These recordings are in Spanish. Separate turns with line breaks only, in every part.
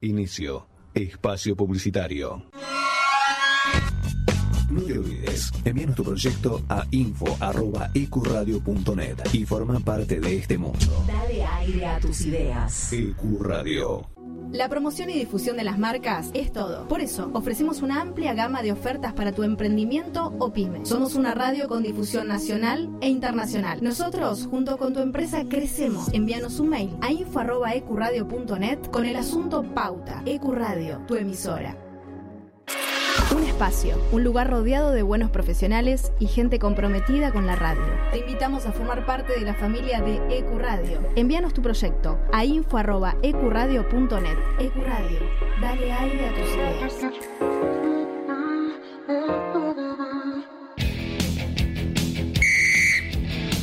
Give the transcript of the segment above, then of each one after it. Inicio. Espacio publicitario. No te olvides, envíanos tu proyecto a info.ecuradio.net y forma parte de este mundo. E
Dale aire a tus ideas.
Ecuradio.
La promoción y difusión de las marcas es todo. Por eso, ofrecemos una amplia gama de ofertas para tu emprendimiento o pyme. Somos una radio con difusión nacional e internacional. Nosotros, junto con tu empresa, crecemos. Envíanos un mail a info.ecuradio.net con el asunto Pauta. Ecuradio, tu emisora. Un espacio, un lugar rodeado de buenos profesionales y gente comprometida con la radio. Te invitamos a formar parte de la familia de Ecuradio. Envíanos tu proyecto a info@ecuradio.net. Ecuradio, dale aire a tus ideas.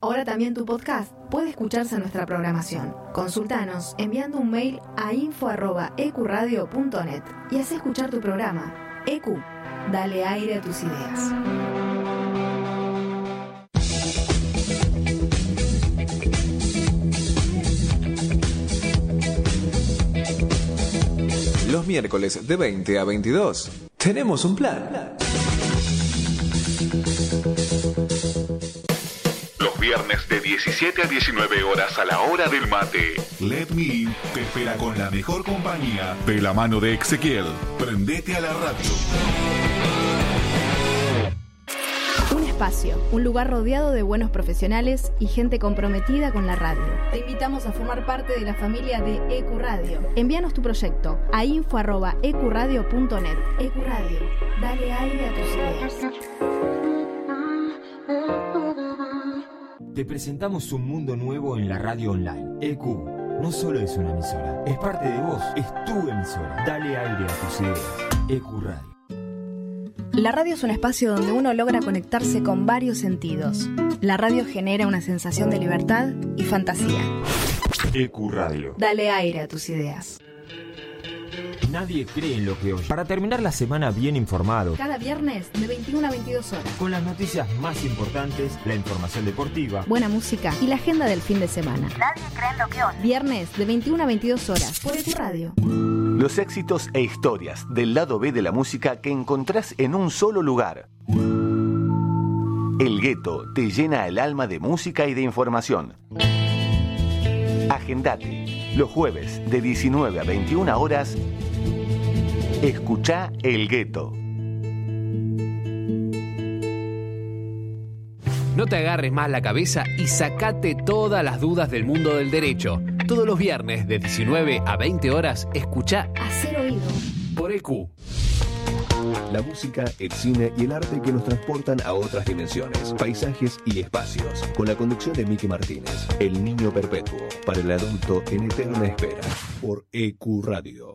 Ahora también tu podcast puede escucharse en nuestra programación. Consultanos enviando un mail a info@ecuradio.net y haz escuchar tu programa. EQ, dale aire a tus ideas.
Los miércoles de 20 a 22. Tenemos un plan.
Los viernes de 17 a 19 horas a la hora del mate.
Let Me In te espera con la mejor compañía de la mano de Ezequiel. Prendete a la radio.
Un espacio, un lugar rodeado de buenos profesionales y gente comprometida con la radio. Te invitamos a formar parte de la familia de Ecuradio. Envíanos tu proyecto a info@ecuradio.net. Ecuradio, dale aire a tus ideas.
Te presentamos un mundo nuevo en la radio online. EQ no solo es una emisora, es parte de vos, es tu emisora. Dale aire a tus ideas. EQ Radio.
La radio es un espacio donde uno logra conectarse con varios sentidos. La radio genera una sensación de libertad y fantasía.
EQ E Radio.
Dale aire a tus ideas.
Nadie cree en lo que oye. Para terminar la semana bien informado,
Cada viernes de 21 a 22 horas.
con las noticias más importantes, la información deportiva,
Buena música y la agenda del fin de semana. Nadie cree en lo que Viernes de 21 a 22 horas por EQ Radio.
Los éxitos e historias del lado B de la música que encontrás en un solo lugar. El gueto te llena el alma de música y de información. Agendate. Los jueves de 19 a 21 horas, escucha El gueto.
No te agarres más la cabeza y sacate todas las dudas del mundo del derecho. Todos los viernes de 19 a 20 horas escucha
Hacer oído.
por EQ.
La música, el cine y el arte que nos transportan a otras dimensiones, paisajes y espacios. Con la conducción de Miki Martínez, El Niño Perpetuo, para el adulto en eterna espera, por EQ Radio.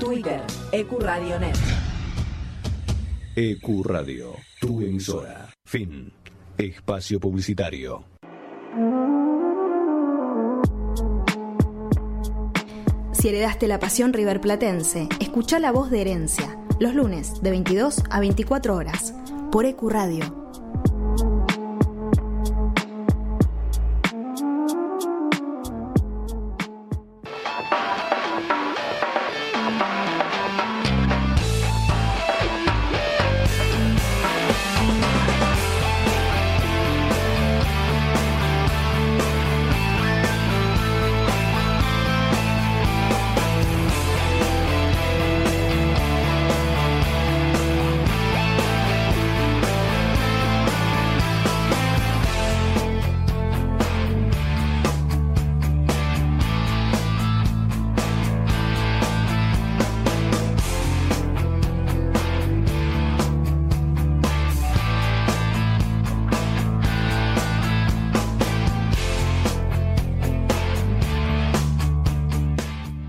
Twitter Ecuradionet.
EQ E Radio, tu emisora. Fin. Espacio publicitario.
Si heredaste la pasión riverplatense, escucha la voz de herencia. Los lunes, de 22 a 24 horas. Por E Ecuradio.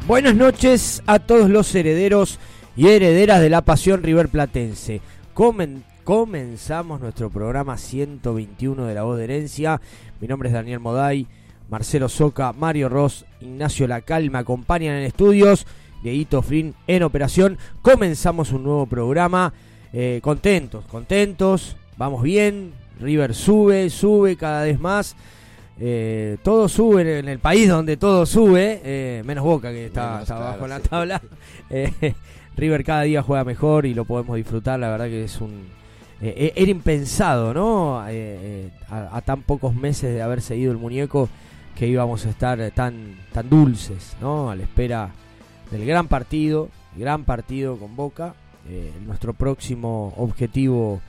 Buenas noches a todos los herederos y herederas de la pasión River Platense. Comen- comenzamos nuestro programa 121 de la voz de herencia. Mi nombre es Daniel Moday, Marcelo Soca, Mario Ross, Ignacio Lacal me acompañan en estudios. Dieguito Flynn en operación. Comenzamos un nuevo programa. Eh, contentos, contentos. Vamos bien. River sube, sube cada vez más. Eh, todo sube en el país donde todo sube, eh, menos Boca que está,
Menos,
está
claro,
abajo en la
sí.
tabla. Eh, River cada día juega mejor y lo podemos disfrutar, la verdad que es un... eh, eh, era impensado, ¿no? Eh, eh, a, a tan pocos meses de haberse ido el muñeco que íbamos a estar eh, tan, tan dulces, ¿no? A la espera del gran partido, gran partido con Boca, eh, nuestro próximo objetivo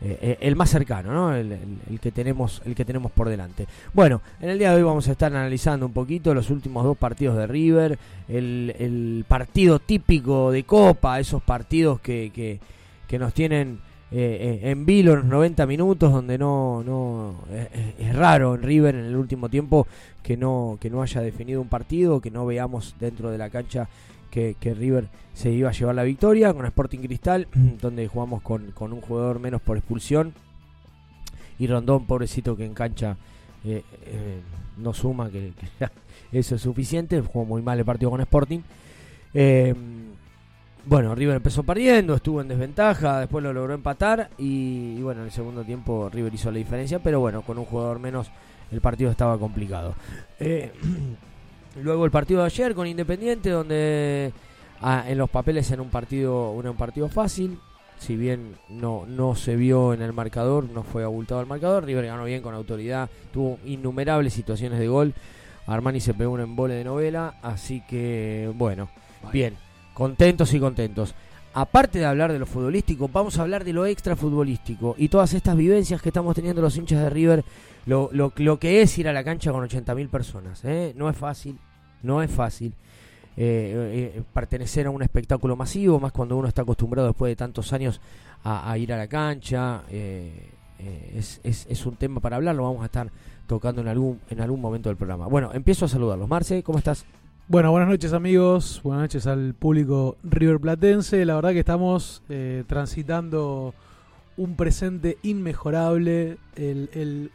eh, eh, el más cercano, ¿no? El, el- el que tenemos, el que tenemos por delante. Bueno, en el día de hoy vamos a estar analizando un poquito los últimos dos partidos de River, el, el partido típico de Copa, esos partidos que, que- que nos tienen eh, eh, en vilo en los 90 minutos, donde no, no eh, eh, es raro en River en el último tiempo que no, que no haya definido un partido, que no veamos dentro de la cancha que, que River se iba a llevar la victoria con Sporting Cristal, donde jugamos con, con un jugador menos por expulsión. Y Rondón, pobrecito, que en cancha eh, eh, no suma, que, que ya eso es suficiente. Jugó muy mal el partido con Sporting. Eh, bueno, River empezó perdiendo, estuvo en desventaja, después lo logró empatar. Y, y bueno, en el segundo tiempo River hizo la diferencia, pero bueno, con un jugador menos el partido estaba complicado. Eh, Luego el partido de ayer con Independiente, donde ah, en los papeles era un partido, era un partido fácil. Si bien no, no se vio en el marcador, no fue abultado el marcador. River ganó bien con autoridad, tuvo innumerables situaciones de gol. Armani se pegó un embole de novela, así que bueno, bien, contentos y contentos. Aparte de hablar de lo futbolístico, vamos a hablar de lo extra futbolístico y todas estas vivencias que estamos teniendo los hinchas de River, lo, lo- lo que es ir a la cancha con 80.000 personas. ¿eh? No es fácil, no es fácil eh, eh, pertenecer a un espectáculo masivo, más cuando uno está acostumbrado después de tantos años a, a ir a la cancha. eh, eh, es, es- es un tema para hablar, lo vamos a estar tocando en algún, en algún momento del programa. Bueno, empiezo a saludarlos. Marce, ¿cómo estás?
Bueno, buenas noches amigos, buenas noches al público riverplatense. La verdad que estamos eh, transitando un presente inmejorable. El, el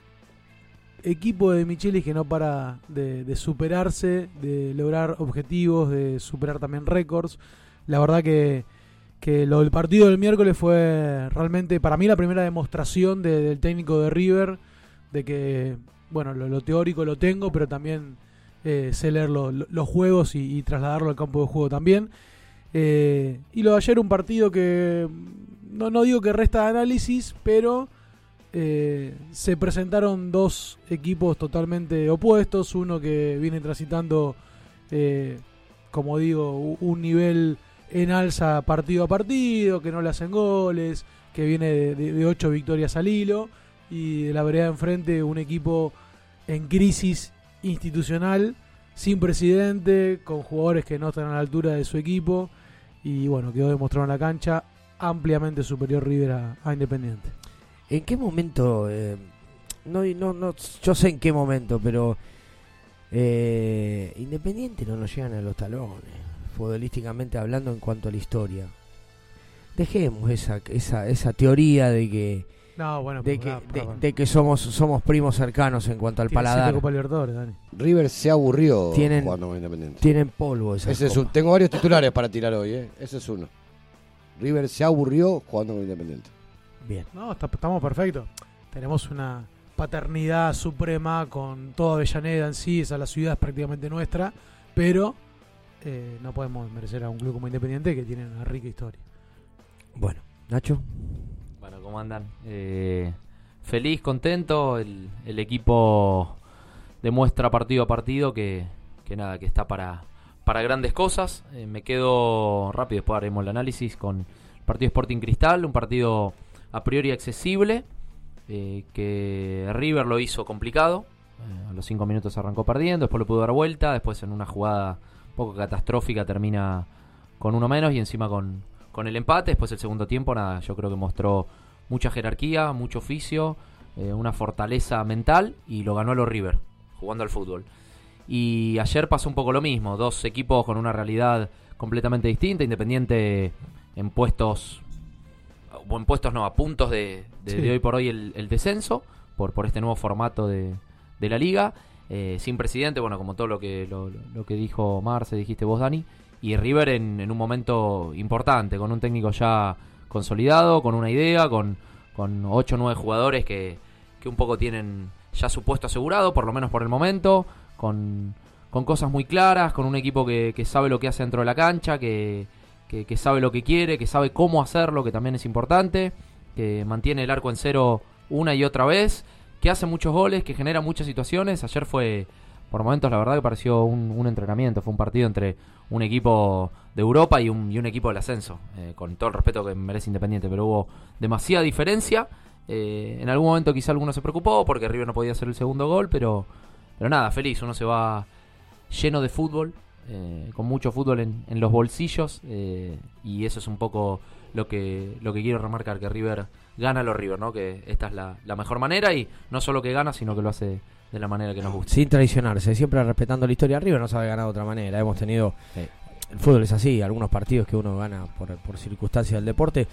equipo de Michelis que no para de, de superarse, de lograr objetivos, de superar también récords. La verdad que, que lo del partido del miércoles fue realmente para mí la primera demostración de- del técnico de River, de que, bueno, lo, lo teórico lo tengo, pero también eh, sé leer lo- lo- los juegos y, y trasladarlo al campo de juego también. Eh, y lo de ayer un partido que no, no digo que resta de análisis, pero eh, se presentaron dos equipos totalmente opuestos. Uno que viene transitando, eh, como digo, u- un nivel en alza partido a partido, que no le hacen goles, que viene de, de- de ocho victorias al hilo. Y de la vereda de enfrente, un equipo en crisis institucional, sin presidente, con jugadores que no están a la altura de su equipo. Y bueno, quedó demostrado en la cancha, ampliamente superior River a- a Independiente.
¿En qué momento? eh, no, no, no, yo sé en qué momento, pero eh, Independiente no nos llegan a los talones, futbolísticamente hablando en cuanto a la historia. Dejemos esa, esa, esa teoría de que,
No, bueno,
de, que
pero pará, pará,
de-
pará.
de que somos, somos primos cercanos en cuanto al
Tiene siete
paladar.
Copa Libertadores, Dani.
River se aburrió
Tienen-
jugando con Independiente.
Tienen polvo esas
Ese es
copas.
un- tengo varios titulares para tirar hoy, ¿eh? Ese es uno. River se aburrió jugando con Independiente.
No, está- estamos perfectos. Tenemos una paternidad suprema con toda Avellaneda en sí, esa la ciudad es prácticamente nuestra, pero eh, no podemos merecer a un club como Independiente que tiene una rica historia.
Bueno, Nacho.
Bueno, ¿cómo andan? Eh, feliz, contento. El, el equipo demuestra partido a partido que, que nada, que está para, para grandes cosas. Eh, me quedo rápido, después haremos el análisis con el partido Sporting Cristal, un partido a priori accesible, eh, que River lo hizo complicado. Eh, a los cinco minutos arrancó perdiendo, después lo pudo dar vuelta, después en una jugada un poco catastrófica termina con uno menos y encima con, con el empate. Después el segundo tiempo, nada, yo creo que mostró mucha jerarquía, mucho oficio, eh, una fortaleza mental y lo ganó a los River, jugando al fútbol. Y ayer pasó un poco lo mismo, dos equipos con una realidad completamente distinta, Independiente en puestos, o en puestos no, a puntos de, de-
Sí.
de hoy por hoy el, el descenso, por, por este nuevo formato de, de la liga, eh, sin presidente, bueno, como todo lo que, lo, lo que dijo Marce, dijiste vos, Dani, y River en, en un momento importante, con un técnico ya consolidado, con una idea, con, con 8 o 9 jugadores que, que un poco tienen ya su puesto asegurado, por lo menos por el momento, con, con cosas muy claras, con un equipo que, que sabe lo que hace dentro de la cancha, que, que- que sabe lo que quiere, que sabe cómo hacerlo, que también es importante, que mantiene el arco en cero una y otra vez, que hace muchos goles, que genera muchas situaciones. Ayer fue, por momentos, la verdad que pareció un, un entrenamiento, fue un partido entre un equipo de Europa y un, y un equipo del ascenso, eh, con todo el respeto que merece Independiente, pero hubo demasiada diferencia. Eh, en algún momento quizá alguno se preocupó porque River no podía hacer el segundo gol, pero, pero nada, feliz, uno se va lleno de fútbol, eh, con mucho fútbol en, en los bolsillos, eh, y eso es un poco lo que, lo que quiero remarcar, que River gana a los River, ¿no? que esta es la, la mejor manera, y no solo que gana, sino que lo hace de la manera que nos gusta.
Sin traicionarse, siempre respetando la historia. River no sabe ganar de otra manera. Hemos tenido. El fútbol es así, algunos partidos que uno gana por, por circunstancias del deporte,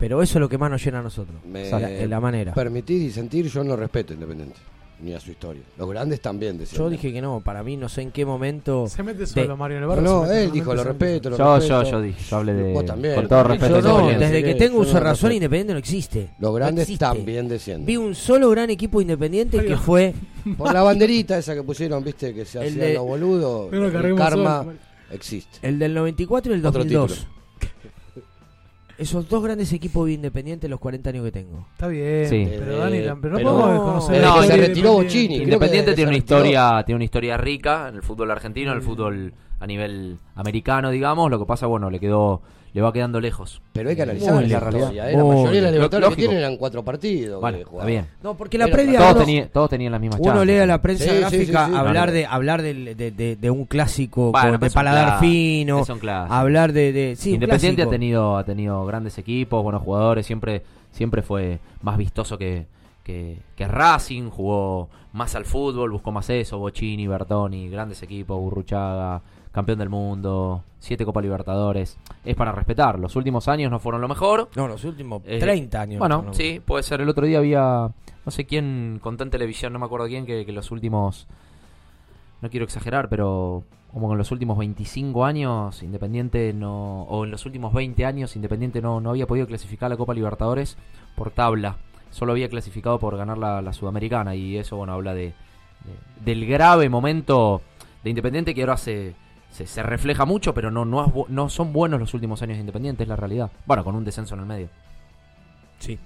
pero eso es lo que más nos llena a nosotros.
Me
la, la manera.
Permitís disentir, yo no respeto a Independiente, ni a su historia. Los grandes también decían.
Yo dije que no, para mí no sé en qué momento. Se
mete
solo, Mario, en el barro No, se mete él solamente dijo, lo solo. respeto, lo
Yo, yo, yo dije, yo hablé de.
Vos también.
Con todo respeto.
Yo no,
Independiente.
desde que
Sí,
tengo
yo
uso
no
razón,
respeto.
Independiente no existe.
Los grandes
No existe.
también descienden.
Vi un solo gran equipo Independiente que fue.
Por la banderita esa que pusieron, viste, que se
El
hacían
de-
los boludos.
Pero
El
que arriba
karma
un sol.
existe.
El del 94 y el
Otro
2002.
título.
Esos dos grandes equipos vi Independiente en los 40 años que tengo.
Está bien,
Sí.
Eh, pero
Eh,
Dani, pero no
pero-
podemos desconocer.
No,
la historia
Independiente-
de
Independiente
que
tiene una
se retiró.
historia, tiene una historia rica en el fútbol argentino, en el fútbol a nivel americano, digamos. Lo que pasa, bueno, le quedó, le va quededando lejos.
Pero hay que analizar la historia. eh. La mayoría de las libertadores que tienen eran cuatro partidos.
Bueno,
que
está
jugaban.
bien.
No, porque la
Pero
previa.
Todos,
uno-
teni- todos tenían las mismas
Uno
chances.
lee a la prensa
Sí, sí,
gráfica
sí, sí.
hablar
Claro.
de hablar del- de, de- de un
Bueno,
clásico con-
pero
de
es un
paladar
clásico,
fino, Ah,
es un clásico.
hablar de, de- sí, un
Independiente ha
clásico.
tenido, ha tenido grandes equipos, buenos jugadores, siempre, siempre fue más vistoso que, que, que Racing, jugó más al fútbol, buscó más eso, Bochini, Bertoni, grandes equipos, Burruchaga, campeón del mundo, siete Copa Libertadores, es para respetar, los últimos años no fueron lo mejor.
No, los últimos
Eh,
30 años.
Bueno,
no.
sí, puede ser, el otro día había, no sé quién, contó en televisión, no me acuerdo quién, que, que los últimos no quiero exagerar, pero como que en los últimos 25 años Independiente no o en los últimos 20 años Independiente no no había podido clasificar a la Copa Libertadores por tabla. Solo había clasificado por ganar la, la Sudamericana y eso bueno habla de, de- del grave momento de Independiente que ahora se se, se refleja mucho, pero no no, es bu- no son buenos los últimos años de Independiente, es la realidad. Bueno, con un descenso en el medio.
Sí.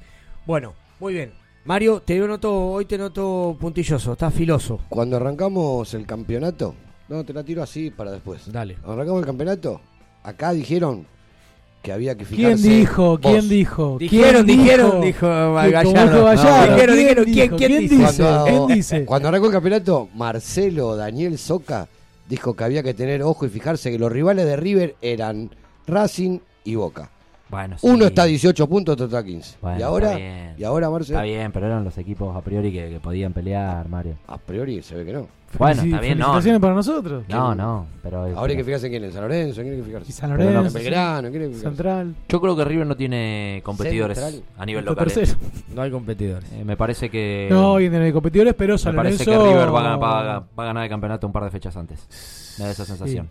Bueno, muy bien. Mario, te noto, hoy te noto puntilloso, estás filoso.
Cuando arrancamos el campeonato, no, te la tiro así para después.
Dale.
Cuando arrancamos el campeonato, acá dijeron que había que
¿Quién
fijarse.
dijo?
vos.
¿Quién dijo?
Dijeron,
¿Quién
dijeron, dijo
Que como
Gallardo.
dijo Gallardo.
No, dijeron, dijeron, ¿quién-
dijo?
quién
¿Quién
dice?
dice?
Cuando,
¿Quién dice?
cuando arrancó el campeonato, Marcelo Daniel Soca dijo que había que tener ojo y fijarse que los rivales de River eran Racing y Boca.
Bueno,
Uno
sí.
está a 18 puntos, otro está a 15.
Bueno,
y
está
ahora,
bien.
y ahora Marcelo,
Está bien, pero eran los equipos a priori que, que podían pelear, Mario.
a priori se ve que no.
Bueno, está bien, no.
Felicitaciones para nosotros.
No, no, pero
Ahora hay que fijarse en quién, en San Lorenzo, en quién hay que fijarse.
San
Pero no-
Lorenzo,
en Belgrano, ¿quién hay que fijarse?
Central.
Yo creo que River no tiene competidores
Central.
a nivel
Está
local.
tercero.
¿eh?
No hay competidores.
Eh, me parece que
No, hoy tiene competidores, pero
me
San
parece que
Lorenzo-
River va a, ganar- va a- va a ganar el campeonato un par de fechas antes. Me da esa sensación.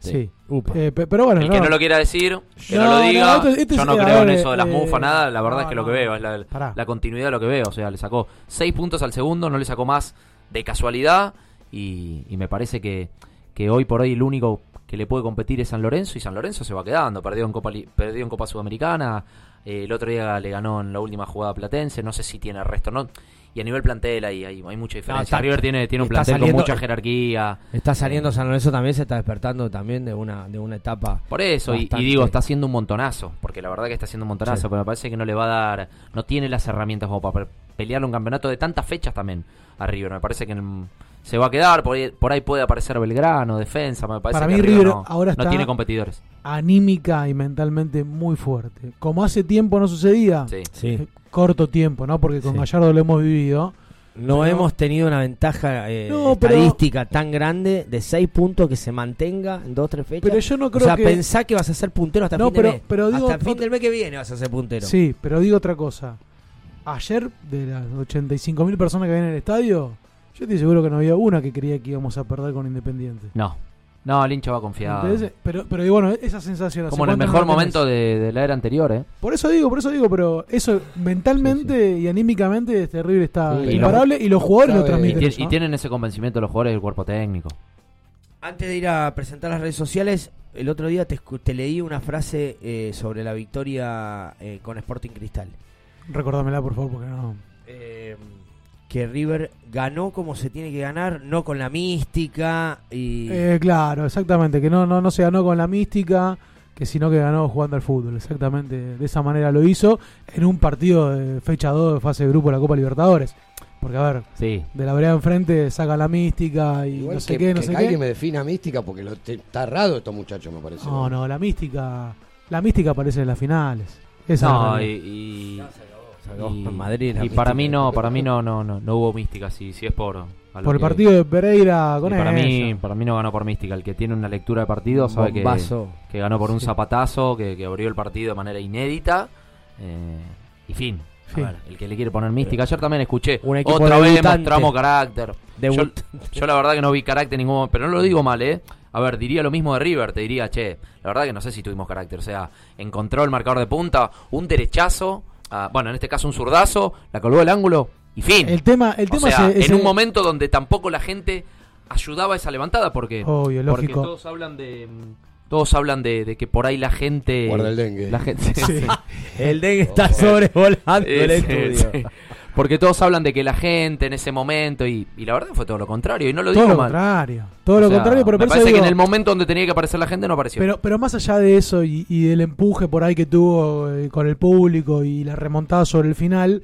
Sí. Eh, pe- pero bueno,
el que no lo quiera decir, que no, lo
No, no,
diga.
esto- esto
yo
es-
no
a
creo en
ver,
eso de las
eh,
mufas, nada. La verdad
no,
es que lo
no,
que veo es la,
pará.
la continuidad de lo que veo. O sea, le sacó seis puntos al segundo, no le sacó más de casualidad. Y, y me parece que, que hoy por hoy el único que le puede competir es San Lorenzo. Y San Lorenzo se va quedando. Perdió en Copa, Li- perdió en Copa Sudamericana. eh, el otro día le ganó en la última jugada a Platense. No sé si tiene resto o no. Y a nivel plantel ahí hay, hay mucha diferencia.
está-
River tiene, tiene un
está
plantel
saliendo-
con mucha jerarquía.
Está saliendo San Lorenzo también, se está despertando también de una, de una etapa.
Por eso, y, y
bastante-
digo, está haciendo un montonazo, porque la verdad que está haciendo un montonazo,
Sí.
pero me parece que no le va a dar, no tiene las herramientas como para pe- pelear un campeonato de tantas fechas también a River. Me parece que mm, se va a quedar, por ahí, por ahí puede aparecer Belgrano, defensa, me parece
Para
que
mí River
no,
ahora
no
está-
tiene competidores.
anímica y mentalmente muy fuerte. Como hace tiempo no sucedía,
Sí.
Sí.
corto tiempo, ¿no? Porque con
Sí.
Gallardo lo hemos vivido.
No
Pero-
hemos tenido una ventaja eh,
No, pero-
estadística tan grande de 6 puntos que se mantenga en 2-3 fechas.
Pero yo no creo
o sea,
que-
pensá que vas a ser puntero hasta
No,
fin de
pero-
mes.
pero digo-
hasta fin del mes que viene vas a ser puntero.
Sí, pero digo otra cosa. Ayer, de las 85.000 personas que habían en el estadio, yo te seguro que no había una que creía que íbamos a perder con Independiente.
No. No, el hincha va confiado.
¿Entendés? Pero, pero bueno, esa sensación. ¿hace
Como en el
cuánto no
mejor
la tenés?
momento de, de la era anterior, ¿eh?
Por eso digo, por eso digo, pero eso mentalmente y anímicamente es terrible, está
Sí, y
Ah, imparable y los jugadores lo
Sabe-
transmiten.
Y, tie-
eso,
y
¿no?
tienen ese convencimiento los jugadores del cuerpo técnico.
Antes de ir a presentar las redes sociales, el otro día te, escu- te leí una frase eh, sobre la victoria eh, con Sporting Cristal.
Recordámela, por favor, porque no.
Eh, que River ganó como se tiene que ganar, no con la mística y...
Eh, claro, exactamente, que no, no, no se ganó con la mística, que sino que ganó jugando al fútbol, exactamente, de esa manera lo hizo en un partido de fecha 2 de fase de grupo de la Copa Libertadores. Porque, a ver,
Sí.
de la vereda enfrente saca la mística y
Igual
no sé
que,
qué, no
que
sé
alguien
qué.
me defina mística porque lo te- está errado estos muchachos, me parece.
No, no, la mística, la mística aparece en las finales. Esa es la
no,
realidad.
y, y-
acabó.
y-
En Madrid, la
y para
mística.
mí no, para mí no, no, no, no hubo mística, si, si es por... a lo
Por el
que-
partido de Pereira con
Y para
ella.
mí, para mí no ganó por mística. El que tiene una lectura de partido sabe que,
Bombazo.
que ganó por un
Sí.
zapatazo, que, que abrió el partido de manera inédita. eh, y fin. A
Fin.
ver, el que le quiere poner mística. Ayer también escuché.
Un equipo
Otra vez
debutante.
mostramos carácter. Yo,
Debut-
yo la verdad que no vi carácter en ningún momento, Pero no lo digo mal, ¿eh? A ver, diría lo mismo de River. Te diría, che, la verdad que no sé si tuvimos carácter. O sea, encontró el marcador de punta, un derechazo. ah, bueno, en este caso un zurdazo. La colgó el ángulo. Y fin.
El tema, el
O
tema
sea,
es, es-
en un momento donde tampoco la gente ayudaba a esa levantada porque,
Obvio,
porque
lógico.
todos hablan de
mm,
todos hablan de, de que por ahí la gente
Guarda el dengue.
la gente
Sí.
El dengue está sobrevolando el
Sí, sí,
estudio.
sí. porque todos hablan de que la gente en ese momento y, y la verdad fue todo lo contrario y no lo
todo
digo
lo
mal
contrario. Todo
O
lo
sea,
contrario, pero
me
por eso
parece
digo-
que en el momento donde tenía que aparecer la gente no apareció
Pero, pero más allá de eso y, y del empuje por ahí que tuvo eh, con el público y la remontada sobre el final,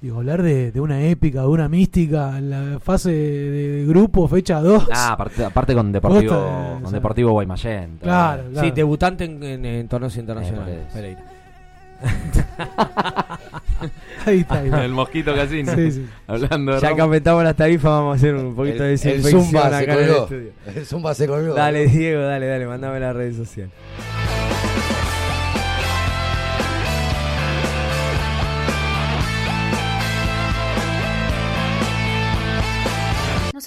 digo, hablar de, de una épica, de una mística, en la fase de, de grupo, fecha 2.
Ah, aparte, aparte con Deportivo
Posta,
con
o sea.
Deportivo Guaymallén
Claro, claro.
Sí, debutante en, en- en torneos internacionales.
Eh, por
Pereira.
Ahí está, ahí está.
el mosquito casino
Sí, sí.
hablando de
Ya que
Roma.
aumentamos las tarifas, vamos a hacer un poquito de
El- el
desinfección
Zumba se
acá en el
colgó.
estudio.
El Zumba se colgó.
Dale, Diego, dale, dale, mandame las redes sociales.
Nos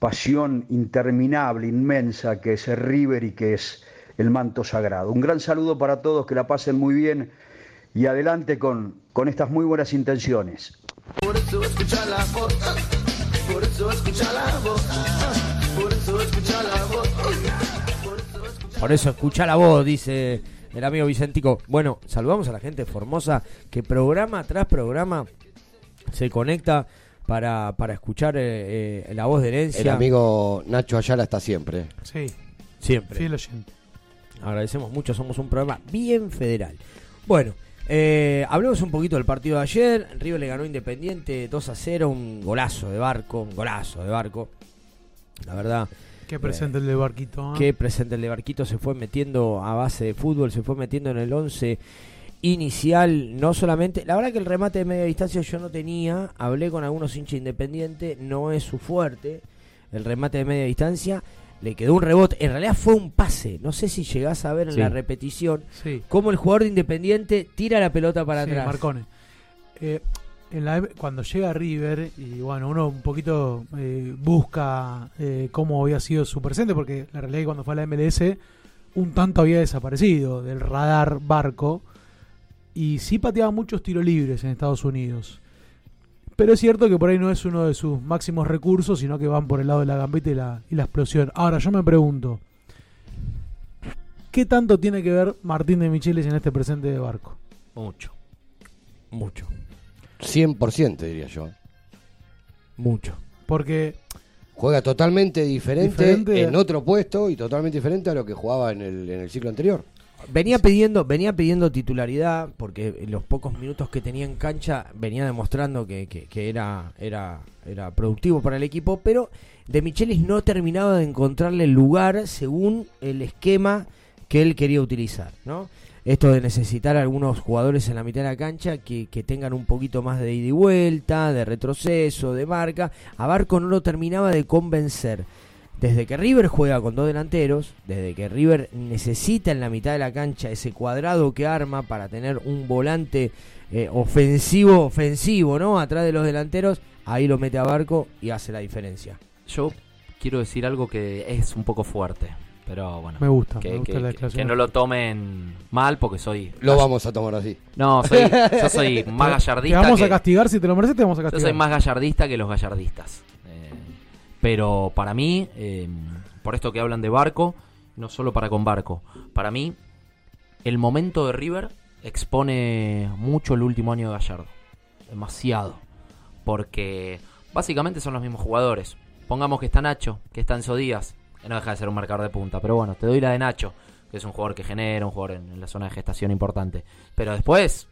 pasión interminable, inmensa, que es el River y que es el manto sagrado. Un gran saludo para todos, que la pasen muy bien y adelante con, con estas muy buenas intenciones.
Por eso escucha la posta. por eso escucha la voz, por eso escucha la voz.
Por eso escucha la voz, dice el amigo Vicentico. Bueno, saludamos a la gente de Formosa que programa tras programa se conecta para, para escuchar eh, eh, la voz de herencia.
El amigo Nacho Ayala está siempre.
Sí.
Siempre.
Fiel oyente.
Agradecemos mucho, somos un programa bien federal. Bueno, eh, hablemos un poquito del partido de ayer. River le ganó a Independiente 2 a 0, un golazo de barco, un golazo de barco. La verdad.
Que presente el de Barquito. ¿eh?
que presente el de Barquito se fue metiendo a base de fútbol, se fue metiendo en el 11 inicial, no solamente, la verdad que el remate de media distancia yo no tenía, hablé con algunos hinchas independientes, no es su fuerte el remate de media distancia, le quedó un rebote, en realidad fue un pase, no sé si llegás a ver en
Sí.
la repetición
Sí.
cómo el jugador de Independiente tira la pelota para
Sí,
atrás.
Marcone. Eh, en la ep- cuando llega River, y bueno, uno un poquito eh, busca eh, cómo había sido su presente, porque la realidad es que cuando fue a la MLS, un tanto había desaparecido del radar barco. Y sí pateaba muchos tiros libres en Estados Unidos. Pero es cierto que por ahí no es uno de sus máximos recursos, sino que van por el lado de la gambeta y la, y la explosión. Ahora, yo me pregunto, ¿qué tanto tiene que ver Martín de Micheles en este presente de barco?
Mucho. Mucho.
100% diría yo.
Mucho.
Porque
Juega totalmente diferente,
Diferente.
en otro puesto y totalmente diferente a lo que jugaba en el, en el ciclo anterior.
Venía pidiendo, venía pidiendo titularidad porque en los pocos minutos que tenía en cancha venía demostrando que, que- que era, era, era productivo para el equipo, pero De Michelis no terminaba de encontrarle el lugar según el esquema que él quería utilizar, ¿no? Esto de necesitar algunos jugadores en la mitad de la cancha que, que tengan un poquito más de ida y vuelta, de retroceso, de marca. A Barco no lo terminaba de convencer desde que River juega con dos delanteros, desde que River necesita en la mitad de la cancha ese cuadrado que arma para tener un volante eh, ofensivo, ofensivo, ¿no? Atrás de los delanteros, ahí lo mete a Barco y hace la diferencia.
Yo quiero decir algo que es un poco fuerte, pero bueno.
Me gusta,
que,
me gusta
que-
la
que-
declaración.
que no lo tomen mal porque soy...
Lo vamos a tomar así.
No, soy, yo soy más gallardista
Te vamos a
que-
castigar, si te lo mereces, te vamos a
Yo
castigar.
soy más gallardista que los gallardistas. Eh, pero para mí, eh, por esto que hablan de barco, no solo para con barco, para mí, el momento de River expone mucho el último año de Gallardo. Demasiado. Porque básicamente son los mismos jugadores. Pongamos que está Nacho, que está Enzo Díaz, que no deja de ser un marcador de punta, pero bueno, te doy la de Nacho, que es un jugador que genera, un jugador en, en la zona de gestación importante. Pero después,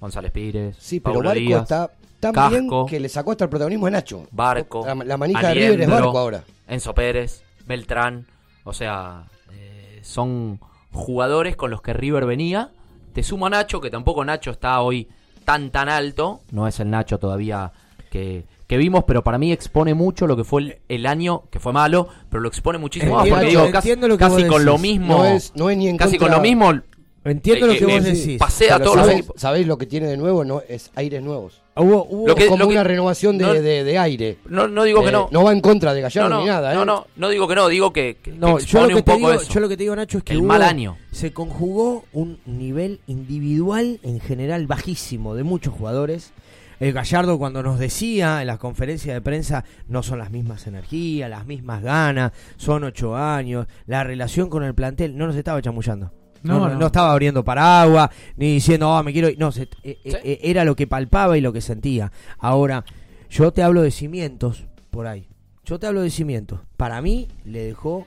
González Pires,
Sí, pero
Paulo
Barco
Díaz,
está tan
Casco,
bien que le sacó hasta el protagonismo a Nacho.
Barco.
La, la manija de River es
Aliendro,
Barco ahora.
Enzo Pérez, Beltrán. O sea, eh, son jugadores con los que River venía. Te suma Nacho, que tampoco Nacho está hoy tan tan alto. No es el Nacho todavía que, que vimos, pero para mí expone mucho lo que fue el, el año, que fue malo, pero lo expone muchísimo más.
Entiendo,
Porque digo, casi,
entiendo lo que
casi
vos
con lo
decís.
mismo.
No es- no es ni en
casi con
contra-
lo mismo. eh,
Entiendo lo que vos decís.
Pasé a
Pero
todos los
¿sabéis,
equipos.
¿Sabéis lo que tiene de nuevo? No, es aires nuevos.
Ah, Hubo,
Lo que-
como
lo que-
una renovación de,
no-
de- de aire.
No, no digo que
Eh,
no.
No va en contra de Gallardo
no, no,
ni nada, ¿eh?
no, no, no digo que no, digo que, que- que
No, yo
expone
lo, que
un
te
poco
digo,
eso.
yo lo que te digo, Nacho, es que
El
hubo-
mal año.
se conjugó un nivel individual en general bajísimo de muchos jugadores. El Gallardo cuando nos decía en las conferencias de prensa no son las mismas energías, las mismas ganas, son ocho años, la relación con el plantel no nos estaba chamullando. No,
No,
no,
no.
no estaba abriendo paraguas, ni diciendo, ah, me quiero ir. No, se- eh, eh, era lo que palpaba y lo que sentía. Ahora, yo te hablo de cimientos por ahí. Yo te hablo de cimientos. Para mí, le dejó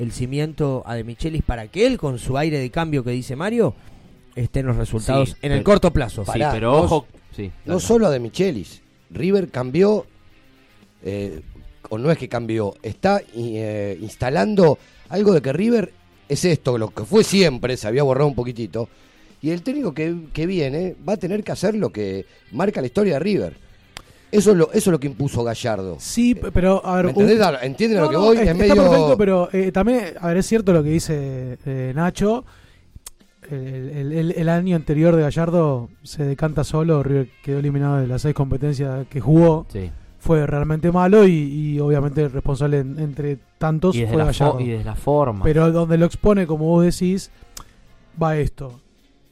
el cimiento a De Michelis para que él, con su aire de cambio que dice Mario, esté en los resultados
Sí,
en el
pero-
corto plazo.
Sí,
Pará,
pero
no-
ojo. Sí,
No solo a de Michelis. River cambió, eh, o no es que cambió, está i- eh, instalando algo de que River es esto, lo que fue siempre, se había borrado un poquitito. Y el técnico que, que viene va a tener que hacer lo que marca la historia de River. Eso es lo, eso es lo que impuso Gallardo. Eh,
Sí, p- pero a ver.
¿Me entendés?
un-
A- ¿Entienden
No,
lo que
no,
voy?
es-
Es
está
medio-
perfecto, pero eh, también, a ver, es cierto lo que dice eh, Nacho. El, el- el- el año anterior de Gallardo se decanta solo. River quedó eliminado de las seis competencias que jugó.
Sí.
Fue realmente malo y, y obviamente el responsable en- entre tantos
Y desde,
fue
la fo-
Gallardo.
y desde la forma.
Pero donde lo expone, como vos decís, va esto.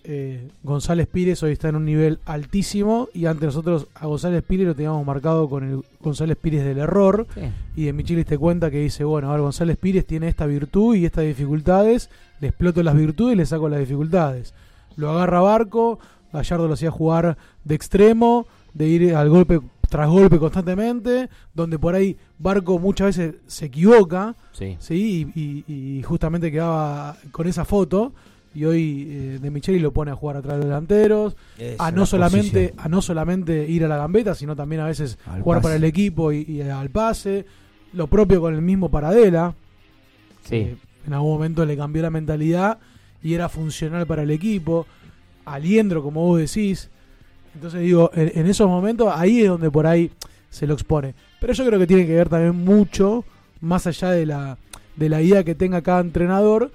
eh, González Pires hoy está en un nivel altísimo y ante nosotros a González Pires lo teníamos marcado con el González Pires del error
Sí.
y de Michelis te cuenta que dice, bueno, a ver, González Pires tiene esta virtud y estas dificultades, le exploto las virtudes y le saco las dificultades. Lo agarra Barco, Gallardo lo hacía jugar de extremo, de ir al golpe tras golpe constantemente, donde por ahí Barco muchas veces se equivoca,
Sí.
y, y- y justamente quedaba con esa foto. Y hoy eh, De Micheli lo pone a jugar atrás de los delanteros,
Es
a
una
no, solamente,
posición.
a no solamente ir a la gambeta, sino también a veces
Al
jugar
pase.
para el equipo y, y al pase. Lo propio con el mismo Paradela,
Sí.
en algún momento le cambió la mentalidad y era funcional para el equipo. Aliendro, como vos decís. Entonces digo, en, en esos momentos ahí es donde por ahí se lo expone. Pero yo creo que tiene que ver también mucho, más allá de la, de la idea que tenga cada entrenador,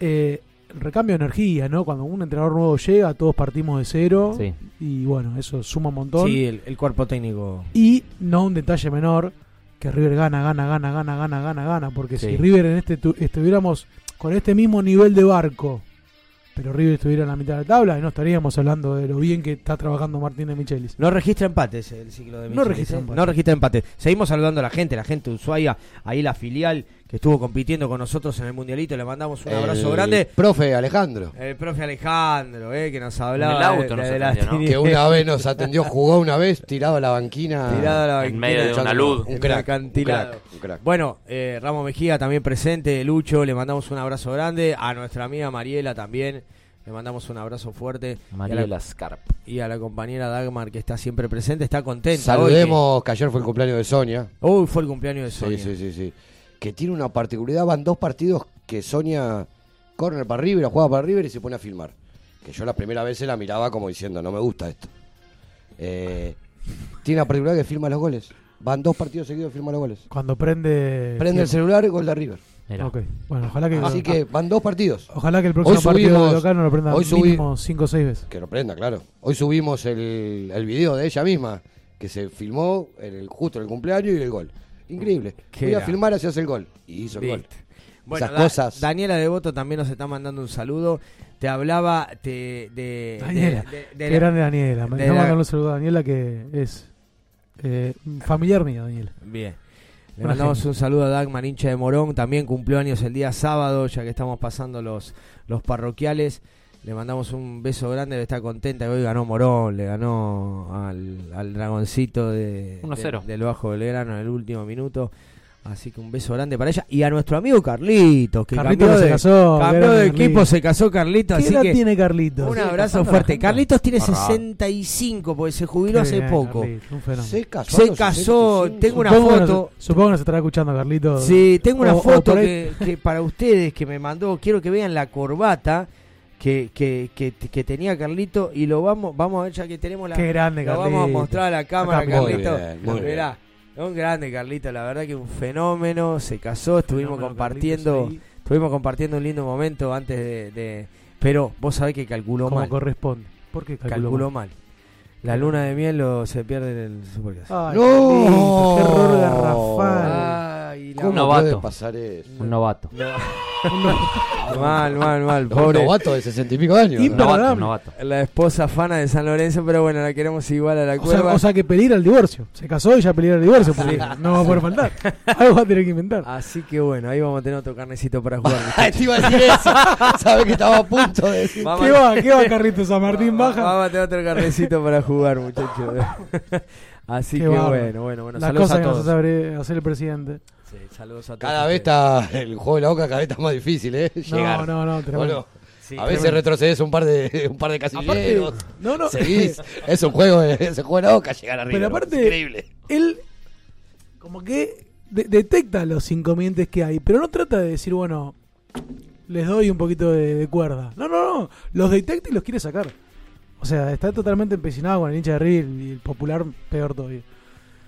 eh, el recambio de energía, ¿no? Cuando un entrenador nuevo llega, todos partimos de cero.
Sí.
Y bueno, eso suma un montón.
Sí, el, el cuerpo técnico.
Y no un detalle menor, que River gana, gana, gana, gana, gana, gana, gana. Porque
Sí.
si River en este tu- estuviéramos con este mismo nivel de barco, pero River estuviera en la mitad de la tabla, no estaríamos hablando de lo bien que está trabajando Martín de Michelis.
No registra empates el ciclo de
No
Michelis,
registra
¿eh?
empates.
No registra empates. Seguimos saludando a la gente, la gente de Ushuaia, ahí la filial que estuvo compitiendo con nosotros en el Mundialito. Le mandamos un abrazo
El
grande.
Profe Alejandro.
El profe Alejandro, eh, que nos hablaba
En el auto
de- de,
nos
de la
atendió, ¿no?
tiniebla.
Que una vez nos atendió, jugó una vez, tirado a la banquina.
Tirado a la
En
banquina,
medio de una luz. Un
en el
crack, un
acantilado.
crack, un crack.
Bueno, eh, Ramos Mejía también presente, Lucho, le mandamos un abrazo grande. A nuestra amiga Mariela también, le mandamos un abrazo fuerte.
Mariela
Y a la-
Scarp.
Y a la compañera Dagmar, que está siempre presente, está contenta.
Saludemos, que ayer fue el cumpleaños de Sonia.
Uy, fue el cumpleaños de Sonia.
Sí, sí, sí, sí. Que tiene una particularidad, van dos partidos que Sonia corre para River, la juega para River y se pone a filmar. Que yo la primera vez se la miraba como diciendo, no me gusta esto. Eh, tiene una particularidad que firma los goles. Van dos partidos seguidos y firma los goles.
Cuando prende.
Prende el celular, gol de River.
Ok, bueno, ojalá que.
Así que van dos partidos.
Ojalá que el próximo
Hoy subimos-
partido de local no lo prenda
hoy subi-
mínimo 5 o 6 veces.
Que lo prenda, claro. Hoy subimos el, el video de ella misma, que se filmó en el, justo en el cumpleaños y el gol. Increíble.
Qué
Voy a
grande.
filmar así hace el gol. Y hizo el gol.
Viste. Bueno,
Esas
Da-
cosas.
Daniela Devoto también nos está mandando un saludo. Te hablaba te- de. de-
Daniela.
de- de
Qué
la-
grande Daniela. Me
de
quiero
la-
mandarle un saludo a Daniela que es eh, familiar mía, Daniela.
Bien. Le
Una
mandamos
genia.
un saludo a Dagmar, hincha de Morón. También cumplió años el día sábado, ya que estamos pasando los, los parroquiales. Le mandamos un beso grande, está contenta que hoy ganó Morón, le ganó al, al dragoncito de,
1-0.
del- del Bajo Belgrano en el último minuto. Así que un beso grande para ella. Y a nuestro amigo Carlitos, que
Carlitos
cambió
se
de,
casó,
cambió
grande
de
Carlitos.
equipo, se casó Carlitos.
¿Qué
así
edad
que
tiene Carlitos?
Un
¿Sigue
abrazo
casando la
fuerte.
gente?
Carlitos tiene
Qué raro.
65, porque se jubiló
Qué
hace
bien,
poco.
Carlitos, un fenómeno.
Se casó.
Se
a los
casó,
65.
tengo una
Supongo que nos-
foto.
supongo que nos estará escuchando Carlitos.
Sí, tengo una
O- o
foto
por ahí-
que, que para ustedes que me mandó. Quiero que vean la corbata que, que, que, que tenía Carlito y lo vamos vamos a ver ya que tenemos la.
Qué grande,
Lo vamos a
Carlito.
mostrar a la cámara,
Acá, muy
Carlito.
bien, muy
Mirá, un grande Carlito, la verdad que un fenómeno. Se casó, estuvimos
Fenómeno,
compartiendo,
Carlitos, ahí,
estuvimos compartiendo un lindo momento antes de, de- pero vos sabés que calculó
Como
mal,
corresponde. ¿Por qué calculó?
calculó
mal?
mal. La luna de miel lo, se pierde en el superclásico.
Ay,
¡No!
Carlitos, qué error garrafal.
Ay, la-
¿Cómo
Novato.
puede pasar eso?
Un novato.
mal, mal, mal,
Un
pobre.
novato de sesenta y pico años.
Y-
¿no?
Novato,
Imperdonable.
novato.
La esposa fana de San Lorenzo, pero bueno, la queremos igual a la
O sea,
cueva.
o sea que pedir al divorcio. Se casó y ya pedir al divorcio. porque no va a poder faltar. Algo va a tener que inventar.
Así que bueno, ahí vamos a tener otro carnecito para jugar.
Ah,
muchachos.
Te iba a decir eso. Sabes que estaba a punto de decir.
Vamos-
¿Qué va? ¿Qué va, Carlitos? ¿A Martín
Va- va-
Baja?
Vamos a tener otro carnecito para jugar, muchachos. Así
Qué
que
bárbaro.
bueno, bueno, bueno.
Las
Saludos
cosas
a
que nos
todos.
hace eh, hacer el presidente.
Sí, saludos a todos.
Cada vez está el juego de la boca, cada vez está más difícil, ¿eh? Llegar.
No, no, no.
¿O
tremendo.
no? a veces retrocedes un par de un par de casilleros.
No, no.
Seguís. es un juego, de- es un juego de la boca llegar arriba.
Pero aparte-
increíble.
él como que de- detecta los inconvenientes que hay, pero no trata de decir, bueno, les doy un poquito de, de cuerda. No, no, no, los detecta y los quiere sacar. O sea, está totalmente empecinado con el hincha de River y el popular peor todavía.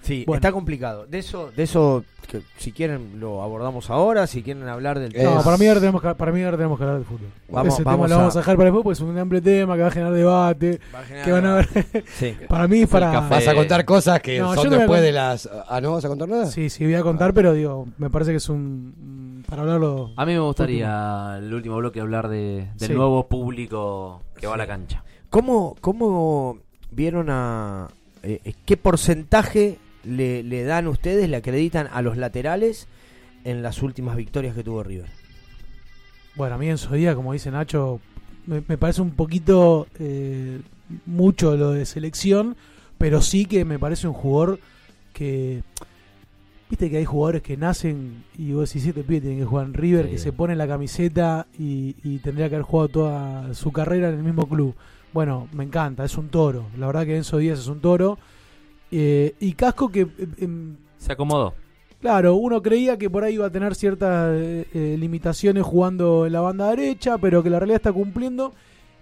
Sí,
Bueno.
está complicado. De eso, de eso que, si quieren lo abordamos ahora, si quieren hablar del
Eh,
tema.
No, para mí, ahora tenemos que, para mí ahora tenemos que hablar de fútbol.
Vamos-
Ese
vamos
tema lo
a-
vamos a dejar para después porque es un amplio tema que va a generar debate.
Va a generar- Eh,
que van a ver.
Sí.
para mí, para...
café.
Vas a contar cosas que
No, yo
son
no voy a
después
con-
de las. Ah, ¿no vas a contar nada?
Sí, sí, voy a contar, pero digo, me parece que es un, un para hablarlo.
A mí me gustaría el último bloque hablar de, del
Sí.
nuevo público que va a la cancha.
¿Cómo, cómo vieron a... eh, eh, ¿Qué porcentaje le, le dan ustedes, le acreditan a los laterales en las últimas victorias que tuvo River?
Bueno, a mí en su día, como dice Nacho, me, me parece un poquito eh, mucho lo de selección, pero sí que me parece un jugador que. Viste que hay jugadores que nacen y vos decís, este pibe tiene que jugar en River,
Sí.
que se pone la camiseta y, y tendría que haber jugado toda su carrera en el mismo club. Bueno, me encanta, es un toro. La verdad que Enzo Díaz es un toro. Eh, y Casco que eh, em,
Se acomodó.
Claro, uno creía que por ahí iba a tener ciertas eh, eh, limitaciones jugando en la banda derecha, pero que la realidad está cumpliendo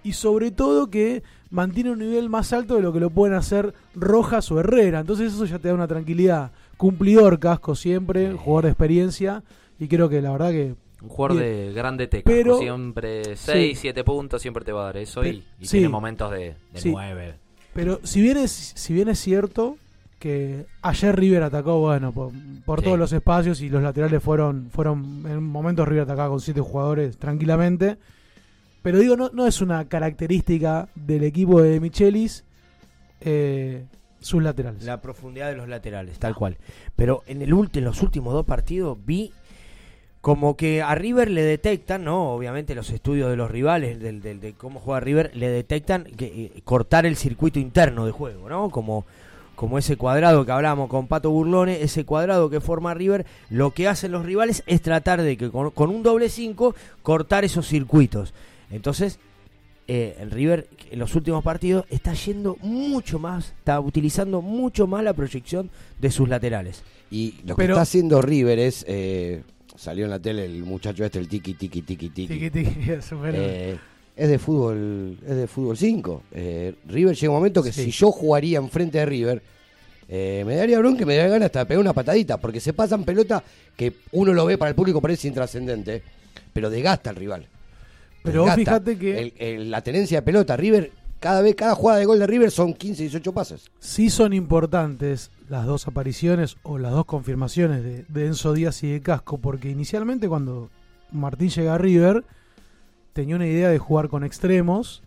y sobre todo que mantiene un nivel más alto de lo que lo pueden hacer Rojas o Herrera. Entonces eso ya te da una tranquilidad. Cumplidor, casco siempre, jugador de experiencia y creo que la verdad que...
Un jugador
Bien.
de grande teca.
Pero-
siempre
Sí.
6, 7 puntos, siempre te va a dar eso.
Pe-
y y
sí.
tiene momentos de, de
Sí.
9.
Pero si bien es, si bien es cierto que ayer River atacó, bueno, por, por todos los espacios y los laterales fueron, fueron en momentos River atacaba con siete jugadores tranquilamente. Pero digo, no, no es una característica del equipo de Michelis eh, sus laterales.
La profundidad de los laterales, tal cual. Pero en, el ulti- en los últimos dos partidos vi como que a River le detectan, ¿no? Obviamente los estudios de los rivales, del, del- de cómo juega River, le detectan que, eh, cortar el circuito interno de juego, ¿no? Como, como ese cuadrado que hablábamos con Pato Burlone, ese cuadrado que forma River, lo que hacen los rivales es tratar de que con, con un doble 5 cortar esos circuitos. Entonces, eh, el River en los últimos partidos está yendo mucho más, está utilizando mucho más la proyección de sus laterales.
Y Lo que
Pero-
está haciendo River es. eh, salió en la tele el muchacho este, el tiki tiki tiki tiki.
Tiki, tiki, es un fenómeno.
Eh, es de fútbol, es de fútbol 5. River llega un momento que si yo jugaría enfrente de River, eh, me daría bronca y me daría ganas hasta de pegar una patadita, porque se pasan pelotas que uno lo ve para el público parece intrascendente, pero desgasta al rival.
Pero vos
Desgasta.
fijate que-
El- el- la tenencia de pelota, River, cada vez, cada jugada de gol de River son 15, 18 pases.
sí son importantes las dos apariciones o las dos confirmaciones de, de Enzo Díaz y de Casco, porque inicialmente cuando Martín llega a River tenía una idea de jugar con extremos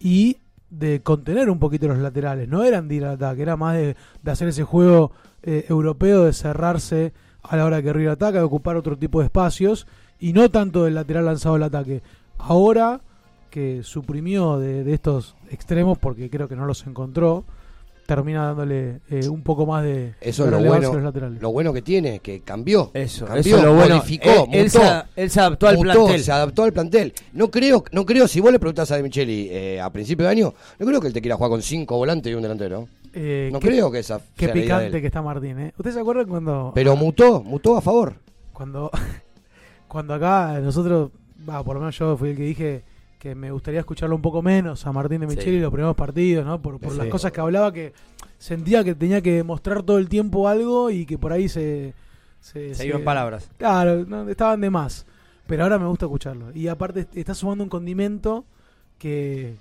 y de contener un poquito los laterales. No eran de ir al ataque, era más de, de hacer ese juego eh, europeo, de cerrarse a la hora que River ataca, de ocupar otro tipo de espacios y no tanto del lateral lanzado al ataque. Ahora que suprimió de, de estos extremos porque creo que no los encontró, termina dándole eh, un poco más de
Eso
de
es lo
relevancia a
bueno,
los laterales.
lo bueno que tiene, que cambió.
Eso,
cambió,
eso es lo bueno.
modificó,
Él- él
mutó.
se a- él se adaptó al
Mutó,
plantel.
Se adaptó al plantel. No creo, no creo si vos le preguntás a De Micheli eh, a principio de año, no creo que él te quiera jugar con cinco volantes y un delantero.
Eh,
no
qué-
creo que esa
Qué
sea la idea de
picante
él.
que está Martín, ¿eh? ¿Ustedes se acuerdan cuando...
Pero mutó, mutó a favor.
cuando, cuando acá nosotros, va, por lo menos yo fui el que dije que me gustaría escucharlo un poco menos a Martín de
Sí.
Micheli los primeros partidos, ¿no? Por, por las
Sí.
cosas que hablaba que sentía que tenía que mostrar todo el tiempo algo y que por ahí se...
Se iba en palabras.
Claro, no, estaban de más. Pero ahora me gusta escucharlo. Y aparte está sumando un condimento que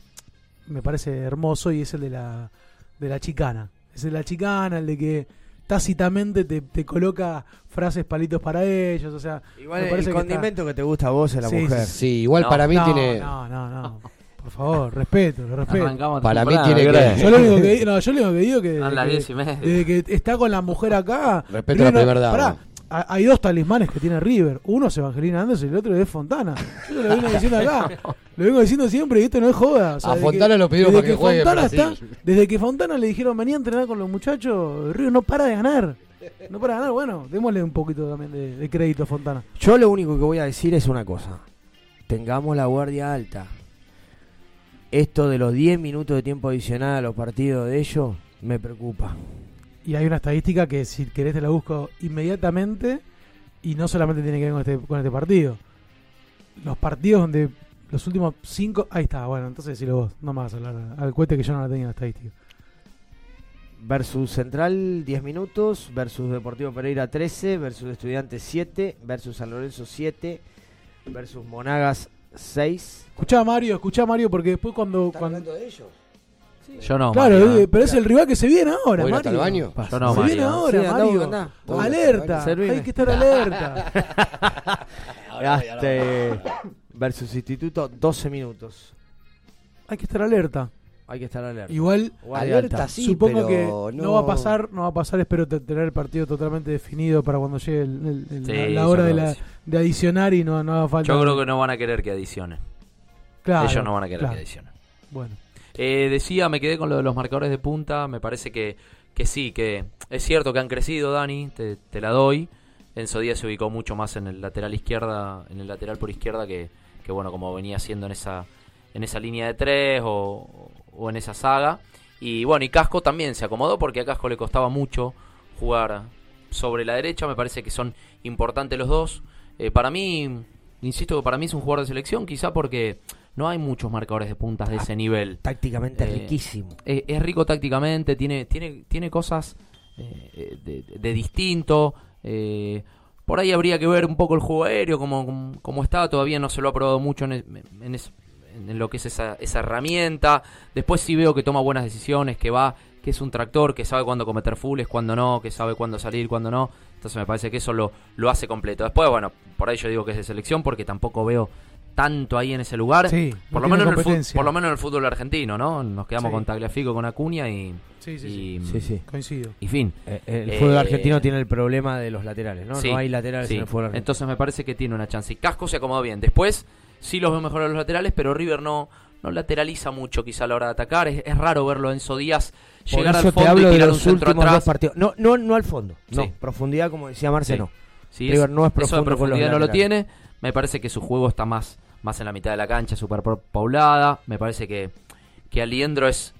me parece hermoso y es el de la, de la chicana. Es el de la chicana, el de que tácitamente te, te coloca frases palitos para ellos. O sea,
Igual
me
el
parece que está-
condimento que te gusta a vos es la
Sí,
mujer.
sí, sí.
igual para mí
No,
tiene-
No, no, no. Por favor, respeto, lo respeto.
Arrancamos
Para mí temprano, tiene ¿verdad? que-
Yo lo único que, di- no, yo lo único que digo que.
Son las
que-
diez y media.
Desde que está con la mujer acá.
Respeto a la
River no-
primera dama.
pará, ha- hay dos talismanes que tiene River. Uno es Evangelina Anderson y el otro es Fontana. Yo te lo vengo diciendo acá. Lo vengo diciendo siempre y esto no es joda. O sea,
A
desde
Fontana lo pidió
desde
para que juegue en
Fontana
Brasil.
está- desde que Fontana le dijeron venía a entrenar con los muchachos, River no para de ganar. No para de ganar. Bueno, démosle un poquito también de, de crédito a Fontana.
Yo lo único que voy a decir es una cosa. Tengamos la guardia alta. Esto de los 10 minutos de tiempo adicional a los partidos de ellos me preocupa.
Y hay una estadística que si querés te la busco inmediatamente y no solamente tiene que ver con este, con este partido. Los partidos donde los últimos cinco... Ahí está, bueno, entonces decilo vos. No me vas a hablar al cohete que yo no la tenía la estadística.
Versus Central 10 minutos, versus Deportivo Pereira 13, versus Estudiantes 7, versus San Lorenzo 7, versus Monagas 6.
Escuchá a Mario, escuchá a Mario porque después cuando... cuando
de ellos?
Yo no.
claro,
Mario,
eh,
¿eh?
pero es el rival que se viene ahora, Mario.
Yo no,
se
Mario.
viene ahora,
Sí, andá,
Mario.
andá.
Alerta.
Servime.
Hay que estar alerta.
Gaste Este, versus instituto, 12 minutos.
Hay que estar alerta.
Hay que estar alerta.
Igual,
O
supongo que no... va a pasar, no va a pasar, espero te- tener el partido totalmente definido para cuando llegue el- el- el-
Sí,
la-
yo
la hora de,
creo
la-
que sí.
de adicionar y no, no haga falta.
Yo creo que no van a querer que adicionen.
Claro,
Ellos no van a querer
claro.
que adicionen.
Bueno.
Eh, decía, me quedé con lo de los marcadores de punta. Me parece que, que sí, que es cierto que han crecido, Dani. Te, te la doy. Enzo Díaz se ubicó mucho más en el lateral izquierda, en el lateral por izquierda que, que bueno, como venía siendo en esa, en esa línea de tres o, o en esa saga. Y bueno, y Casco también se acomodó porque a Casco le costaba mucho jugar sobre la derecha. Me parece que son importantes los dos. Eh, para mí, insisto que para mí es un jugador de selección, quizá porque no hay muchos marcadores de puntas de ese nivel.
Ah, Tácticamente
Eh,
riquísimo.
eh, es rico tácticamente, tiene, tiene, tiene cosas eh, eh, de, de distinto. eh, por ahí habría que ver un poco el juego aéreo, como, como, como está. Todavía no se lo ha probado mucho en, es- en es- en lo que es esa, esa herramienta. Después sí veo que toma buenas decisiones, que va, que es un tractor, que sabe cuándo cometer fules, cuándo no, que sabe cuándo salir, cuándo no. Entonces me parece que eso lo, lo hace completo. Después, bueno, por ahí yo digo que es de selección porque tampoco veo tanto ahí en ese lugar.
Sí,
por,
no
lo
tiene
menos en el fut-
competencia.
por lo menos en el fútbol argentino, ¿no? Nos quedamos
Sí.
con Tagliafico, con Acuña y...
Sí, sí,
y-
sí. Sí, sí.
Coincido.
Y fin.
Eh, el fútbol
Eh,
argentino tiene el problema de los laterales, ¿no?
sí,
no hay laterales
sí. Eh,
en el fútbol argentino.
Entonces me parece que tiene una chance. Y Casco se acomodó bien. Después sí los veo mejor a los laterales, pero River no, no lateraliza mucho quizá a la hora de atacar. Es, es raro verlo a Enzo Díaz
Por
llegar
eso
al
te
fondo
hablo
y
de
tirar un
los
centro
últimos
atrás.
dos partidos. No, no, no al fondo. No,
Sí.
profundidad, como decía Marce,
Sí.
no.
Sí,
River no es
eso de
profundo. con los
profundidad no lo
laterales.
tiene. Me parece que su juego está más, más en la mitad de la cancha, super pa- paulada. Me parece que, que Aliendro es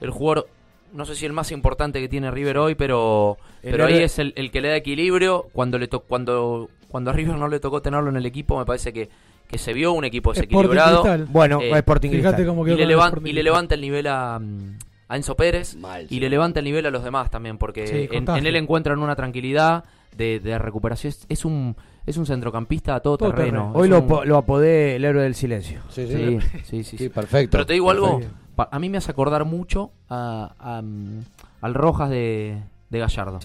el jugador, no sé si el más importante que tiene River hoy, pero,
El
pero ahí
héroe-
es el, el que le da equilibrio. Cuando, le to- cuando, cuando a River no le tocó tenerlo en el equipo, me parece que, que se vio un equipo
Sporting
desequilibrado. Eh,
Cristal. Bueno, Sporting
y
Fíjate Cristal. cómo quedó
le
con el
levan-
Sporting
y le
Cristal.
levanta el nivel a, mm, a Enzo Pérez y le levanta el nivel a los demás también, porque
Sí,
en- en,
contagia.
él encuentran una tranquilidad de, de recuperación. Es, es un es un centrocampista a todo, terreno.
Hoy
Es
lo,
un-
po- lo apodé el héroe del silencio.
Sí, sí, sí, sí.
perfecto.
Pero te digo algo,
Perfecto.
pa- a mí me hace acordar mucho a, a, mm, al Rojas de, de Gallardo.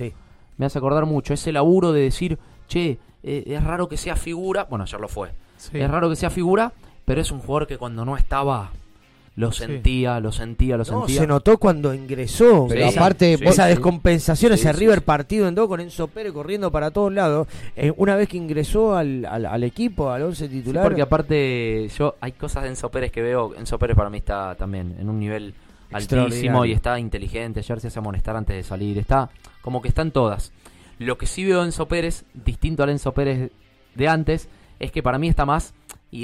Me hace acordar mucho ese laburo de decir, che, eh, es raro que sea figura. Bueno, ayer lo fue.
Sí.
Es raro que sea figura, pero es un jugador que cuando no estaba lo
Sí.
sentía, lo sentía, lo
No,
sentía.
se notó cuando ingresó.
Pero
Esa-
aparte,
esa
sí.
descompensación,
Sí,
ese
sí,
River partido en dos con Enzo Pérez corriendo para todos lados. Eh, una vez que ingresó al, al- al equipo, al once
Sí,
titular.
porque aparte yo hay cosas de Enzo Pérez que veo, Enzo Pérez para mí está también en un nivel altísimo
Extraordinario.
y está inteligente, ayer se hace amonestar antes de salir, está como que están todas. Lo que sí veo en Enzo Pérez, distinto al Enzo Pérez de antes, es que para mí está más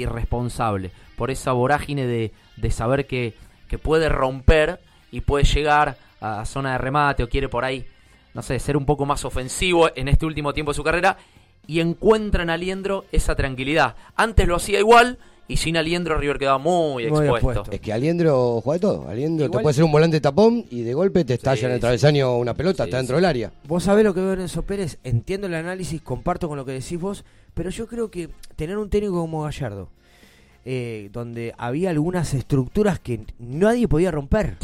irresponsable, por esa vorágine de, de saber que, que puede romper y puede llegar a zona de remate o quiere por ahí, no sé, ser un poco más ofensivo en este último tiempo de su carrera y encuentra en Aliendro esa tranquilidad. Antes lo hacía igual y sin Aliendro River quedaba muy, expuesto.
Es que Aliendro juega de todo. Aliendro te
Igual-
puede hacer un volante tapón y de golpe te estalla en el
sí.
travesaño una pelota, está dentro del área.
Vos sabés lo que veo en Enzo Pérez, entiendo el análisis, comparto con lo que decís vos, pero yo creo que tener un técnico como Gallardo, eh, donde había algunas estructuras que nadie podía romper,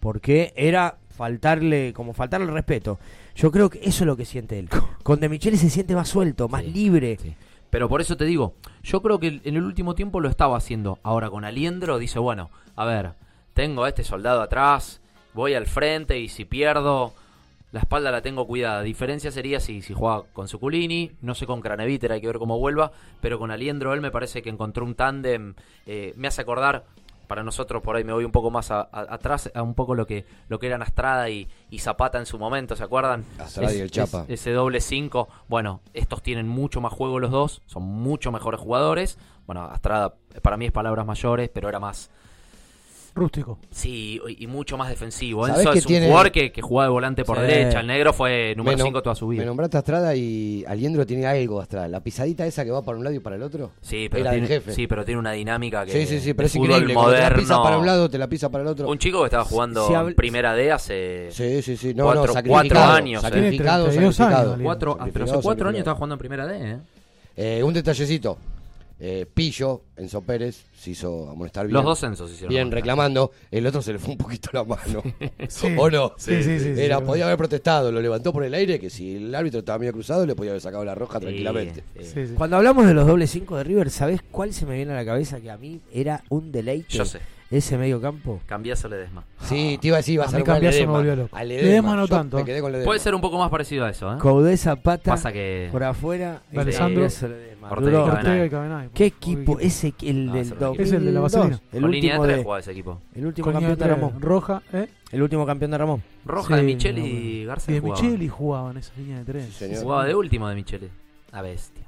porque era faltarle, como faltarle el respeto. Yo creo que eso es lo que siente él. Con De Michele se siente más suelto, más libre.
Pero por eso te digo, yo creo que el- en el último tiempo lo estaba haciendo. Ahora con Aliendro dice, bueno, a ver, tengo a este soldado atrás, voy al frente y si pierdo, la espalda la tengo cuidada. Diferencia sería si, si juega con Suculini, no sé con Craneviter, hay que ver cómo vuelva, pero con Aliendro él me parece que encontró un tándem, eh, me hace acordar... Para nosotros por ahí me voy un poco más a- a- atrás a un poco lo que lo que eran Astrada y, y Zapata en su momento, ¿se acuerdan?
Astrada y el Chapa.
ese doble 5. Bueno, estos tienen mucho más juego los dos, son mucho mejores jugadores. Bueno, Astrada para mí es palabras mayores, pero era más.
Rústico.
Sí, y y mucho más defensivo.
¿Sabés
Enzo
que
es un
tiene-
jugador que, que jugaba de volante por
Sí.
derecha. El negro fue número
Me nom-
5 toda su vida.
Me nombraste a Estrada y Aliendro tiene algo de Estrada. La pisadita esa que va para un lado y para el otro.
Sí pero,
era
tiene,
del jefe.
sí, pero tiene una dinámica que.
sí, sí, sí, pero
de
es
fútbol
increíble. cuando Te la pisa
moderno.
para un lado, te la pisa para el otro.
Un chico que estaba jugando
Si
en
habl-
primera D hace
Sí, sí, sí. No,
cuatro, cuatro
no, sacrificado,
años. eh.
Sacrificado, sacrificado.
Cuatro- ah, pero hace
Sacrificado,
cuatro años
sacrificado.
estaba jugando en primera D, ¿eh?
Eh, un detallecito. Eh, Pillo, Enzo Pérez, se hizo amonestar bien.
Los dos Enzos se hicieron
Bien,
amonestar.
reclamando. El otro se le fue un poquito la mano. ¿O no?
Sí, sí, sí, sí,
Era,
sí.
podía haber protestado, lo levantó por el aire, que si el árbitro estaba medio cruzado, le podía haber sacado la roja tranquilamente.
Cuando hablamos de los doble cinco de River, ¿sabés cuál se me viene a la cabeza que a mí era un deleite?
Yo sé.
Ese medio campo.
Cambiás o Ledesma.
Sí, te iba a decir, vas a,
A mí
armar
cambiazo
Ledesma.
me volvió loco.
A
Ledesma no
Yo
tanto,
Me
¿eh?
quedé con Ledesma.
Puede ser un poco más parecido a eso, ¿eh?
Caudé Zapata
Pasa que.
por afuera y
Alessandro,
Cambiazo Ledesma.
Ortega y
Duró.
Cabenaghi.
Ortega y Cabenaghi.
¿Qué equipo? Ese, el
No,
del
ese no
2002.
Es el de la vaselina.
El
Con línea de
último
tres
de,
jugaba ese equipo.
El último
Con línea
campeón de
de tres.
Ramón.
Roja, ¿eh?
El último campeón de Ramón.
Roja de Micheli y Garza
Y de
jugaban.
Micheli jugaban esa línea de tres.
Jugaba de último de Michele. La bestia.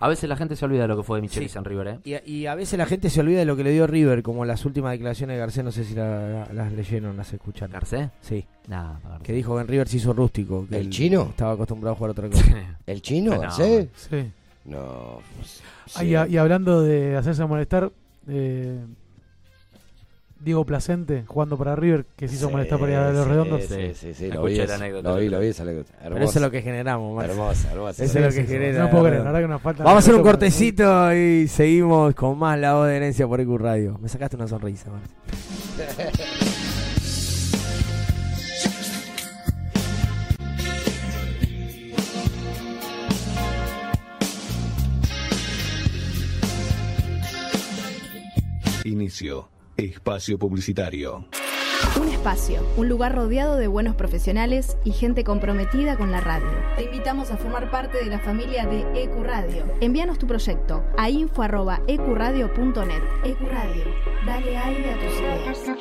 A veces la gente se olvida de lo que fue de Michele
Sí.
San River, ¿eh?
Y, y a veces la gente se olvida de lo que le dio River, como las últimas declaraciones de Garcés, no sé si la- la- las leyeron, las escucharon.
¿Garcés?
Sí.
Nah, para
que dijo que en River se hizo rústico. Que
¿El
él
chino?
Estaba acostumbrado a jugar otra cosa.
¿El chino,
No.
Garcés?
Sí.
No. pues,
Ah,
sí.
y, a- y hablando de hacerse molestar, eh, Diego Placente jugando para River, que se hizo molestar para ir a los
sí,
redondos.
Sí, sí, sí, lo
Escuché
vi,
la
eso,
anécdota.
lo vi, lo vi esa anécdota.
Pero
Hermosa.
eso es lo que generamos, Marce.
Hermosa, hermosa.
Eso es lo
Sí,
que
sí, sí.
genera.
No puedo creer, la verdad que nos falta-
Vamos a hacer un
nos falta-
cortecito y seguimos con más la voz de herencia por EQ Radio. Me sacaste una sonrisa, Marce.
Inicio. Espacio publicitario.
Un espacio, un lugar rodeado de buenos profesionales y gente comprometida con la radio. Te invitamos a formar parte de la familia de Ecuradio. Envíanos tu proyecto a E info@ecuradio.net. Ecuradio, dale aire a tus ideas.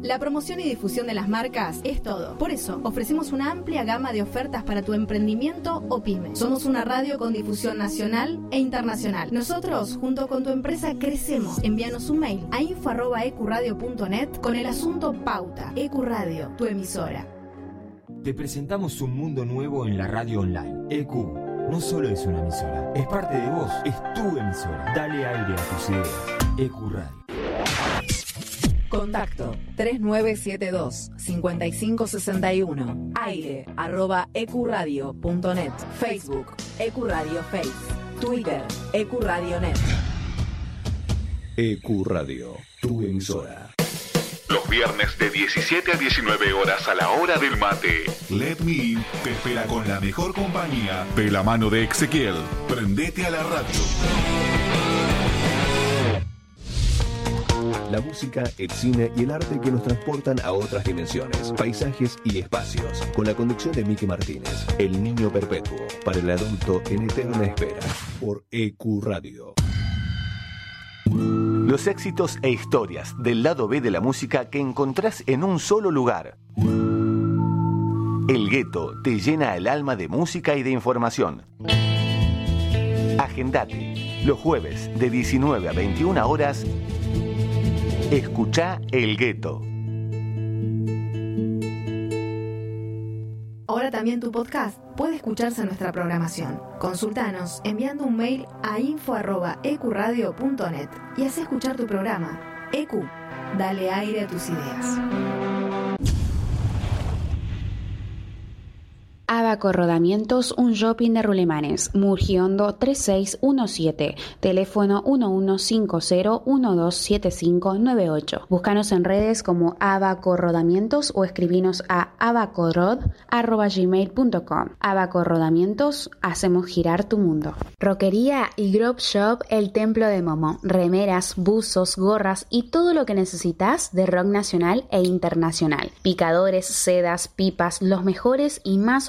La promoción y difusión de las marcas es todo. Por eso, ofrecemos una amplia gama de ofertas para tu emprendimiento o pyme. Somos una radio con difusión nacional e internacional. Nosotros, junto con tu empresa, crecemos. Envíanos un mail a info.ecuradio.net con el asunto Pauta. Ecuradio, tu emisora.
Te presentamos un mundo nuevo en la radio online. EQ no solo es una emisora, es parte de vos, es tu emisora. Dale aire a tus ideas. EQ Radio.
Contacto 3972 5561 aire arroba ecuradio.net Facebook Ecuradio Face Twitter Ecuradionet
EQ E Radio, tu emisora.
Los viernes de 17 a 19 horas a la hora del mate.
Let Me In te espera con la mejor compañía de la mano de Ezequiel. Prendete a la radio.
La música, el cine y el arte que nos transportan a otras dimensiones, paisajes y espacios. Con la conducción de Miki Martínez, El Niño Perpetuo, para el adulto en eterna espera, por EQ Radio.
Los éxitos e historias del lado B de la música que encontrás en un solo lugar. El gueto te llena el alma de música y de información. Agendate. Los jueves de 19 a 21 horas, escucha El gueto.
Ahora también tu podcast puede escucharse en nuestra programación. Consultanos enviando un mail a info@ecuradio.net y haz escuchar tu programa. EQ, dale aire a tus ideas.
Abaco Rodamientos, un shopping de rulemanes, Murgiondo 3617, teléfono 1150-127598. Búscanos en redes como Abaco Rodamientos o escribinos a abacorod.gmail.com. Abaco Rodamientos, hacemos girar tu mundo. Roquería y Grove Shop, el templo de Momo. Remeras, buzos, gorras y todo lo que necesitas de rock nacional e internacional. Picadores, sedas, pipas, los mejores y más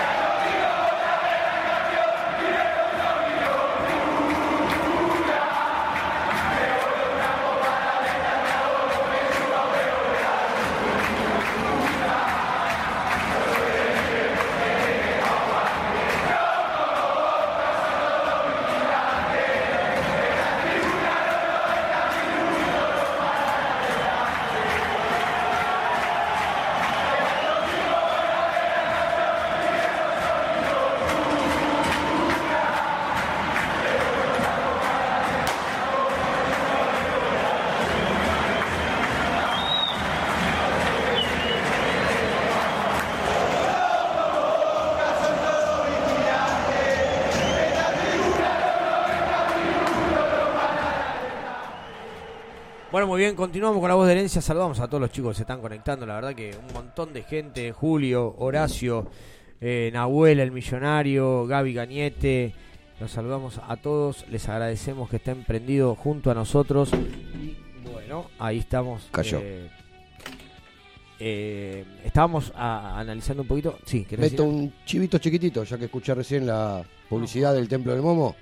Bueno, muy bien, continuamos con la voz de herencia. Saludamos a todos los chicos que se están conectando. La verdad que un montón de gente: Julio, Horacio, eh, Nahuel, el millonario, Gaby Cañete. Los saludamos a todos. Les agradecemos que estén prendidos junto a nosotros. Y bueno, ahí estamos.
Cayó.
eh, eh, estábamos a- analizando un poquito. Sí, ¿querés
Meto
decir?
un chivito chiquitito, ya que escuché recién la publicidad del Templo del Momo.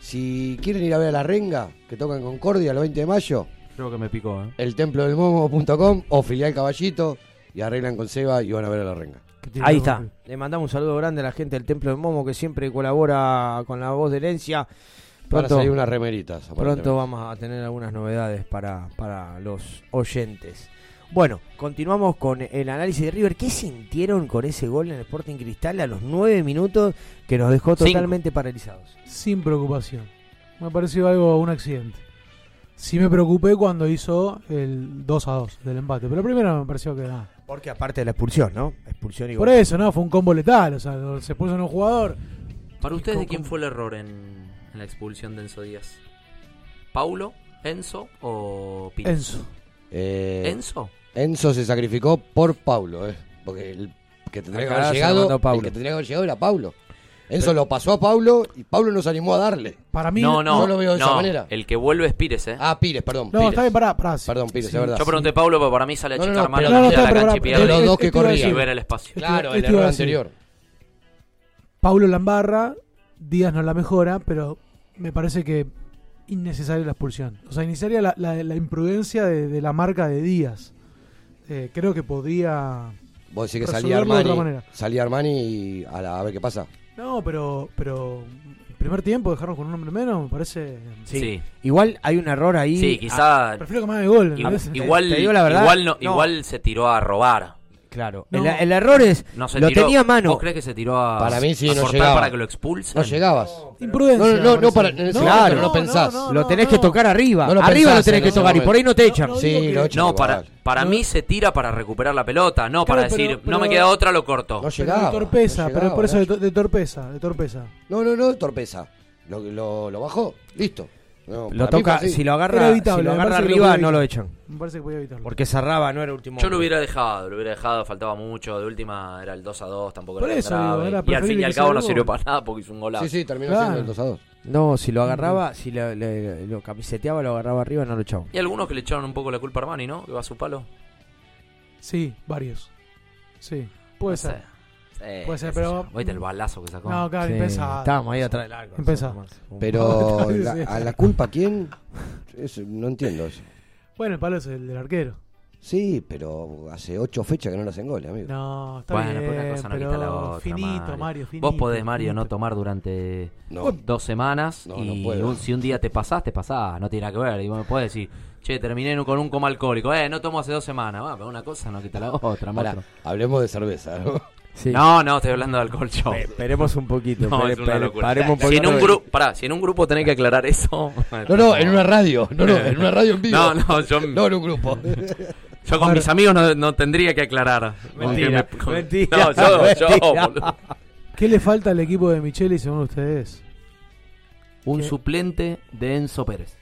Si quieren ir a ver a la renga que toca en Concordia el 20 de mayo,
Creo que me picó, ¿eh?
eltemplodelmomo.com o filial caballito y arreglan con Seba y van a ver a la renga.
Ahí está. Le mandamos un saludo grande a la gente del Templo del Momo que siempre colabora con la voz de herencia.
Van a salir unas remeritas, aparentemente.
Pronto vamos a tener algunas novedades para, para los oyentes. Bueno, continuamos con el análisis de River. ¿Qué sintieron con ese gol en el Sporting Cristal a los nueve minutos que nos dejó
Cinco.
totalmente paralizados?
Sin preocupación. Me ha parecido algo, un accidente. Sí me preocupé cuando hizo el 2 a 2 del empate, pero primero me pareció que nada.
Porque aparte de la expulsión, ¿no? Expulsión y
Por
gol.
eso, ¿no? Fue un combo letal, o sea, se puso en un jugador.
Para ustedes,
¿Cómo-
¿de quién fue el error en, en la expulsión de Enzo Díaz? ¿Paulo? ¿Enzo o Pino?
Enzo. Eh,
¿Enzo?
Enzo se sacrificó por Paulo, eh, porque el que tendría que
Alcaraz
haber
se la mandó a
llegado,
Paulo.
el que tendría que haber llegado era Paulo. Enzo lo pasó a Paulo y Paulo nos animó a darle.
Para
No, no.
Yo lo veo de esa
no,
manera.
El que vuelve es Pires, ¿eh?
Ah, Pires, perdón.
No, está bien, pará, pará.
Perdón, Pires, es verdad.
Yo pregunté a Paulo, pero para mí sale a
No, no,
chicar
no,
mano,
pero- no, no,
tira la
pero-
cancha y
pero-
pierde.
de los dos que
Esto iba a decir.
Y ver el espacio.
Claro, el
Esto iba a
error
decir.
anterior.
Paulo Lambarra, Díaz no la mejora, pero me parece que innecesaria la expulsión. O sea, innecesaria la, la- la imprudencia de, de la marca de Díaz. Eh, creo que podría...
Vos decís que salía
resolverlo de otra
Armani,
manera.
salía Armani y a, la- a ver qué pasa.
No, pero, pero el primer tiempo dejarnos con un hombre menos me parece...
Igual hay un error ahí. Ah,
Sí, quizá.
Prefiero que me haga el gol.
Ig-
¿no? Es-
Igual,
Te digo la verdad,
igual, no-
no.
igual se tiró a robar.
Claro.
No.
El, el error es.
No se
lo
tiró.
tenía a mano.
¿Vos crees que se tiró a,
Para mí sí,
a
no
cortar
llegaba.
para que lo expulsen?
No llegabas.
Imprudencia.
No, no, no, no,
parece.
para, en ese
No,
momento
no,
no lo pensás.
lo tenés que tocar arriba.
No lo
arriba
pensás
lo tenés
en
que
ese
tocar y por ahí no te echan.
sí, lo echan
No,
igual.
para, para mí se tira para recuperar la pelota, no para
Claro, pero-
decir, no me
pero-
queda otra, lo corto.
No
Pero
llegaba.
de torpeza,
Ah, no
pero
llegaba,
por eso
no
de, to- de torpeza, de torpeza.
No, no, no, torpeza. Lo, lo, lo bajó, listo. No,
Lo
para mí fue
toca,
así.
si lo
Era
agarra,
evitable,
si lo
me
agarra
parece que lo
arriba,
podía
no
evitar.
lo echan.
Me parece que podía evitarlo.
Porque cerraba, no era último.
Yo lo hubiera dejado, lo hubiera dejado, faltaba mucho, de última era el 2 a 2, tampoco
Por
era tan
eso,
grave.
digo, era
y al fin y
preferible
al
que
cabo
sea
no
gol.
sirvió para nada porque hizo un golazo.
Sí, sí, terminó
Claro.
siendo el 2 a 2.
No, si lo agarraba, si lo, le- lo camiseteaba, lo agarraba arriba, no lo echaba.
Y algunos que le echaron un poco la culpa a Armani, ¿no? Que va a su palo.
Sí, varios. Sí, puede
No
ser.
sé. Sí,
Puede ser,
qué sé
pero-
yo. Oíste el balazo que sacó.
No, claro,
Sí,
impensado.
Estábamos ahí atrás del arco.
Impensado.
nosotros más.
Pero
Sí.
la- a la culpa quién? Eso, no entiendo eso.
Bueno, el palo es el del arquero.
Sí, pero hace ocho fechas que no le hacen goles, amigo.
No, está
Bueno, pero
bien,
Eh,
una cosa no
pero
quita la otra.
finito, Mario, finito.
Vos podés, Mario, no
finito.
tomar durante
No.
dos semanas.
No, no
y
puedo.
un- si un día te pasás, te pasás. No tiene nada que ver. Y vos me podés decir, che, terminé en un- con un coma alcohólico. Eh, no tomo hace dos semanas. Va, pero una cosa no quita la otra,
Pará,
monstruo.
hablemos de cerveza, ¿no?
Sí.
No, no, estoy hablando de alcohol yo.
Esperemos un poquito.
No,
espere-
es una
espere-
locura.
paremos un
Si en
poquito.
un grupo, pará, si en un grupo tenés que aclarar eso.
No, no, en una radio. No, no, en una radio en vivo.
No, no, yo,
No, en un grupo.
yo con mis amigos no, no tendría que aclarar.
Mentira,
Aunque me- con-
mentira,
No, yo, yo,
mentira.
boludo.
¿Qué le falta al equipo de Micheli según ustedes?
Un
¿Qué?
suplente de Enzo Pérez.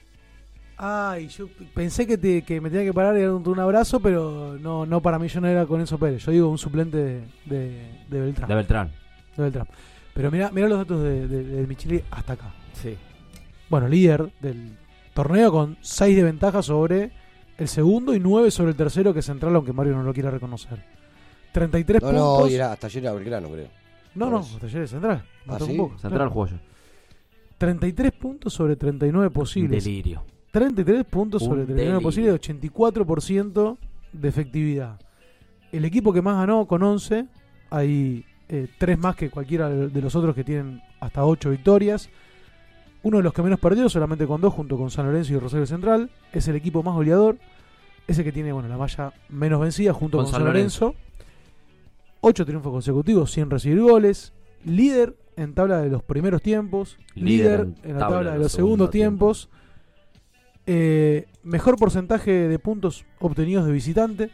Ay, yo pensé que, te- que me tenía que parar y dar un, un abrazo, pero no, no para mí yo no era con Enzo Pérez. Yo digo un suplente de, de, de Beltrán.
De Beltrán.
de Beltrán. Pero mira mira los datos de, de, del Micheli hasta acá.
Sí.
Bueno, líder del torneo con 6 de ventaja sobre el segundo y 9 sobre el tercero, que es Central, aunque Mario no lo quiera reconocer. 33
No, no,
puntos.
hoy era hasta ayer era Belgrano, creo.
no, no, Talleres de Central. Me
¿Ah,
tocó
sí?
un poco.
Central juego yo.
33 puntos sobre 39 posibles.
Delirio.
33 puntos
Un
sobre 39
delirio.
posibles, 84% de efectividad. El equipo que más ganó con 11, hay eh, tres más que cualquiera de los otros que tienen hasta 8 victorias. Uno de los que menos perdió, solamente con dos, junto con San Lorenzo y Rosario Central, es el equipo más goleador. Ese que tiene bueno, la malla menos vencida junto con, San Lorenzo. Ocho triunfos consecutivos sin recibir goles. Líder en tabla de los primeros tiempos. Líder, en la tabla de los segundos tiempos. Eh, mejor porcentaje de puntos obtenidos de visitante.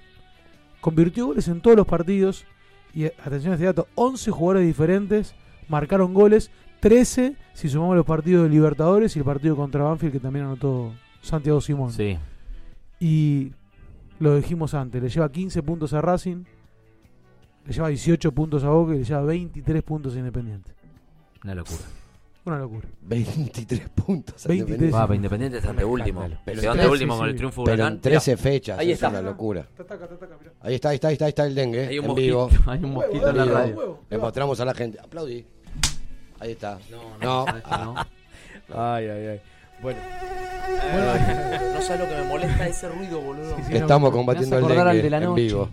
Convirtió goles en todos los partidos. Y eh, atención a este dato: 11 jugadores diferentes marcaron goles. 13 si sumamos los partidos de Libertadores y el partido contra Banfield que también anotó Santiago Simón.
Sí.
Y lo dijimos antes, le lleva 15 puntos a Racing, le lleva 18 puntos a Boca y le lleva 23 puntos a Independiente.
Una locura.
Una locura.
23 puntos.
23.
Va, pero Independiente está de último.
Pero
Se
en
van de
13,
último con el
sí.
triunfo de
Pero
Huracán.
en 13
Mirá.
fechas,
Ahí
es
está.
una locura. Ahí está, ahí está, ahí está, ahí está el dengue.
Hay un
en
mosquito,
vivo.
hay un mosquito en la
vivo.
radio.
Le mostramos a la gente. Aplaudí. Ahí está. No, este
no,
no.
Ay, ay, ay. Bueno.
No sabes lo que me molesta ese ruido, boludo.
Estamos combatiendo el dengue en vivo.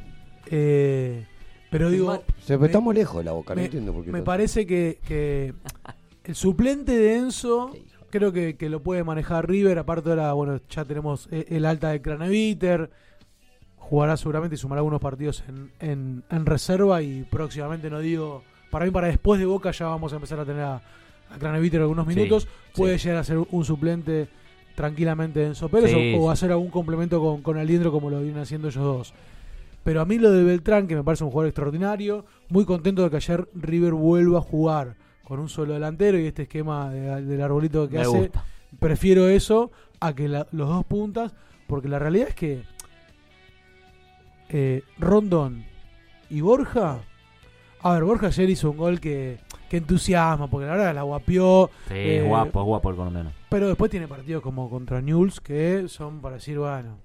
Eh, pero digo.
Se-
me-
estamos lejos de la Boca, no
me-
entiendo por qué
Me
tanto.
parece que, que el suplente de Enzo creo que, que lo puede manejar River. Aparte ahora, bueno, ya tenemos e- el alta de Craneviter. Jugará seguramente y sumará algunos partidos en, en- en reserva. Y próximamente, no digo. Para mí, para después de Boca ya vamos a empezar a tener a, a Craneviter algunos
Sí,
minutos. puede
sí.
llegar a ser un suplente tranquilamente de Enzo Pérez
Sí,
o, o
sí.
hacer algún complemento con, con Aliendro como lo vienen haciendo ellos dos. Pero a mí lo de Beltrán, que me parece un jugador extraordinario, muy contento de que ayer River vuelva a jugar con un solo delantero y este esquema de- del arbolito que
Me
hace.
gusta.
Prefiero eso a que la- los dos puntas, porque la realidad es que eh, Rondón y Borja. A ver, Borja ayer hizo un gol que, que entusiasma, porque la verdad la guapió.
Sí,
eh,
es guapo, es guapo el colombiano.
Pero después tiene partidos como contra Newell's que son para decir, bueno.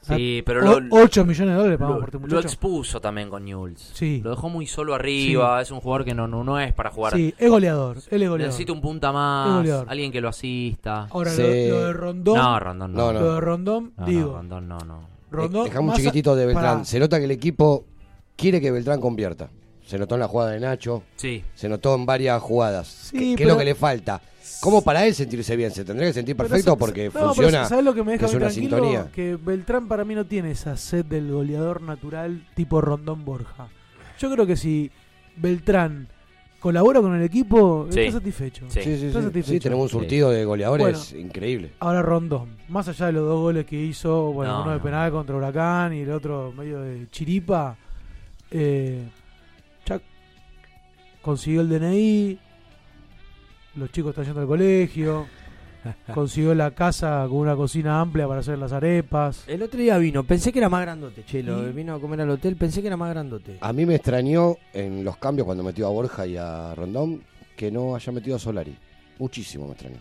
Sí,
ah,
pero
o-
lo-
8 millones de dólares pagamos
lo-
por este
lo
muchacho.
expuso también con Newell's.
Sí.
Lo dejó muy solo arriba. Es un jugador que no, no, no es para jugar.
Sí, es goleador. Él es goleador.
Necesita un punta
Es
más.
goleador.
Alguien que lo asista.
Ahora, lo- Sí. lo de Rondón-
No, Rondón no.
No, no.
Lo de Rondón,
No, no,
digo.
Rondón no, no.
Rondón,
Dejamos
más a-
chiquitito de Beltrán.
para-
Se nota que el equipo quiere que Beltrán convierta. Se notó en la jugada de Nacho.
Sí.
Se notó en varias jugadas. ¿Qué, qué es
pero-
lo que le falta? ¿Cómo para él sentirse bien? ¿Se tendría que sentir perfecto?
sa-
Porque
no, pero
funciona.
¿Sabes lo que me deja
es
muy
una
tranquilo?
sintonía.
Que Beltrán para mí no tiene esa sed del goleador natural tipo Rondón Borja. Yo creo que si Beltrán colabora con el equipo,
Sí.
está satisfecho.
Sí, sí, sí.
Está satisfecho.
Sí, tenemos un surtido de goleadores
Bueno,
increíble.
Ahora Rondón, más allá de los dos goles que hizo, bueno,
No,
uno de
no.
penal contra Huracán y el otro medio de chiripa, eh, ya consiguió el DNI, los chicos están yendo al colegio, consiguió la casa con una cocina amplia para hacer las arepas.
El otro día vino, pensé que era más grandote, Chelo.
Y-
Vino a comer al hotel, pensé que era más grandote.
A mí me extrañó en los cambios cuando metió a Borja y a Rondón que no haya metido a Solari. Muchísimo me extrañó.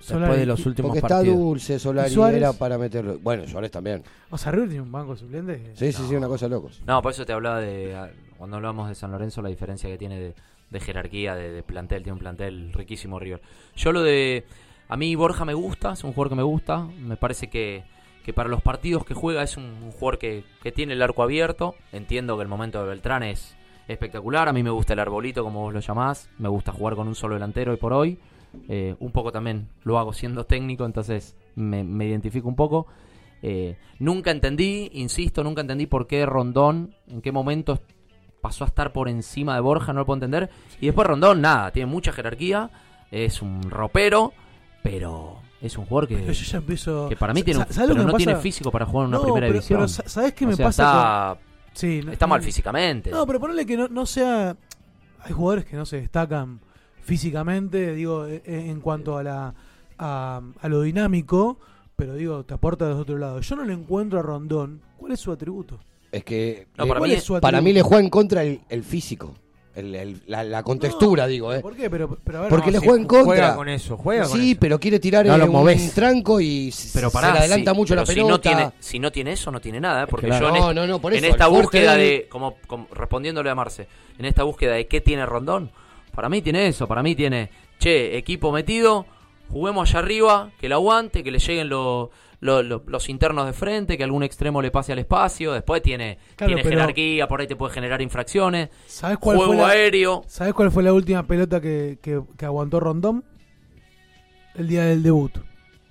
Solari, de los y- últimos
Porque
partidos.
está dulce
¿Y
Solari,
Suárez?
era para meterlo. Bueno, Suárez también.
O sea, River tiene un banco de suplentes.
Sí,
que-
sí, sí, una cosa de locos.
No, por eso te hablaba de. a- Cuando hablamos de San Lorenzo, la diferencia que tiene de, de jerarquía, de, de plantel. Tiene un plantel riquísimo River. Yo lo de. A mí Borja me gusta, es un jugador que me gusta. Me parece que, que para los partidos que juega es un, un jugador que, que tiene el arco abierto. Entiendo que el momento de Beltrán es espectacular. A mí me gusta el arbolito, como vos lo llamás. Me gusta jugar con un solo delantero hoy por hoy. Eh, un poco también lo hago siendo técnico, entonces me, me identifico un poco. Eh, nunca entendí, insisto, nunca entendí por qué Rondón, en qué momento pasó a estar por encima de Borja, no lo puedo entender. Y después Rondón, nada, tiene mucha jerarquía, es un ropero, pero es un jugador que,
Pero yo ya empiezo-
que para mí
Sa-
tiene, un-
sa- ¿sabes lo
pero
que me
no tiene
pasa?
físico para jugar en una
No,
primera
pero-
división.
pero sa- ¿sabes qué
O
me
sea,
pasa
Está,
Sí, no-
está mal
no-
físicamente.
No, pero ponele que no, no sea. Hay jugadores que no se destacan físicamente, digo, e- e- en cuanto a, la, a, a lo dinámico, pero digo, te aporta desde otro lado. Yo no le encuentro a Rondón. ¿Cuál es su atributo?
Es que
No,
le-
para
¿cuál
mí
es
es-
su para mí le juega en contra el, el físico, el- el- la, la contextura, digo, ¿eh?
¿Por qué? Pero, pero a ver,
Porque
no,
le
si
juega en contra.
juega con eso, juega con
Sí,
eso.
pero quiere tirar
No
eh,
lo
un
movés.
tranco y s-
Pero
se
pará,
le adelanta
si-
mucho la
pero
pelota.
Si no, tiene, si no tiene eso, no tiene nada. ¿eh? Porque yo
Claro.
en,
No,
este-
no, no, por
en
eso,
esta
el fuerte
búsqueda
de él-
de. Como, como respondiéndole a Marce, en esta búsqueda de qué tiene Rondón, para mí tiene eso. Para mí tiene, che, equipo metido, juguemos allá arriba, que lo aguante, que le lleguen lo- lo- lo- los internos de frente, que algún extremo le pase al espacio. Después tiene,
Claro,
tiene
pero-
jerarquía, por ahí te puede generar infracciones.
¿Sabes cuál,
juego
fue la,
aéreo.
¿Sabes cuál fue la última pelota que, que- que aguantó Rondón? El día del debut.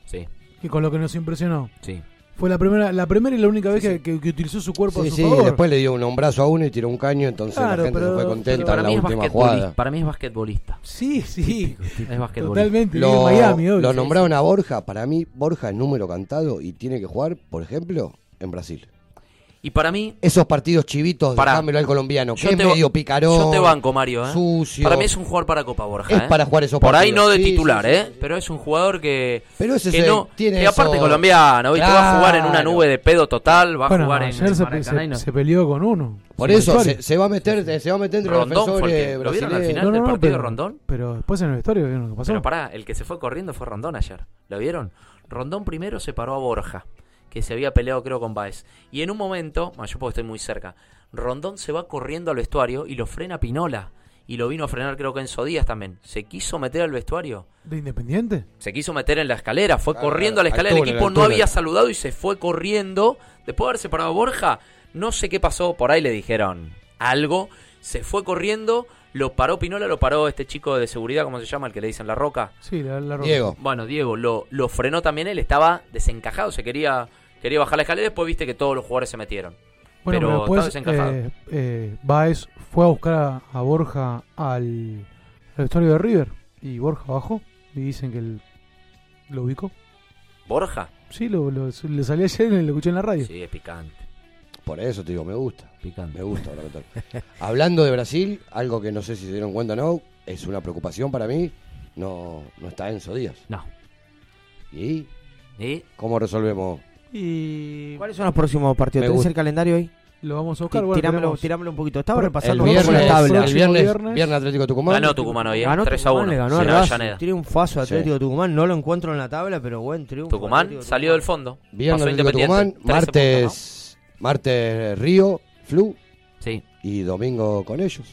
Sí.
Y con lo que nos impresionó.
Sí.
Fue la primera, la primera y la única vez que- Que, que utilizó su cuerpo
Sí,
a su
sí,
favor.
después le dio un hombrazo a uno y tiró un caño, entonces
Claro,
la gente
pero-
se fue
pero-
contenta
Para
en la
mí es
última
basquetbolista-
jugada.
Para mí es basquetbolista.
Sí, sí.
Es basquetbolista.
Totalmente. vive
Lo,
en Miami, obvio.
lo nombraron a Borja, para mí Borja es número cantado y tiene que jugar, por ejemplo, en Brasil.
Y para mí,
Esos partidos chivitos,
Pará.
dámelo al colombiano, que
Yo
es
te ba-
medio picarón.
yo te banco, Mario, ¿eh?
Sucio.
Para mí es un jugador para Copa Borja.
Es
¿eh?
para jugar esos
Por ahí
partidos.
no de
Sí,
titular,
sí, sí,
¿eh? Pero es un jugador que.
Pero ese
que
es el-
no-
tiene
que aparte
esos-
colombiano, ¿viste? Va a jugar en una
Claro.
nube de pedo total, va
bueno,
a jugar en.
ayer se,
Maracaná
se-
y no-
se peleó con uno.
Por
Sí,
eso,
vestuario.
se, se va a meter, se va a meter entre
Rondón
los
fue el que-
defensores
¿lo vieron al
brasileños.
final? del partido de Rondón?
Pero después en el vestuario vieron lo que pasó.
Pero pará, el que se fue corriendo fue Rondón ayer. ¿Lo vieron? Rondón primero se paró a Borja, que se había peleado creo con Baez. Y en un momento, bueno, yo porque estoy muy cerca, Rondón se va corriendo al vestuario y lo frena Pinola. Y lo vino a frenar creo que Enzo Díaz también. Se quiso meter al vestuario.
¿De Independiente?
Se quiso meter en la escalera, fue
Claro,
corriendo a la
al
escalera, el
túnel,
equipo
al
no
túnel.
había saludado y se fue corriendo. Después de haberse parado a Borja, no sé qué pasó, por ahí le dijeron algo. Se fue corriendo, lo paró Pinola, lo paró este chico de seguridad, ¿cómo se llama? El que le dicen la roca.
Sí, la, la roca.
Bueno, Diego lo, lo frenó también, él estaba desencajado, se quería, quería bajar la escalera, después viste que todos los jugadores se metieron. pero,
Bueno, pero,
estaba
después
desencajado.
eh, eh, Baez fue a buscar a, a Borja al, al vestuario de River. Y Borja bajó y dicen que el- lo ubicó.
¿Borja?
Sí, lo, lo- le salí ayer y lo escuché en la radio.
Sí, es picante.
Por eso te digo, me gusta.
Picante.
Me gusta ahora meter. Hablando de Brasil, algo que no sé si se dieron cuenta o no, es una preocupación para mí, no, no está Enzo Díaz.
No.
¿Y?
¿Y?
¿Cómo resolvemos?
Y...
¿Cuáles son los próximos partidos?
Me
¿Tenés
gusta.
el calendario ahí?
Lo vamos a buscar.
Ti-
bueno,
tirámelo-
tenemos-
tirámelo un poquito. Estaba
Pro-
repasando
el
cómo fue la
viernes,
tabla.
el viernes, viernes Atlético Tucumán.
Ganó Tucumán hoy, eh,
Ganó
3 a
Tucumán,
1,
le ganó
sí,
a
en
Racing.
Avellaneda.
Triunfazo
Sí.
Atlético Tucumán. No lo encuentro en la tabla, pero buen triunfo.
Tucumán
Atlético
salió del fondo.
Viernes
Pasó
Atlético Tucumán,
Independiente, 13
martes, martes Río, Flu.
Sí.
Y domingo con ellos.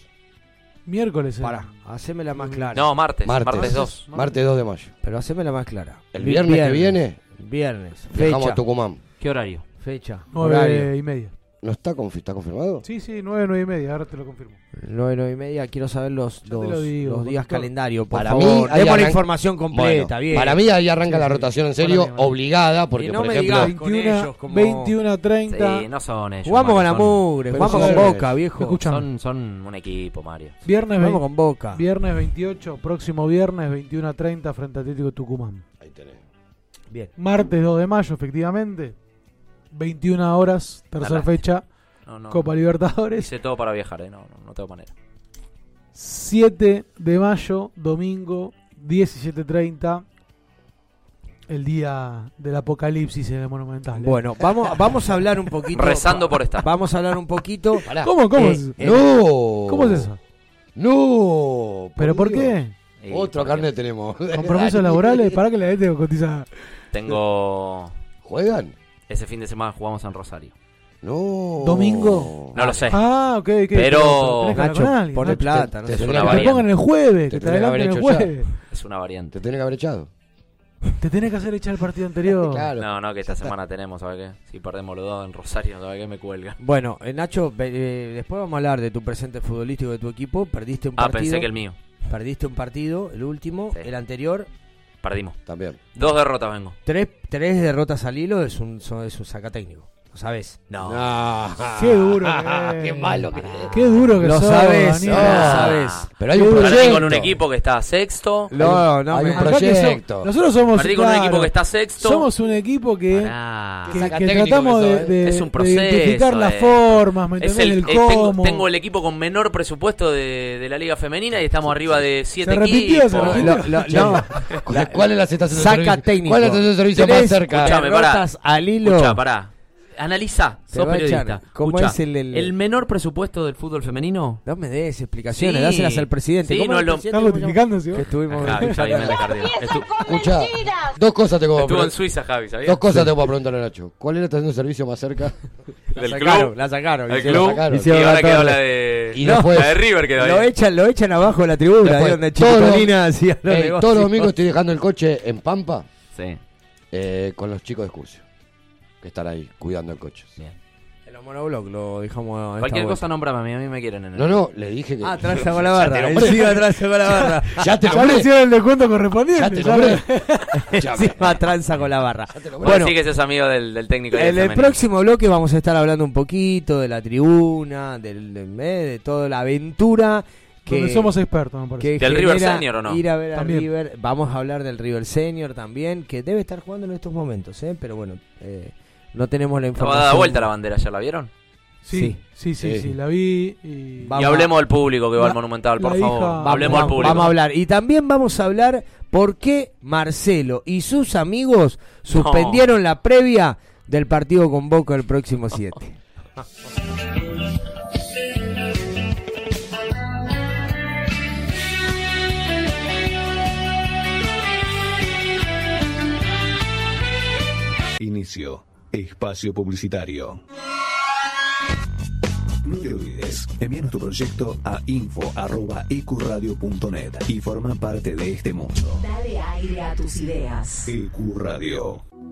Miércoles.
Pará, hacémela más clara.
No, martes,
Martes,
martes 2.
Martes 2 de mayo.
Pero hacémela más clara.
El
Vi-
viernes que viene,
Viernes.
viajamos
Fecha.
a Tucumán.
¿Qué horario?
Fecha.
Nueve
horario.
y media.
¿No está, confi- está confirmado?
Sí, sí, 9, 9 y media. Ahora te lo confirmo.
9, 9 y media. Quiero saber los,
te
los,
lo digo,
los días
conductor.
calendario. Por
Para mí,
favor,
ahí
demos la
arran-
información completa.
Bueno,
bien.
Para mí ahí arranca la rotación en serio, obligada, porque
Y no
por
me
ejemplo...
digas con ellos como-
21 a 30.
Sí, no son ellos.
Jugamos con la
Mario, son-
mugre,
Pero
jugamos con
son-
Boca, viejo.
Escuchame.
Son, son un equipo, Mario.
Viernes,
Vamos
vein-
con Boca.
Viernes 28, próximo viernes 21 a 30 frente a Atlético Tucumán.
Ahí tenés.
Bien.
Martes 2 de mayo, efectivamente. 21 horas, tercera
lástima.
fecha.
No, no,
Copa
no.
Libertadores.
Hice todo para viajar, ¿eh? no, no, no tengo manera.
7 de mayo, domingo, 17.30. El día del apocalipsis en el Monumental. ¿eh?
Bueno, vamos, vamos a hablar un poquito.
Rezando por estar.
Vamos a hablar un poquito.
¿Cómo, cómo
Eh,
es?
eh,
¡No!
¿Cómo es eso?
¡No! Eh,
¿Pero por
Dios.
qué?
Sí,
Otro
porque
carnet tenemos.
¿Compromisos laborales? ¿Para que la gente cotiza?
Tengo.
¿Juegan?
Ese fin de semana jugamos en Rosario.
No.
¿Domingo?
No lo sé.
Ah, ok, ok.
Pero-
tenés que hablar con
Nacho,
alguien,
pone
Nacho.
plata. No
Te-
sé.
te-
Que
una
te
variante.
pongan el jueves,
Te
que te
tenés que
adelanten
haber
el
hecho ya.
jueves.
Es una variante.
Te tenés que haber echado.
Te tenés que hacer echar el partido anterior.
Claro.
No, no, que esta semana tenemos, ¿sabes qué? Si perdemos los dos en Rosario, ¿sabes qué? Me cuelga.
Bueno, eh, Nacho, ve- eh, después vamos a hablar de tu presente futbolístico de tu equipo. Perdiste un
Ah,
partido.
pensé que el mío.
Perdiste un partido, el último, el anterior.
Perdimos.
También.
Dos derrotas vengo.
Tres, tres derrotas al hilo es un, son- es un sacatécnico. Lo sabes.
No.
Qué duro que
Qué
es.
malo que es.
Qué duro que
Lo
sos,
sabes,
Daniel.
lo sabes.
Pero hay un
Perdí
proyecto.
con un equipo que está sexto.
No, no,
Hay
me-
un
Acá que so-
proyecto.
nosotros somos
Perdí con un equipo que está sexto.
Somos un equipo que,
Pará.
que-
saca
que
técnico
tratamos
que eh.
de,
sos,
de-
Es un
de
proceso.
identificar las
eh.
formas, ¿me
Es
entendés?
el,
El,
eh, tengo,
cómo.
tengo el equipo con menor presupuesto de, de la Liga Femenina y estamos arriba de siete
repitió,
equipos.
se repitió.
Lo- lo- no.
La- ¿Cuál es la estación de
Saca
servicio?
técnico.
¿Cuál es la estación de servicio más
Tres
cerca?
Escuchame, pará.
derrotas al hilo.
Escuchá,
Ah.
pará. Analiza,
Te
sos
va a echar.
periodista.
¿Cómo
Escuchá,
es el- el-
menor presupuesto del fútbol femenino?
No me des explicaciones,
Sí.
dáselas al presidente.
Sí,
¿Cómo
no
era el
lo-
presidente?
Estás justificándose,
Que
¿vos?
estuvimos.
Ah, Javi, Javi Mendecardia. Estu-
Escucha, dos cosas te puedo
estuvo en
preguntar.
Suiza, Javi, ¿sabías?
Dos cosas te puedo preguntar a Nacho. ¿Cuál es la estación de servicio más cerca?
La
Del
sacaron,
club.
la sacaron.
El
hicieron-
club.
sacaron.
Y
hicieron
ahora
la
quedó
torre.
la de.
Y después-
La de River quedó
Lo
ahí.
echan, lo echan abajo de la tribuna, ahí
Después,
donde
todos los-
Chicolina hacía los
Ey,
negocios.
todos los domingos estoy dejando el coche en Pampa
Sí.
eh, con los chicos de excursión. Que están ahí cuidando el coche.
En los monobloc lo dejamos. a esta
Cualquier
vuelta.
cosa nómbrame a mí, a mí me quieren en el.
No, no, le dije que.
Ah, atrás sacó la barra. Encima atrás sacó la barra.
Ya te
Ya le
nombré.
hicieron el descuento
Ya
correspondiente.
te
ya
nombré. Ya me-
Encima tranza con la barra.
Bueno,
Bueno,
sí que sos amigo del, del técnico. del
en el
femenino.
próximo bloque vamos a estar hablando un poquito de la tribuna, del, del- eh, de toda la aventura que,
Donde somos expertos, me
que
parece.
¿Del River
genera
Senior o no?
Ir a ver a
También.
River. Vamos a hablar del River Senior también, que debe estar jugando en estos momentos, ¿eh? pero bueno, eh, no tenemos la
Estaba dada
información.
vuelta la bandera, ¿ya la vieron?
Sí, sí, sí, sí, la vi. Y,
y hablemos al público que va al Monumental, por
la
favor.
hija-
hablemos al público.
Vamos a hablar. Y también vamos a hablar por qué Marcelo y sus amigos suspendieron la previa del partido con Boca el próximo 7.
Inicio. Espacio publicitario. No te olvides, envíanos tu proyecto a info.ecuradio.net y forma parte de este mundo.
Dale aire a tus ideas.
EQ Radio.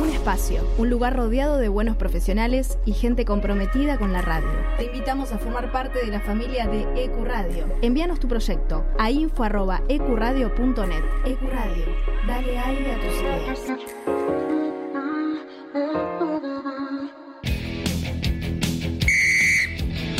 Un espacio, un lugar rodeado de buenos profesionales y gente comprometida con la radio. Te invitamos a formar parte de la familia de Ecuradio. Envíanos tu proyecto a info@ecuradio.net. Ecuradio, dale aire a tus ideas.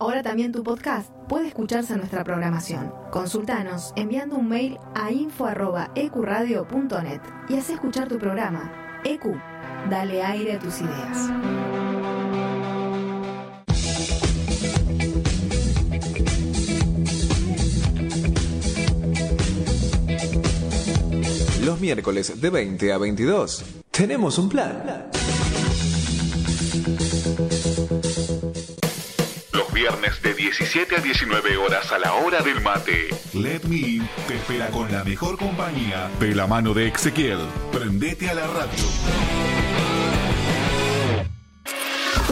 Ahora también tu podcast puede escucharse en nuestra programación. Consultanos enviando un mail a info@ecuradio.net y haz escuchar tu programa. EQ, dale aire a tus ideas.
Los miércoles de 20 a 22 tenemos un plan.
Los viernes de 17 a 19 horas a la hora del mate.
Let Me In te espera con la mejor compañía de la mano de Ezequiel. Prendete a la radio.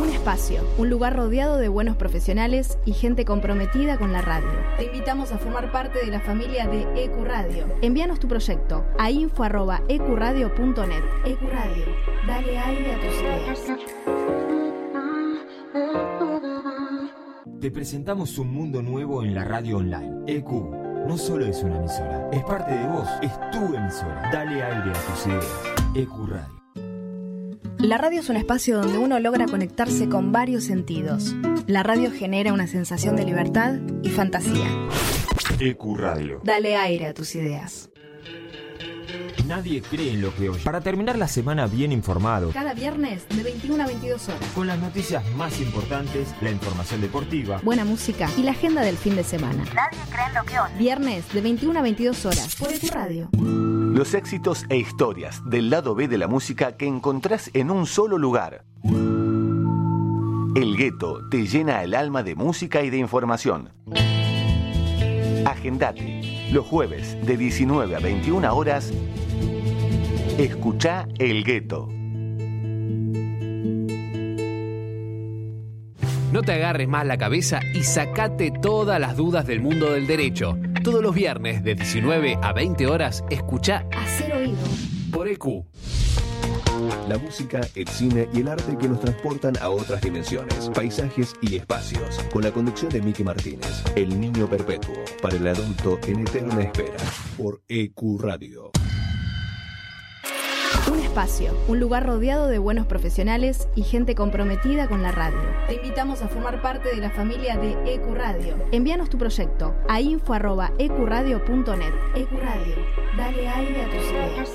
Un espacio, un lugar rodeado de buenos profesionales y gente comprometida con la radio. Te invitamos a formar parte de la familia de E Ecuradio. Envíanos tu proyecto a info@ecuradio.net. Ecuradio, dale aire a tus ideas.
Te presentamos un mundo nuevo en la radio online. EQ no solo es una emisora, es parte de vos, es tu emisora. Dale aire a tus ideas. EQ Radio.
La radio es un espacio donde uno logra conectarse con varios sentidos. La radio genera una sensación de libertad y fantasía.
EQ E Radio.
Dale aire a tus ideas.
Nadie cree en lo que oye. Para terminar la semana bien informado,
Cada viernes de 21 a 22 horas.
con las noticias más importantes, la información deportiva,
Buena música y la agenda del fin de semana. Nadie cree en lo que oye. Viernes de 21 a 22 horas por tu radio.
Los éxitos e historias del lado B de la música que encontrás en un solo lugar. El gueto te llena el alma de música y de información. Agendate. Los jueves de 19 a 21 horas, escucha El gueto.
No te agarres más la cabeza y sacate todas las dudas del mundo del derecho. Todos los viernes de 19 a 20 horas, escucha
Hacer oído.
por EQ.
E La música, el cine y el arte que nos transportan a otras dimensiones, paisajes y espacios. Con la conducción de Miki Martínez, El Niño Perpetuo, para el adulto en eterna espera, por EQ Radio.
Un espacio, un lugar rodeado de buenos profesionales y gente comprometida con la radio. Te invitamos a formar parte de la familia de Ecuradio. Envíanos tu proyecto a info@ecuradio.net. Ecuradio, dale aire a tus ideas.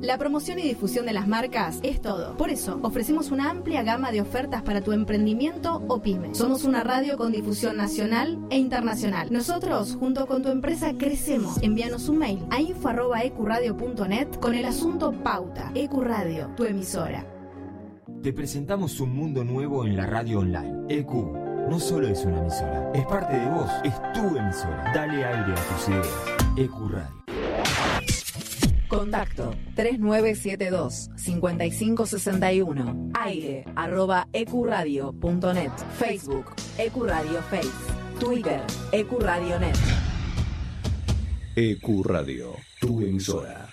La promoción y difusión de las marcas es todo. Por eso, ofrecemos una amplia gama de ofertas para tu emprendimiento o pyme. Somos una radio con difusión nacional e internacional. Nosotros, junto con tu empresa, crecemos. Envíanos un mail a info.ecuradio.net con el asunto Pauta. Ecuradio, tu emisora.
te presentamos un mundo nuevo en la radio online. EQ no solo es una emisora, es parte de vos, E es tu emisora. Dale aire a tus ideas. EQ Radio.
Contacto 3972-5561. Aire arroba ecuradio.net. Facebook Ecuradio Face. Twitter Ecuradionet.
EQ E Radio, tu emisora.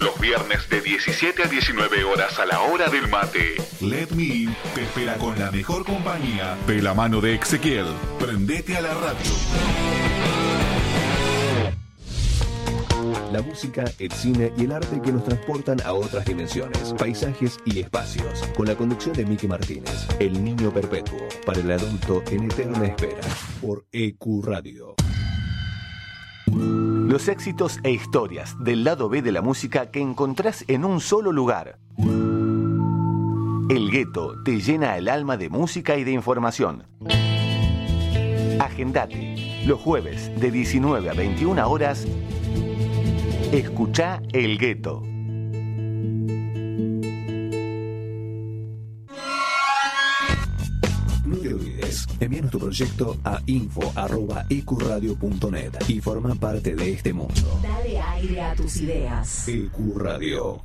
Los viernes de 17 a 19 horas a la hora del mate.
Let Me In te espera con la mejor compañía de la mano de Ezequiel. Prendete a la radio.
La música, el cine y el arte que nos transportan a otras dimensiones, paisajes y espacios. Con la conducción de Miki Martínez, el niño perpetuo, para el adulto en eterna espera. Por EQ Radio.
Los éxitos e historias del lado B de la música que encontrás en un solo lugar. El gueto te llena el alma de música y de información. Agendate. Los jueves de 19 a 21 horas, escucha El gueto.
No te olvides, envíanos tu proyecto a info.ecuradio.net y forma parte de este mundo.
Dale aire a tus ideas.
EQ Radio.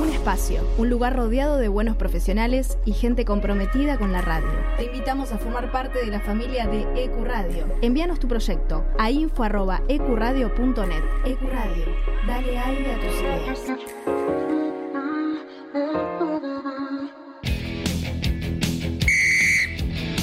Un espacio, un lugar rodeado de buenos profesionales y gente comprometida con la radio. Te invitamos a formar parte de la familia de Ecuradio. Envíanos tu proyecto a info@ecuradio.net. Ecuradio, dale aire a tus ideas.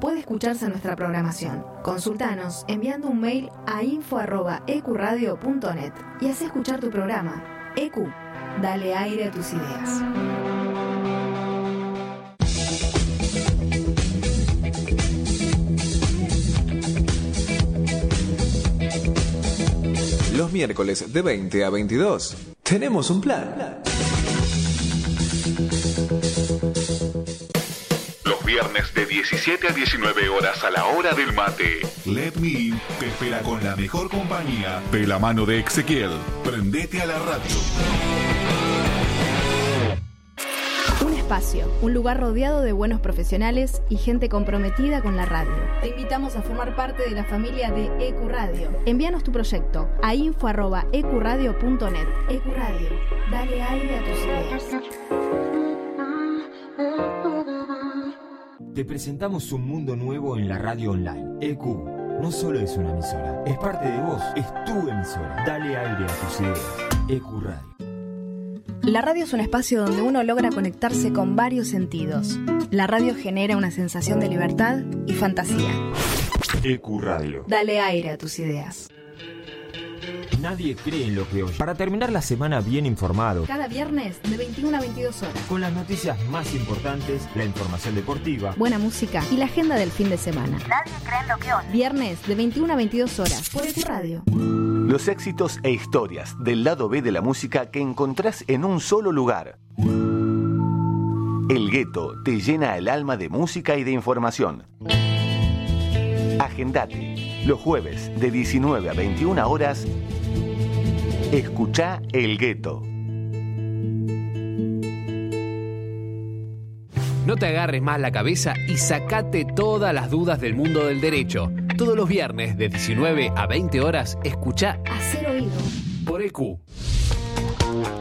puede escucharse en nuestra programación. Consultanos enviando un mail a info@ecuradio.net y haz escuchar tu programa. EQ, dale aire a tus ideas.
Los miércoles de 20 a 22 tenemos un plan.
Los viernes de 17 a 19 horas a la hora del mate.
Let Me In te espera con la mejor compañía de la mano de Ezequiel. Prendete a la radio.
Un espacio, un lugar rodeado de buenos profesionales y gente comprometida con la radio. Te invitamos a formar parte de la familia de Ecuradio. Envíanos tu proyecto a info@ecuradio.net. Ecuradio, dale aire a tus ideas.
Te presentamos un mundo nuevo en la radio online. EQ no solo es una emisora, es parte de vos, es tu emisora. Dale aire a tus ideas. EQ Radio.
La radio es un espacio donde uno logra conectarse con varios sentidos. La radio genera una sensación de libertad y fantasía.
E
EQ Radio.
Dale aire a tus ideas.
Nadie cree en lo que oye. Para terminar la semana bien informado,
Cada viernes de 21 a 22 horas.
con las noticias más importantes, la información deportiva,
Buena música y la agenda del fin de semana. Nadie cree en lo que oye. Viernes de 21 a 22 horas por EQ Radio.
Los éxitos e historias del lado B de la música que encontrás en un solo lugar. El gueto te llena el alma de música y de información. Agendate. Los jueves de 19 a 21 horas, escucha El gueto.
No te agarres más la cabeza y sacate todas las dudas del mundo del derecho. Todos los viernes de 19 a 20 horas, escucha
Hacer oído.
por
E
EQ.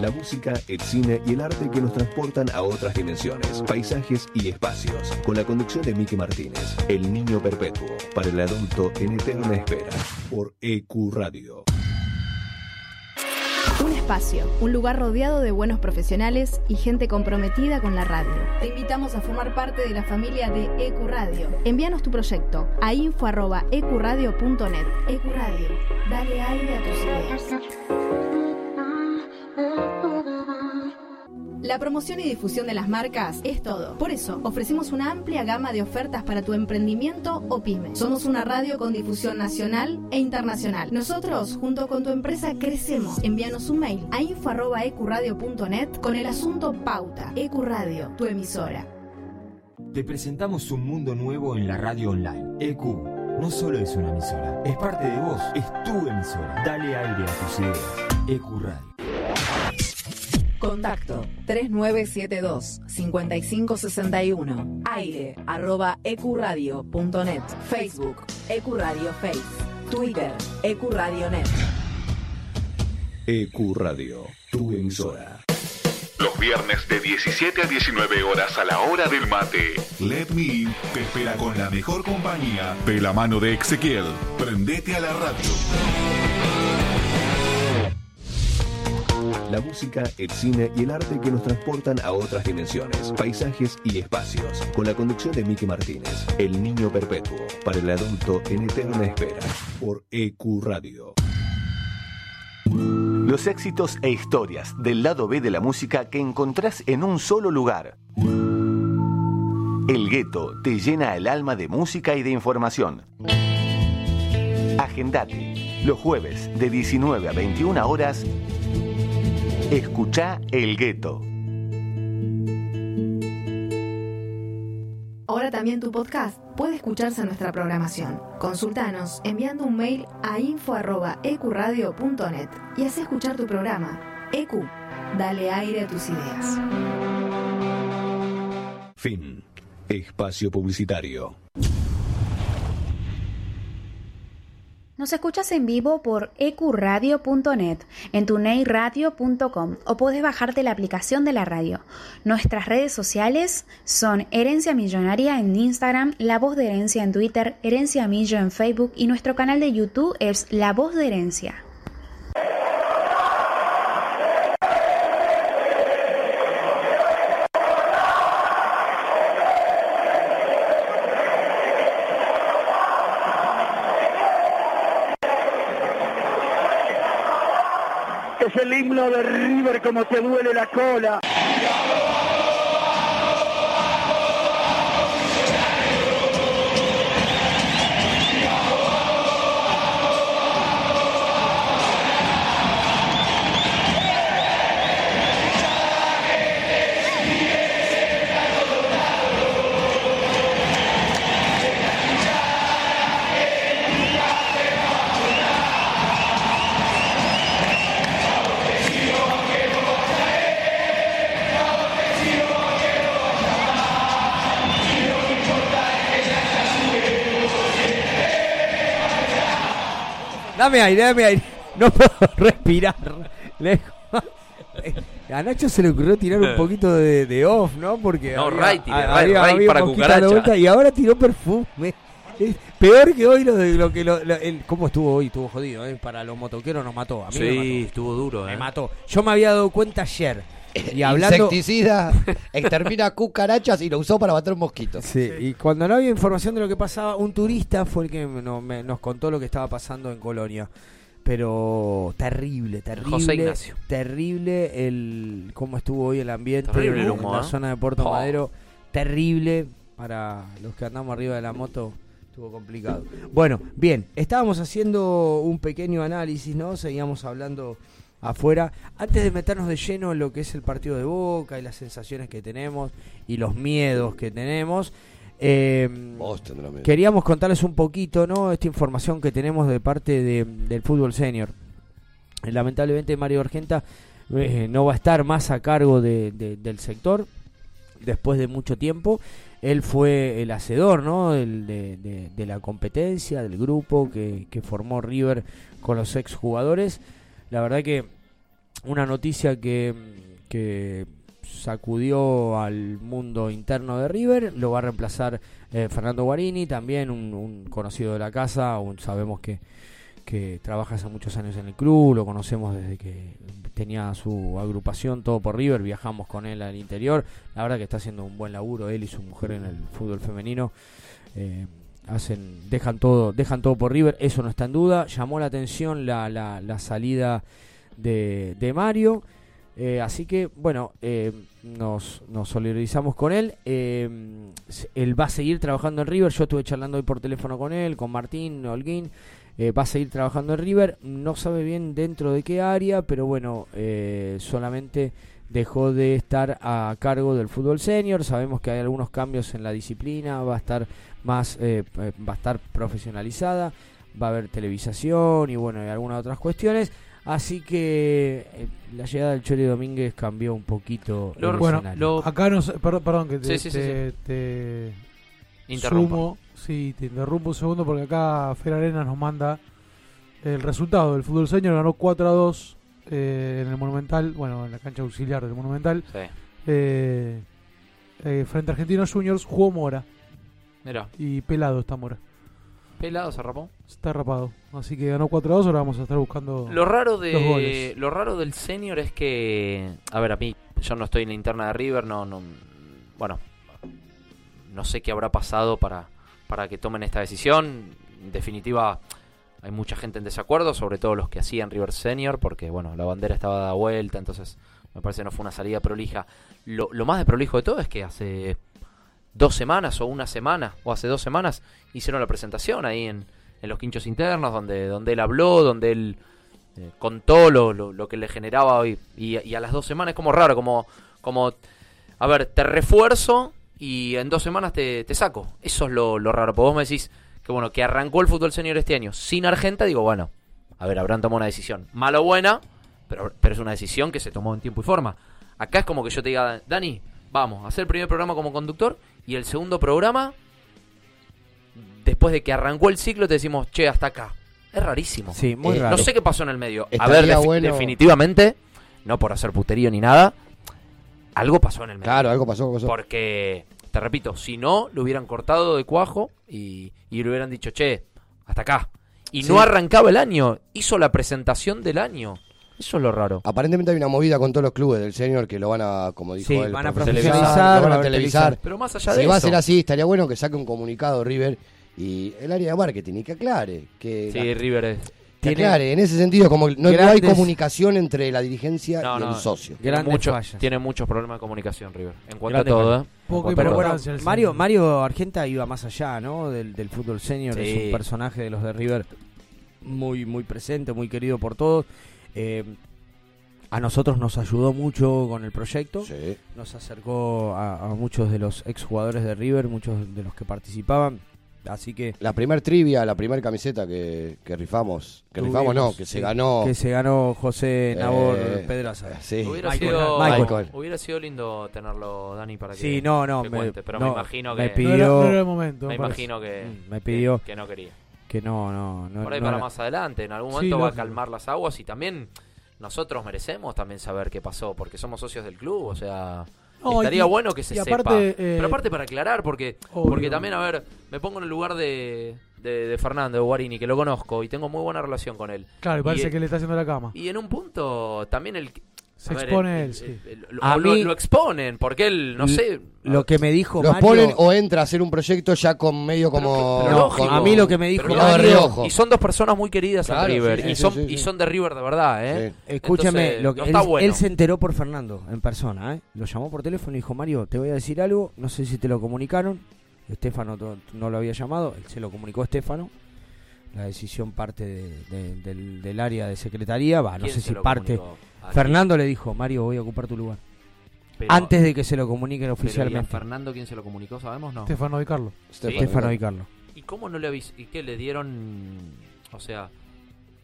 La música, el cine y el arte que nos transportan a otras dimensiones, paisajes y espacios. Con la conducción de Miki Martínez, el niño perpetuo, para el adulto en eterna espera. Por EQ Radio.
Un espacio, un lugar rodeado de buenos profesionales y gente comprometida con la radio. Te invitamos a formar parte de la familia de Ecuradio. Envíanos tu proyecto a info@ecuradio.net. Ecuradio, dale aire a tus ideas. La promoción y difusión de las marcas es todo. Por eso, ofrecemos una amplia gama de ofertas para tu emprendimiento o pyme. Somos una radio con difusión nacional e internacional. Nosotros, junto con tu empresa, crecemos. Envíanos un mail a info.ecuradio.net con el asunto Pauta. Ecuradio, tu emisora.
Te presentamos un mundo nuevo en la radio online. EQ no solo es una emisora, es parte de vos, es tu emisora. Dale aire a tus ideas. EQ Radio.
Contacto 3972 5561 aire arroba ecuradio.net Facebook Ecuradio Face Twitter Ecuradionet
EQ E Radio, tu emisora.
Los viernes de 17 a 19 horas a la hora del mate.
Let Me In te espera con la mejor compañía de la mano de Ezequiel. Prendete a la radio.
La música, el cine y el arte que nos transportan a otras dimensiones, paisajes y espacios. Con la conducción de Miki Martínez, el niño perpetuo, para el adulto en eterna espera. Por EQ Radio.
Los éxitos e historias del lado B de la música que encontrás en un solo lugar. El gueto te llena el alma de música y de información. Agendate. Los jueves de 19 a 21 horas, escucha El gueto.
Ahora también tu podcast puede escucharse en nuestra programación. Consultanos enviando un mail a info.ecuradio.net y haz escuchar tu programa. EQ, dale aire a tus ideas.
Fin. Espacio publicitario.
Nos escuchas en vivo por E ecuradio.net, en tuneiradio.com o podés bajarte la aplicación de la radio. Nuestras redes sociales son Herencia Millonaria en Instagram, La Voz de Herencia en Twitter, Herencia Millo en Facebook y nuestro canal de YouTube es La Voz de Herencia.
Es el himno de River como te duele la cola.
Dame aire, dame aire. No puedo respirar. Lejos. A Nacho se le ocurrió tirar un poquito de, de off, ¿no? Porque
No,
había-
Ray tira,
a-
Ray,
había-
Ray
había
para
mosquita a la
cucaracha.
vuelta y ahora tiró perfume. Es peor que hoy lo de lo que lo, lo- el- cómo estuvo hoy, estuvo jodido, ¿eh? para los motoqueros nos mató, a mí me mató.
Sí, estuvo duro.
Me
¿eh?
mató. Yo me había dado cuenta ayer y hablando
Insecticida, extermina cucarachas y lo usó para matar mosquitos.
Sí, y cuando no había información de lo que pasaba, un turista fue el que no- me- nos contó lo que estaba pasando en Colonia. Pero terrible, terrible.
José Ignacio.
Terrible el cómo estuvo hoy el ambiente
Terrible el
en
humo,
la
¿eh?
zona de Puerto
Oh.
Madero. Terrible para los que andamos arriba de la moto. Estuvo complicado. Bueno, bien, estábamos haciendo un pequeño análisis, ¿no? Seguíamos hablando afuera. Antes de meternos de lleno en lo que es el partido de Boca y las sensaciones que tenemos y los miedos que tenemos, eh, queríamos contarles un poquito, ¿no? Esta información que tenemos de parte de- del fútbol senior. Eh, Lamentablemente Mario Argenta eh, no va a estar más a cargo de- de- del sector después de mucho tiempo. Él fue el hacedor ¿no? El de, de- de la competencia, del grupo que, que formó River con los exjugadores. La verdad que una noticia que, que sacudió al mundo interno de River. Lo va a reemplazar eh, Fernando Guarini, también un, un conocido de la casa. Un, sabemos que, que trabaja hace muchos años en el club, lo conocemos desde que tenía su agrupación Todo por River, viajamos con él al interior. La verdad que está haciendo un buen laburo él y su mujer en el fútbol femenino. Eh, hacen dejan todo dejan todo por River eso no está en duda llamó la atención la, la- la salida de, de Mario Eh, así que, bueno, eh, nos, nos solidarizamos con él. Eh, s- él va a seguir trabajando en River. Yo estuve charlando hoy por teléfono con él, con Martín, Holguín. Eh, va a seguir trabajando en River. No sabe bien dentro de qué área, pero bueno, eh, solamente dejó de estar a cargo del fútbol senior. Sabemos que hay algunos cambios en la disciplina. Va a estar más, eh, eh, va a estar profesionalizada. Va a haber televisación y bueno, y algunas otras cuestiones. Así que eh, la llegada del Chole Domínguez cambió un poquito. el
bueno,
escenario.
acá nos. Perdón, perdón que te,
Sí, sí, sí,
te- te
Interrumpa.
sumo. Sí, te interrumpo un segundo porque acá Fer Arenas nos manda el resultado. El fútbol senior ganó 4 a 2 eh, en el Monumental, bueno, en la cancha auxiliar del Monumental.
Sí.
Eh, eh, frente a Argentinos Juniors jugó Mora.
Mirá.
Y pelado está Mora.
Pelado se rapó.
Está rapado. Así que ganó 4 a 2. Ahora vamos a estar buscando
Lo raro
los
de
goles.
lo raro del senior es que a ver, a mí yo no estoy en la interna de River, no no bueno, no sé qué habrá pasado para para que tomen esta decisión. En definitiva hay mucha gente en desacuerdo, sobre todo los que hacían River Senior porque bueno, la bandera estaba dada vuelta, entonces me parece que no fue una salida prolija. Lo, lo más de prolijo de todo es que hace dos semanas o una semana o hace dos semanas hicieron la presentación ahí en, en los quinchos internos donde, donde él habló, donde él eh, contó lo, lo, lo que le generaba hoy. Y, y a las dos semanas es como raro, como, como a ver, te refuerzo y en dos semanas te, te saco. Eso es lo, lo raro. Porque vos me decís que bueno, que arrancó el fútbol senior este año sin Argenta, digo, bueno, a ver, habrán tomado una decisión. Mala o buena, pero, pero es una decisión que se tomó en tiempo y forma. Acá es como que yo te diga, Dani, vamos, hacer el primer programa como conductor y el segundo programa, después de que arrancó el ciclo, te decimos, che, hasta acá. Es rarísimo.
Sí, muy raro.
Eh, No sé qué pasó en el medio. A
Estaría
ver, defi-
bueno-
definitivamente, no por hacer puterío ni nada, algo pasó en el medio.
Claro, algo pasó. algo pasó.
Porque, te repito, si no, lo hubieran cortado de cuajo y, y le hubieran dicho, che, hasta acá. Y
Sí.
no arrancaba el año, hizo la presentación del año. Eso es lo raro.
Aparentemente hay una movida con todos los clubes del senior que lo van a, como dijo
Sí,
él,
van a
profesionalizar,
profesionalizar,
lo van
van
a
a
televisar.
televisar. Pero más allá
si
de
va a
eso-
ser así, estaría bueno que saque un comunicado River y el área de marketing y que aclare. Que,
Sí, River es...
que
tiene-
aclare, en ese sentido, como no, no hay
Grandes-
comunicación entre la dirigencia
No,
y el
no,
socio.
Tiene, mucho-
fallas.
tiene muchos problemas de comunicación, River. En cuanto
Grandes
a todo, ¿eh?
fallas.
En cuanto a
Pero
todo.
bueno, Mario, Mario Argenta iba más allá, ¿no? Del, del fútbol senior.
Sí.
Es un personaje de los de River muy, muy presente, muy querido por todos. Eh, a nosotros nos ayudó mucho con el proyecto. Nos acercó a, a muchos de los exjugadores de River, muchos de los que participaban. Así que
La primer trivia, la primer camiseta que, que rifamos, que rifamos no,
Tuvimos,
que
sí,
se ganó.
Que se ganó José Nabor
Eh,
Pedraza.
sí.
Hubiera,
Michael,
sido,
Michael.
hubiera sido lindo tenerlo, Dani, para que,
Sí, no, no,
que
me-
cuente, pero me
no,
imagino que...
me pidió- No era- no era el
momento,
Me
me parece.
imagino que...
Mm, me pidió-
Que, que no quería.
Que no, no, no.
Por ahí
no
para
era-
más adelante, en algún
Sí,
momento va a
lógico.
calmar las aguas y también nosotros merecemos también saber qué pasó, porque somos socios del club, o sea...
No,
estaría
y-
bueno que se
y
sepa.
aparte, eh,
Pero aparte para aclarar, porque,
Obvio.
porque también, a ver, me pongo en el lugar de, de, de Fernando, de Guarini, que lo conozco y tengo muy buena relación con él.
Claro, y
Y
parece
él-
que le está haciendo la cama.
y en un punto también el...
Se expone él, sí.
lo-
A
o lo-
mí-
lo exponen, porque él, no
L-
sé,
Lo que me dijo
Los
Mario.
ponen o entra a hacer un proyecto ya con medio como.
pero lógico.
con-
A mí lo que me dijo
mirado de
Mario-
reojo.
Y son dos personas muy queridas
Claro,
en River.
sí, sí,
y,
sí,
son,
sí, sí.
y son de River de verdad, ¿eh?
Escúchame,
Entonces,
lo que
no
él,
está bueno.
él se enteró por Fernando en persona, ¿eh? Lo llamó por teléfono y dijo, Mario, te voy a decir algo, no sé si te lo comunicaron. Estefano to- no lo había llamado, él se lo comunicó a Estefano. La decisión parte de- de- del, del área de secretaría, va, no
¿Quién
sé
se
si
lo
parte.
comunicó? ¿A
Fernando le dijo, Mario, voy a ocupar tu lugar.
Pero-
Antes de que se lo comuniquen
Pero, ¿y a
oficialmente.
Fernando quién se lo comunicó? ¿Sabemos? No.
Stefano Di Carlo.
Sí.
Stefano Di Carlo.
¿Y cómo no le avisó? ¿Y qué le dieron? O sea,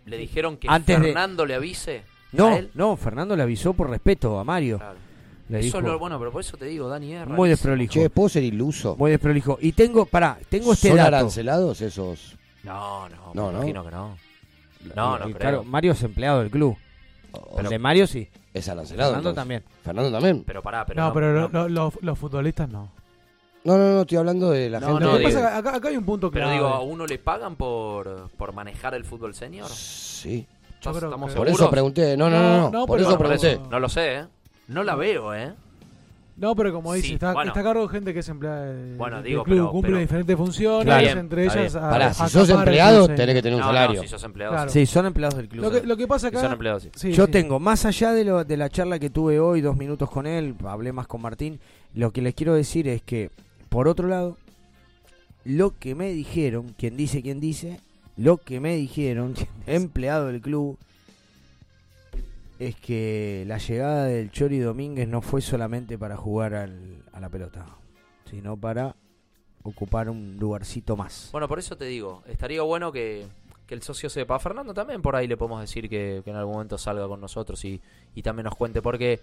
¿le dijeron que
Antes de-
Fernando le avise? a
No,
él?
no, Fernando le avisó por respeto a Mario. Le
Eso es
dijo-
lo bueno, pero por eso te digo, Dani, es
Muy
rarísimo.
desprolijo.
Che, ¿puedo ser iluso?
Muy desprolijo. Y tengo, pará, tengo este
¿Son
dato.
arancelados esos?
No, no,
No,
me
no.
imagino que no. No, no
Y
creo.
claro, Mario es empleado del club. el de Mario sí.
Oh, Es arancelado.
Fernando
entonces.
también.
Fernando también.
Pero pará,
no, pero lo- lo- los, los futbolistas no.
No, no, no, estoy hablando de la
No,
gente.
no,
que-
digo-
Pasa que acá, acá hay un punto
Pero
clave.
digo, ¿a uno le pagan por, por manejar el fútbol senior?
Sí.
Yo creo
¿Estamos
que-
Por
seguros?
eso pregunté, no, no, no, no, por
pero-
eso
Bueno,
pregunté.
eso, No lo sé, ¿eh? No la veo, ¿eh?
No, pero como dice,
Sí,
está,
bueno.
está a cargo de gente que es empleada del
Bueno,
del
digo,
club,
pero-
cumple
pero-
diferentes funciones,
Claro. Está
entre
bien.
ellas... a-
Pará, si
a
sos
acapar el
empleado,
consejo.
tenés que tener un No, no, salario.
si sos empleado,
Claro.
Sí, son empleados del club. ¿eh?
Lo que, lo que pasa acá...
son empleados, sí.
Sí,
Yo
sí.
tengo, más allá de, lo, de la charla que tuve hoy, dos minutos con él, hablé más con Martín, lo que les quiero decir es que, por otro lado, lo que me dijeron, quien dice, quien dice, lo que me dijeron, empleado del club, es que la llegada del Chori Domínguez no fue solamente para jugar al- a la pelota, sino para ocupar un lugarcito más.
Bueno, por eso te digo, estaría bueno que, que el socio sepa. A Fernando también por ahí le podemos decir que, que en algún momento salga con nosotros y, y también nos cuente, porque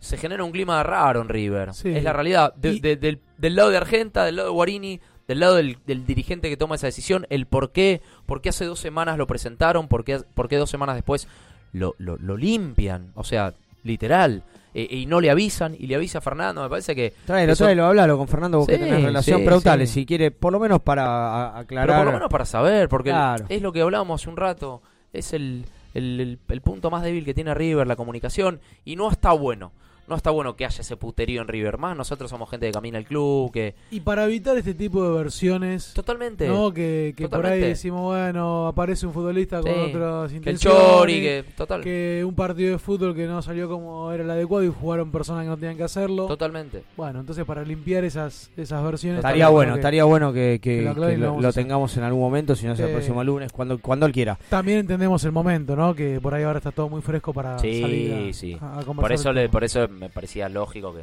se genera un clima raro en River.
Sí.
Es la realidad. De- de- del, del lado de Argenta, del lado de Guarini, del lado del, del dirigente que toma esa decisión, el por qué, por qué hace dos semanas lo presentaron, por qué, por qué dos semanas después lo, lo- lo limpian. O sea, literal. Eh, y no le avisan, y le avisa a Fernando. Me parece que.
Tráelo,
eso-
tráelo, hablalo con Fernando, vos que
Sí,
tenés relación,
sí,
preguntale
sí.
si quiere, por lo menos para a- aclarar.
Pero por lo menos para saber, porque el-
Claro.
es lo que hablábamos hace un rato, es el, el- el- el punto más débil que tiene River, la comunicación, y no está bueno. No está bueno que haya ese puterío en River más. Nosotros somos gente que camina al club, que...
Y para evitar este tipo de versiones...
Totalmente.
No, que, que por ahí
Totalmente.
decimos, bueno, aparece un futbolista con
Sí.
otras
Que el
intenciones.
Chori, que- total.
que un partido de fútbol que no salió como era el adecuado y jugaron personas que no tenían que hacerlo.
Totalmente.
Bueno, entonces para limpiar esas, esas versiones...
Estaría
también
bueno,
creo que-
estaría bueno que, que-
que lo aclaren
que
y lo
lo,
vamos
lo
a hacer.
tengamos en algún momento, si no sea el
Eh,
próximo lunes, cuando, cuando él quiera.
También entendemos el momento, ¿no? Que por ahí ahora está todo muy fresco para salir a,
Sí, sí.
a- a conversar.
Por eso, le, por eso me parecía lógico que,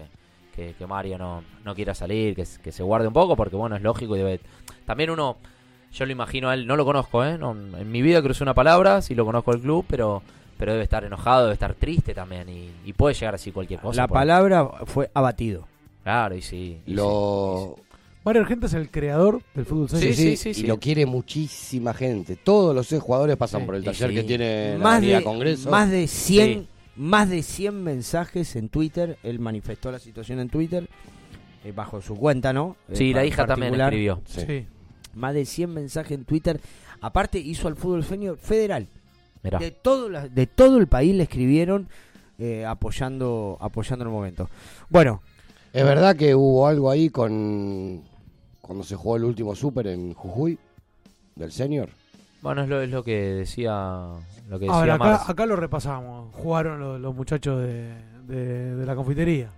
que, que Mario no, no quiera salir, que, s- que se guarde un poco, porque bueno, es lógico y debe... También uno, yo lo imagino a él, no lo conozco, ¿eh? No, en mi vida crucé una palabra, sí lo conozco el club, pero pero debe estar enojado, debe estar triste también, y, y puede llegar así cualquier cosa.
La
por-
palabra fue abatido.
Claro, y sí. y
Lo...
Mario Argenta es el creador del fútbol.
Sí, sí, y lo quiere muchísima gente. Todos los seis jugadores pasan por el taller que tiene la
Más
Avenida
de,
Congreso.
más de 100
Sí.
más de 100 mensajes en Twitter, él manifestó la situación en Twitter eh, bajo su cuenta, ¿no? Eh,
Sí, la
pa-
hija también
particular.
escribió.
Sí.
Sí.
Más de 100 mensajes en Twitter. Aparte hizo al fútbol feño- federal.
Mirá.
De todo la- de todo el país le escribieron eh, apoyando apoyando el momento. Bueno,
¿Es verdad que hubo algo ahí con cuando se jugó el último Super en Jujuy? ¿Del senior?
Bueno, es lo, es lo que decía... Lo que decía
Ahora,
Mars.
acá, acá lo repasamos. Jugaron los, los muchachos de, de- de la confitería.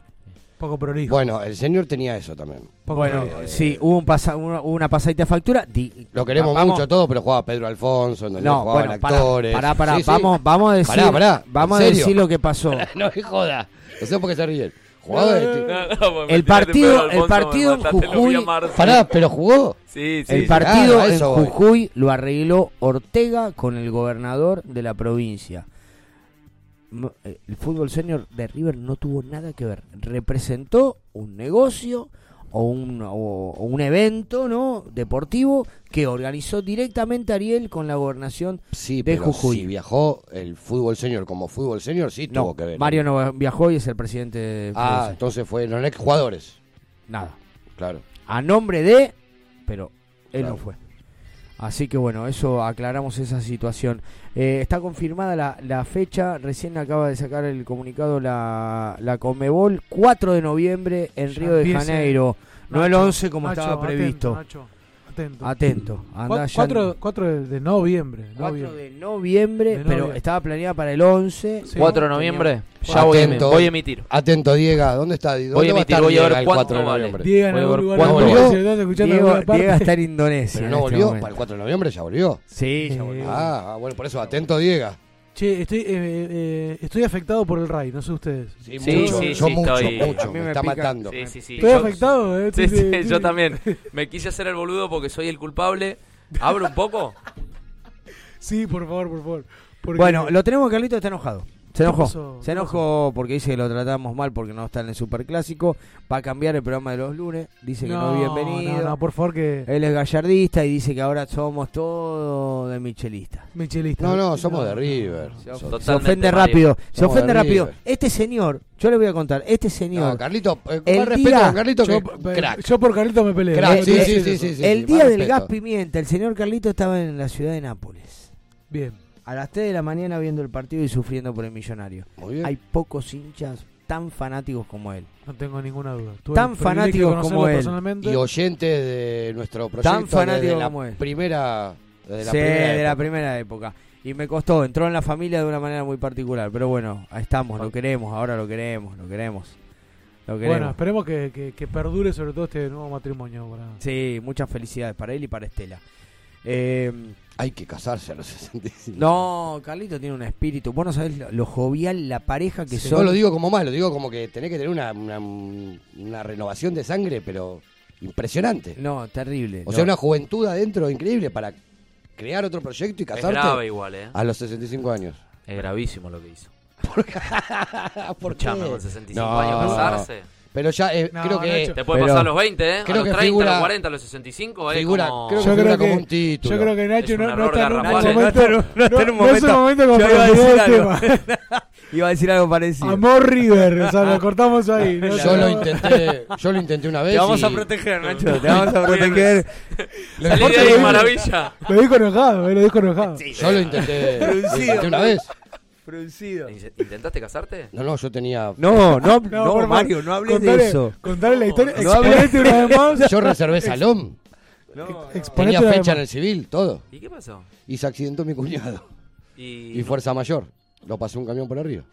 Poco prolijo.
Bueno, el senior tenía eso también. eh,
Poco
bueno,
prolijo.
sí, hubo un pasa- una, una pasadita de factura. Di-
Lo queremos
vamos-
mucho todo, pero jugaba Pedro Alfonso, en donde
No,
jugaban
bueno, pará,
actores.
pará, pará,
Sí, sí.
vamos, vamos a decir,
Pará, pará,
vamos a
¿en serio?
decir lo que pasó. Eh,
no me joda. No sé por qué se ríen.
Eh,
Jugadores.
pues,
El partido, el partido en Jujuy,
Pará, pero jugó.
el partido
Claro, a
en
ah, eso voy.
Jujuy lo arregló Ortega con el gobernador de la provincia. No, eh, El fútbol senior de River no tuvo nada que ver. Representó un negocio o un, o- o un evento no deportivo que organizó directamente Ariel con la gobernación
Sí,
de
pero
Jujuy.
si viajó el fútbol senior como fútbol senior, sí
No,
tuvo que ver.
Mario no viajó y es el presidente de
Ah,
Fluminense.
entonces fue, no eran jugadores.
Nada.
Claro.
A nombre de, pero él
Claro.
no fue. Así que bueno, eso aclaramos esa situación. Eh, está confirmada la, la fecha, recién acaba de sacar el comunicado la, la Comebol, 4 de noviembre en Río de
empieza.
Janeiro, no el
Nacho,
11 como
Nacho,
estaba
atento,
previsto.
Nacho, atento.
Atento, andá
Cua-
ya-
cuatro, cuatro de, de noviembre.
4 de noviembre,
De
pero
noviembre.
estaba planeada para el 11.
4 de noviembre, ya voy a emitir, voy a emitir.
Atento, Diego. ¿Dónde está? ¿Dónde
Voy a
va
emitir,
estar
voy a
Diego
ver
el
cuánto
4 de
vale.
noviembre?
Diego en
Voy a
algún
ver
lugar
cuánto
de
volvió.
Brasil,
¿dónde escuchando
Diego,
alguna parte?
Diego está en Indonesia.
Pero
en
no
este
volvió,
momento.
para el 4 de noviembre ya volvió.
Sí, ya volvió.
Ah, ah, bueno, por eso, atento, Diego.
Che, estoy, eh, eh, estoy afectado por el RAI, no sé ustedes.
Sí, Sí, mucho, sí, yo sí, mucho, estoy- mucho,
A mí
me está
pica.
matando.
Sí, sí, sí.
Estoy
Yo-
afectado, eh,
Sí,
estoy-
sí,
estoy-
yo también. Me quise hacer el boludo porque soy el culpable. ¿Abro un poco?
Sí, por favor, por favor. Porque-
Bueno, lo tenemos a Carlito, está enojado. Se
¿Qué
enojó.
pasó?
Se enojó porque dice que lo tratamos mal porque no está en el superclásico. Va a cambiar el programa de los lunes. Dice que no, es bienvenido.
No, no, por favor que...
Él es gallardista y dice que ahora somos todo de michelista.
Michelista.
No, no, somos de River.
Se ofende rápido. Se
Somos de
ofende rápido.
River.
Este señor, yo le voy a contar, este señor.
No, Carlito, eh,
El
más respeto
día-
a Carlito que
Yo-
crack.
Yo por Carlito me peleo.
Crack,
No
sí,
quiero
sí,
decir
sí,
eso.
sí, sí,
el
más
día del
respeto.
gas pimienta, el señor Carlito estaba en la ciudad de Nápoles.
Bien.
A las 3 de la mañana viendo el partido y sufriendo por el millonario.
Muy bien.
Hay pocos hinchas tan fanáticos como él.
No tengo ninguna duda. Tuve
Tan
el privilegio de
fanáticos como
conocerlo
él.
personalmente.
Y oyentes de nuestro proyecto.
Tan fanático
desde la
como él.
primera. Desde la
Sí,
primera
de la
época.
primera época. Y me costó, entró en la familia de una manera muy particular. Pero bueno, ahí estamos, lo queremos, ahora lo queremos, lo queremos. Lo queremos.
Bueno, esperemos que, que- que perdure sobre todo este nuevo matrimonio. para-
Sí, muchas felicidades para él y para Estela. Eh,
Hay que casarse a los 65.
no, Carlito tiene un espíritu. Vos no sabés lo, lo jovial, la pareja que
Sí,
son.
No lo digo como mal, lo digo como que tenés que tener una, una, una renovación de sangre, pero impresionante.
No, terrible.
O
no.
sea, una juventud adentro increíble para crear otro proyecto y casarte
grave igual, ¿eh?
a los 65 años.
Es gravísimo lo que hizo.
¿Por
Escuchame,
qué?
con 65 años casarse.
Pero ya eh,
No,
creo que
Nacho. Te puede pasar a los 20, ¿eh? A
Creo
los
que
30, a los
figura,
40, a los 65, es
figura,
como-
creo que
Yo
figura
creo
como
que-
un título.
Yo creo que Nacho
Es un
no, no
error
está en un,
garrafal. No
no es un momento,
está en un- no está en un
no es un
momento.
momento como
Yo
para
iba a decir
empezar el
algo.
tema.
Iba a decir algo parecido.
Amor River, o sea, lo cortamos ahí. ¿no?
Yo lo intenté, yo lo intenté una vez.
Te vamos
y-
a proteger, Nacho, te vamos a proteger.
Lo
Salí
importante
de ahí,
es que-
maravilla. Lo dijo enojado, eh, lo dijo enojado.
Yo lo intenté, lo
Producido.
intenté una vez.
Producido.
¿Intentaste casarte?
No, no, yo tenía.
No, no, no,
por favor,
Mario, no hables
contale-
de eso.
Contale la historia,
No hables-
exponete una vez más.
Yo reservé salón.
Exponete
Tenía
una vez
fecha
más.
en el civil, todo.
¿Y qué pasó?
Y se accidentó mi cuñado.
Y,
Y, fuerza mayor. Lo pasó un camión por arriba.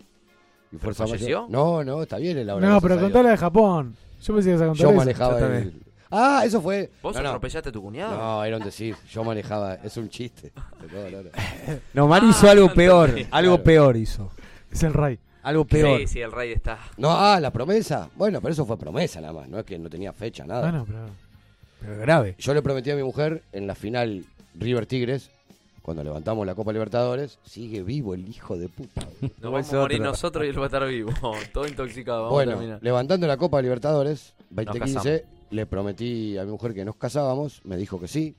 Y fuerza
falleció?
mayor. No, no, está bien el ahora,
No,
gracias
pero
a Dios.
contale de Japón. Yo me que ibas a contar
Yo
eso.
manejaba
Yo
el...
también.
Ah, eso fue.
¿Vos atropellaste a tu cuñado?
No, era un decir. Yo manejaba. Es un chiste. No, no, no.
No, Mari
Ah,
hizo algo
entendí.
peor, algo
Claro.
peor hizo.
Es el rey.
Algo peor.
Sí, sí, el rey está.
No, ah, la promesa. Bueno, pero eso fue promesa nada más. No es que no tenía fecha, nada.
Ah, no, pero-
Pero grave.
Yo le prometí a mi mujer en la final River Tigres, cuando levantamos la Copa Libertadores, sigue vivo el hijo de puta.
Nos vamos a morir nosotros y él va a estar vivo. Todo intoxicado. Vamos a
Bueno,
terminar.
levantando la Copa Libertadores, 2015,
casamos.
le prometí a mi mujer que nos casábamos, me dijo que sí,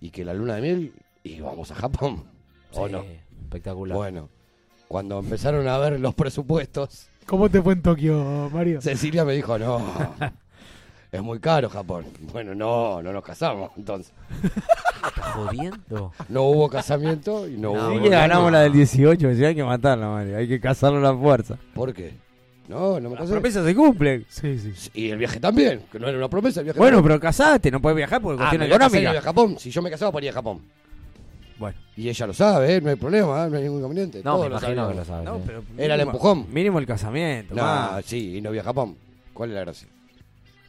y que la luna de miel íbamos a Japón. ¿O
Sí,
no?
Espectacular.
Bueno, cuando empezaron a ver los presupuestos,
¿Cómo te fue en Tokio, Mario?
Cecilia me dijo, no, es muy caro Japón. Bueno, no, no nos casamos entonces.
¿Estás jodiendo?
No hubo casamiento y no, hubo...
Sí que ganamos la del 18, decía, hay que matarla, Mario. Hay que cazarlo a la fuerza.
¿Por qué? No, no me
Las
casé.
promesas se cumplen.
Sí, sí.
Y el viaje también, que no era una promesa el viaje.
Bueno,
también.
pero casaste, no podés viajar por
Ah,
cuestión
me voy a casar y
económica.
voy a Japón. Si yo me casaba, para ir a Japón.
Bueno.
Y ella lo sabe, ¿eh? no hay problema, ¿eh? no hay ningún inconveniente.
No,
Todos
me
lo
imagino
sabíamos.
que lo sabes.
No,
sí.
pero
Era el
mínimo-
empujón.
Mínimo el casamiento,
No,
más.
sí, y no voy a Japón. ¿Cuál es la gracia?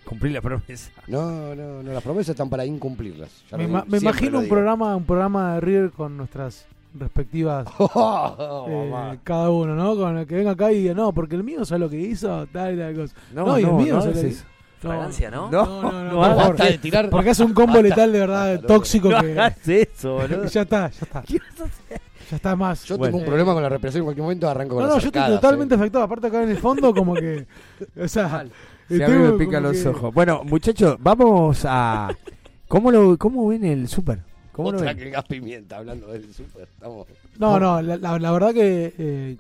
Cumplir la promesa.
No, no, no, las promesas están para incumplirlas. Ya
Me,
lo
ima-
digo, siempre
me
lo
imagino un
digo.
programa, un programa de River con nuestras respectivas eh,
mamá.
cada uno, ¿no? Con el que venga acá y diga, no, porque el mío sabe lo que hizo, tal y tal cosa.
No,
No, y el
no,
mío
no
sabe lo
es
que
eso.
hizo.
Fragancia, ¿no?
No, no, no,
no,
por favor.
basta de tirar-
Porque es un combo
basta.
letal de verdad
Basta,
tóxico
No
que.
hagas eso, boludo.
ya está, ya está. Ya está más.
Yo
Bueno.
tengo un problema con la respiración en cualquier momento, arranco con
No, no,
las
yo estoy
arcadas,
totalmente
¿eh?
afectado. Aparte, acá en el fondo, como que. O sea.
Si a
estoy
mí me
como
pican los
que-
ojos. Bueno, muchachos, vamos a. ¿Cómo, lo, cómo ven el súper? ¿Cómo lo
Otra
ven?
que el gas pimienta, hablando del súper. estamos-
No, no, la, la- la verdad que eh,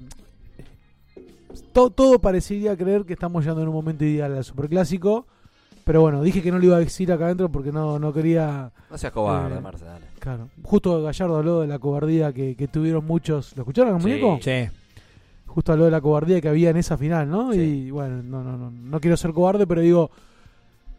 to- todo parecería creer que estamos llegando en un momento ideal al superclásico. Pero bueno, dije que no lo iba a decir acá adentro porque no, no quería.
No seas cobarde,
Eh,
Marce, dale.
Claro. Justo Gallardo habló de la cobardía que, que tuvieron muchos. ¿Lo escucharon, muñeco?
Che,
Justo habló de la cobardía que había en esa final, ¿no? Y bueno, no, no, no, no quiero ser cobarde, pero digo,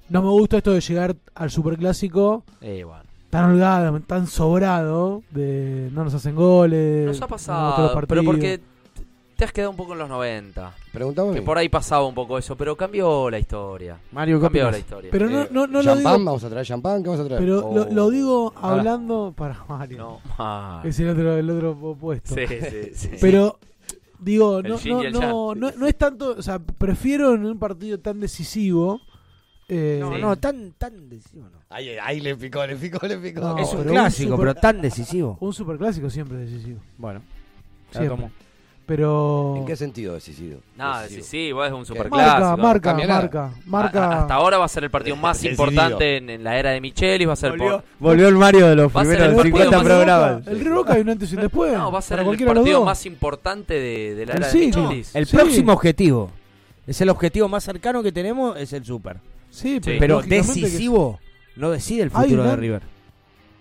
no me gusta esto de llegar al superclásico
Eh, bueno.
tan holgado, tan sobrado, de no nos hacen goles.
Nos ha
no
pasado,
otros
pero
partidos.
porque t- te has quedado un poco en los 90.
Preguntame. a
Que
mí.
por ahí pasaba un poco eso, pero cambió la historia.
Mario, ¿qué
cambió
opinás?
la historia.
Pero no,
Eh,
no, no lo
¿Champán?
digo.
¿Vamos a traer champán? ¿Qué vamos a traer?
Pero lo,
Oh.
lo digo
Pará.
hablando para Mario.
No, ah.
Es el otro, el otro opuesto.
Sí, sí, sí.
Pero digo,
El
no,
yin y
no,
el
no,
yang.
no, no es tanto. O sea, prefiero en un partido tan decisivo. eh,
No, no, tan, tan decisivo no.
Ahí, ahí le picó, le picó, le picó.
No,
es un
pero un
clásico,
super-
pero tan decisivo.
Un superclásico siempre es decisivo.
Bueno, ya
Siempre.
tomó.
Pero.
¿En qué sentido decisivo?
Nada, sí, sí, vos es un
Marca,
superclásico.
marca,
Cambia nada.
marca, marca.
A- Hasta ahora va a ser el partido más
Decidido.
importante en, en la era de Michelis, va a ser por-
Volvió, volvió el Mario de los
Va a ser
primeros
el partido
50
más-
programas.
Ah, El Río Boca hay un antes y un después.
No, va a ser
para
el
cualquiera de los
partido
dos.
más importante de, de la
El
era de
siglo.
Michelis.
El
Sí.
próximo objetivo. Es el objetivo más cercano que tenemos, es el súper.
Sí,
Sí.
Pero
lógicamente que
decisivo no decide el
Hay
futuro
un
de
an-
River.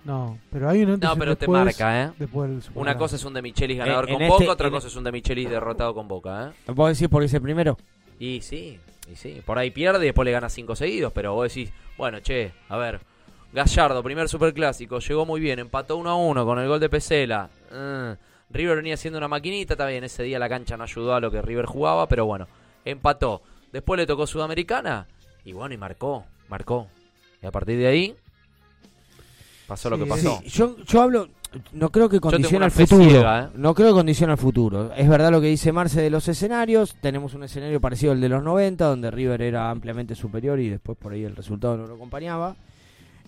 No, pero hay un antes
No,
y un
pero te
después
marca, ¿eh?
después del Super
Una
Bowl.
cosa es un de Michelis
Eh,
ganador
en
con
este-
Boca, otra
en- este,
cosa es un de Michelis derrotado con Boca, ¿eh?
¿Vos decís porque es el primero?
Y sí, y sí. Por ahí pierde y después le gana cinco seguidos, pero vos decís, bueno, che, a ver. Gallardo, primer superclásico, llegó muy bien, empató 1 a 1 con el gol de Pesela. Mm, River venía haciendo una maquinita, está bien, ese día la cancha no ayudó a lo que River jugaba, pero bueno, empató. Después le tocó Sudamericana y bueno, y marcó, marcó. Y a partir de ahí pasó lo que
Sí,
pasó.
sí. Yo, yo hablo, no creo que
tengo una
condiciona al
fe
futuro.
ciega, ¿eh?
No creo que condiciona al futuro. Es verdad lo que dice Marce de los escenarios. Tenemos un escenario parecido al de los 90, donde River era ampliamente superior y después por ahí el resultado no lo acompañaba.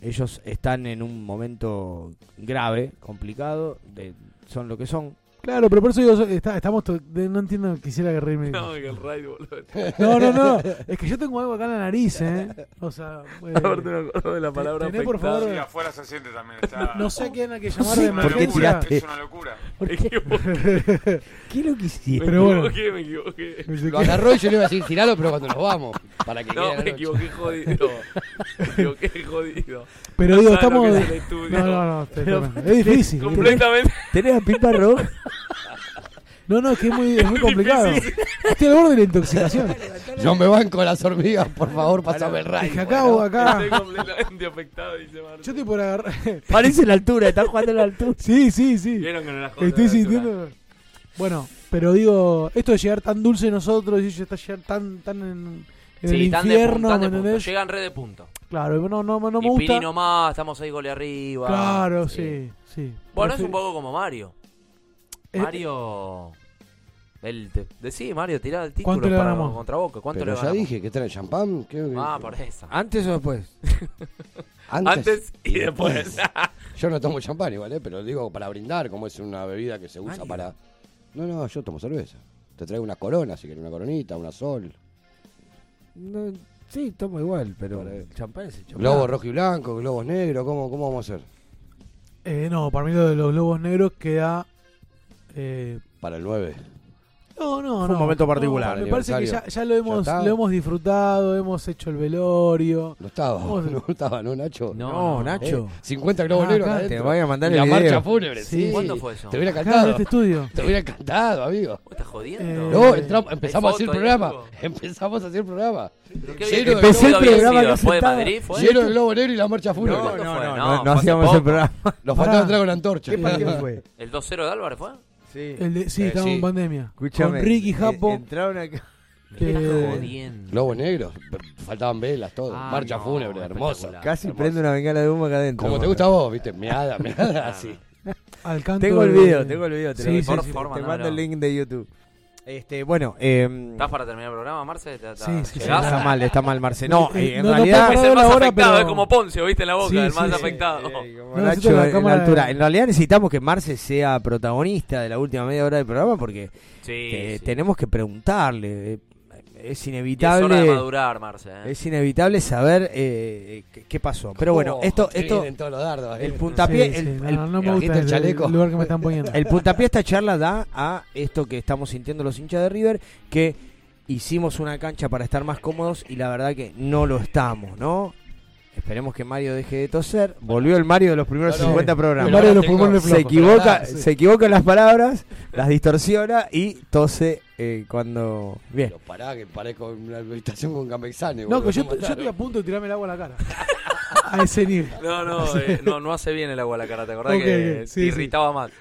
Ellos están en un momento grave, complicado, de- son lo que son.
Claro, pero por eso digo, está- estamos. to- de- No entiendo, quisiera que reírme. No,
el raid, boludo.
no, no, Es que yo tengo algo acá en la nariz, ¿eh. O sea. eh,
Aparte me acuerdo de la
te-
palabra
tené, por
afectado.
favor.
Sí,
afuera se siente también,
No,
está-
no sé a quién hay que
No
llamar
sé
de
por qué
emergencia.
tiraste. Es una locura.
¿Por
Me
qué? ¿Qué lo quisiste? Pero bueno.
me equivoqué.
Lo agarró y yo le iba a decir, tiralo, pero cuando nos vamos. Para que quede
No,
la
me
noche.
equivoqué jodido. Me equivoqué jodido.
Pero
No
digo,
sabe lo
estamos.
que
de-
es el estudio.
No, no, no. te-
Pero-
es difícil.
Completamente.
¿Tenés la pipa roja?
No, no, es que es muy, es muy complicado. Estoy al borde de la intoxicación.
Yo me banco las hormigas, por favor, pasame el
Es que
rayo.
acá o acá.
Estoy completamente afectado, dice Marta.
Yo estoy por agarrar.
Parece la altura, están jugando a la altura.
Sí, sí, sí.
Vieron que no las jodas a
Estoy
la altura.
sintiendo. Bueno, pero digo, esto de llegar tan dulce nosotros y yo está llegar tan, tan en, en el
Sí, tan de punto,
infierno,
tan
¿me
de punto.
entendés?
Llegan re de punto.
Claro, no, no, no me
y
gusta.
Pirino más, estamos ahí gole arriba.
Claro, sí, sí. Eh,
Bueno, es
Prefi-
un poco como Mario. Mario. El te... Decí, Mario, tirá el título
¿Cuánto le
para
ganamos?
contra Boca. ¿Cuánto
Pero
le
ya
ganamos?
dije que trae champán. ¿qué-
Ah, por eso.
¿Antes o después?
Antes,
Antes y después.
yo no tomo champán igual, ¿eh? pero digo para brindar, como es una bebida que se usa
Mario.
para. No, no, yo tomo cerveza. Te traigo una corona, si querés, una coronita, una sol.
No, sí, tomo igual, pero el champán es el champán.
Globo rojo y blanco, globos negros, ¿cómo, ¿cómo vamos a hacer?
Eh, no, para mí lo de los globos negros queda. eh,
Para el 9.
no, no,
Fue un
no.
momento
No,
particular,
me parece que ya,
aniversario.
ya lo,
Ya
hemos,
está.
lo hemos disfrutado, hemos hecho el velorio.
No estaba,
Vos-
no estaba, ¿no, Nacho?
No, no, Nacho.
50 globos
Ah,
negros.
acá.
adentro.
Te voy a mandar
Y
el
la
video.
marcha fúnebre,
Sí.
sí.
¿Cuándo fue eso?
Te hubiera
Acá,
cantado.
en este estudio.
Te hubiera cantado, amigo.
estás
jodiendo?
No,
Eh,
entramos- empezamos a hacer
¿Hay
el
foto,
programa.
hay algo?
Empezamos a hacer el programa.
qué
Lleno
bien
de
que empezó el
globos
programa
negros.
que ¿Fue de hacen Madrid? ¿Fue?
Lleno de globo negro y la marcha fúnebre.
No, no, no,
no, no hacíamos el programa.
Los
Pará.
faltaba entrar con antorcha.
¿Qué partido fue?
¿El 2-0 de Álvaro fue?
Sí.
El de- sí,
Eh,
estábamos
sí.
en pandemia.
Escúchame,
Con Ricky
eh,
Japo.
entraron acá.
que-
Globos negros. p- Faltaban velas, todo.
Ah,
marcha
no,
fúnebre, hermosa.
Casi prende una bengala de humo acá adentro.
Como te gusta a vos, viste. Meada, meada,
Ah.
así.
al canto
Tengo el
de-
video, tengo el video. Te, lo-
Sí, sí,
por
sí.
favor, te
mandámelo.
mando el link de YouTube. Este, bueno, eh,
¿Estás para terminar el programa, Marce? ¿Te- te-
Sí, sí, sí,
llegás?
está mal, está mal, Marce. No,
Eh,
eh, en
no, no
realidad.
te
Es
Parado
el más
la hora,
afectado,
pero-
es como Poncio, ¿viste? En la boca,
Sí,
el
sí,
más
sí.
afectado.
Bueno, Eh, Nacho,
la
en
cámara-
la altura. En realidad necesitamos que Marce sea protagonista de la última media hora del programa porque
Sí,
eh,
sí.
tenemos que preguntarle. eh, Es
Y es hora
inevitable.
de madurar, Marce. ¿eh?
Es inevitable saber eh, eh, qué- qué pasó. Pero bueno,
Oh,
esto,
te
esto
vienen todos los dardos, eh.
el puntapié,
Sí,
el,
sí, no,
el-
no, no me
la
gusta
gente
el,
del chaleco.
el lugar que me están poniendo.
el puntapié a esta charla da a esto que estamos sintiendo los hinchas de River, que hicimos una cancha para estar más cómodos y la verdad que no lo estamos, ¿no? Esperemos que Mario deje de toser. Volvió el Mario de los primeros
No, no,
50 programas.
el Mario de los pulmones
se
flojos.
equivoca,
Pero nada, sí.
se equivoca en las palabras, las distorsiona y tose eh, cuando bien.
Pero pará, que parezco una habitación con Camexane.
No,
boludo,
que yo,
me
yo
mataron.
estoy a punto de tirarme el agua a la cara. a ese nivel.
No, no, eh, no, no hace bien el agua a la cara, ¿te acordás
Ok,
que
ok, sí,
te
sí.
irritaba más?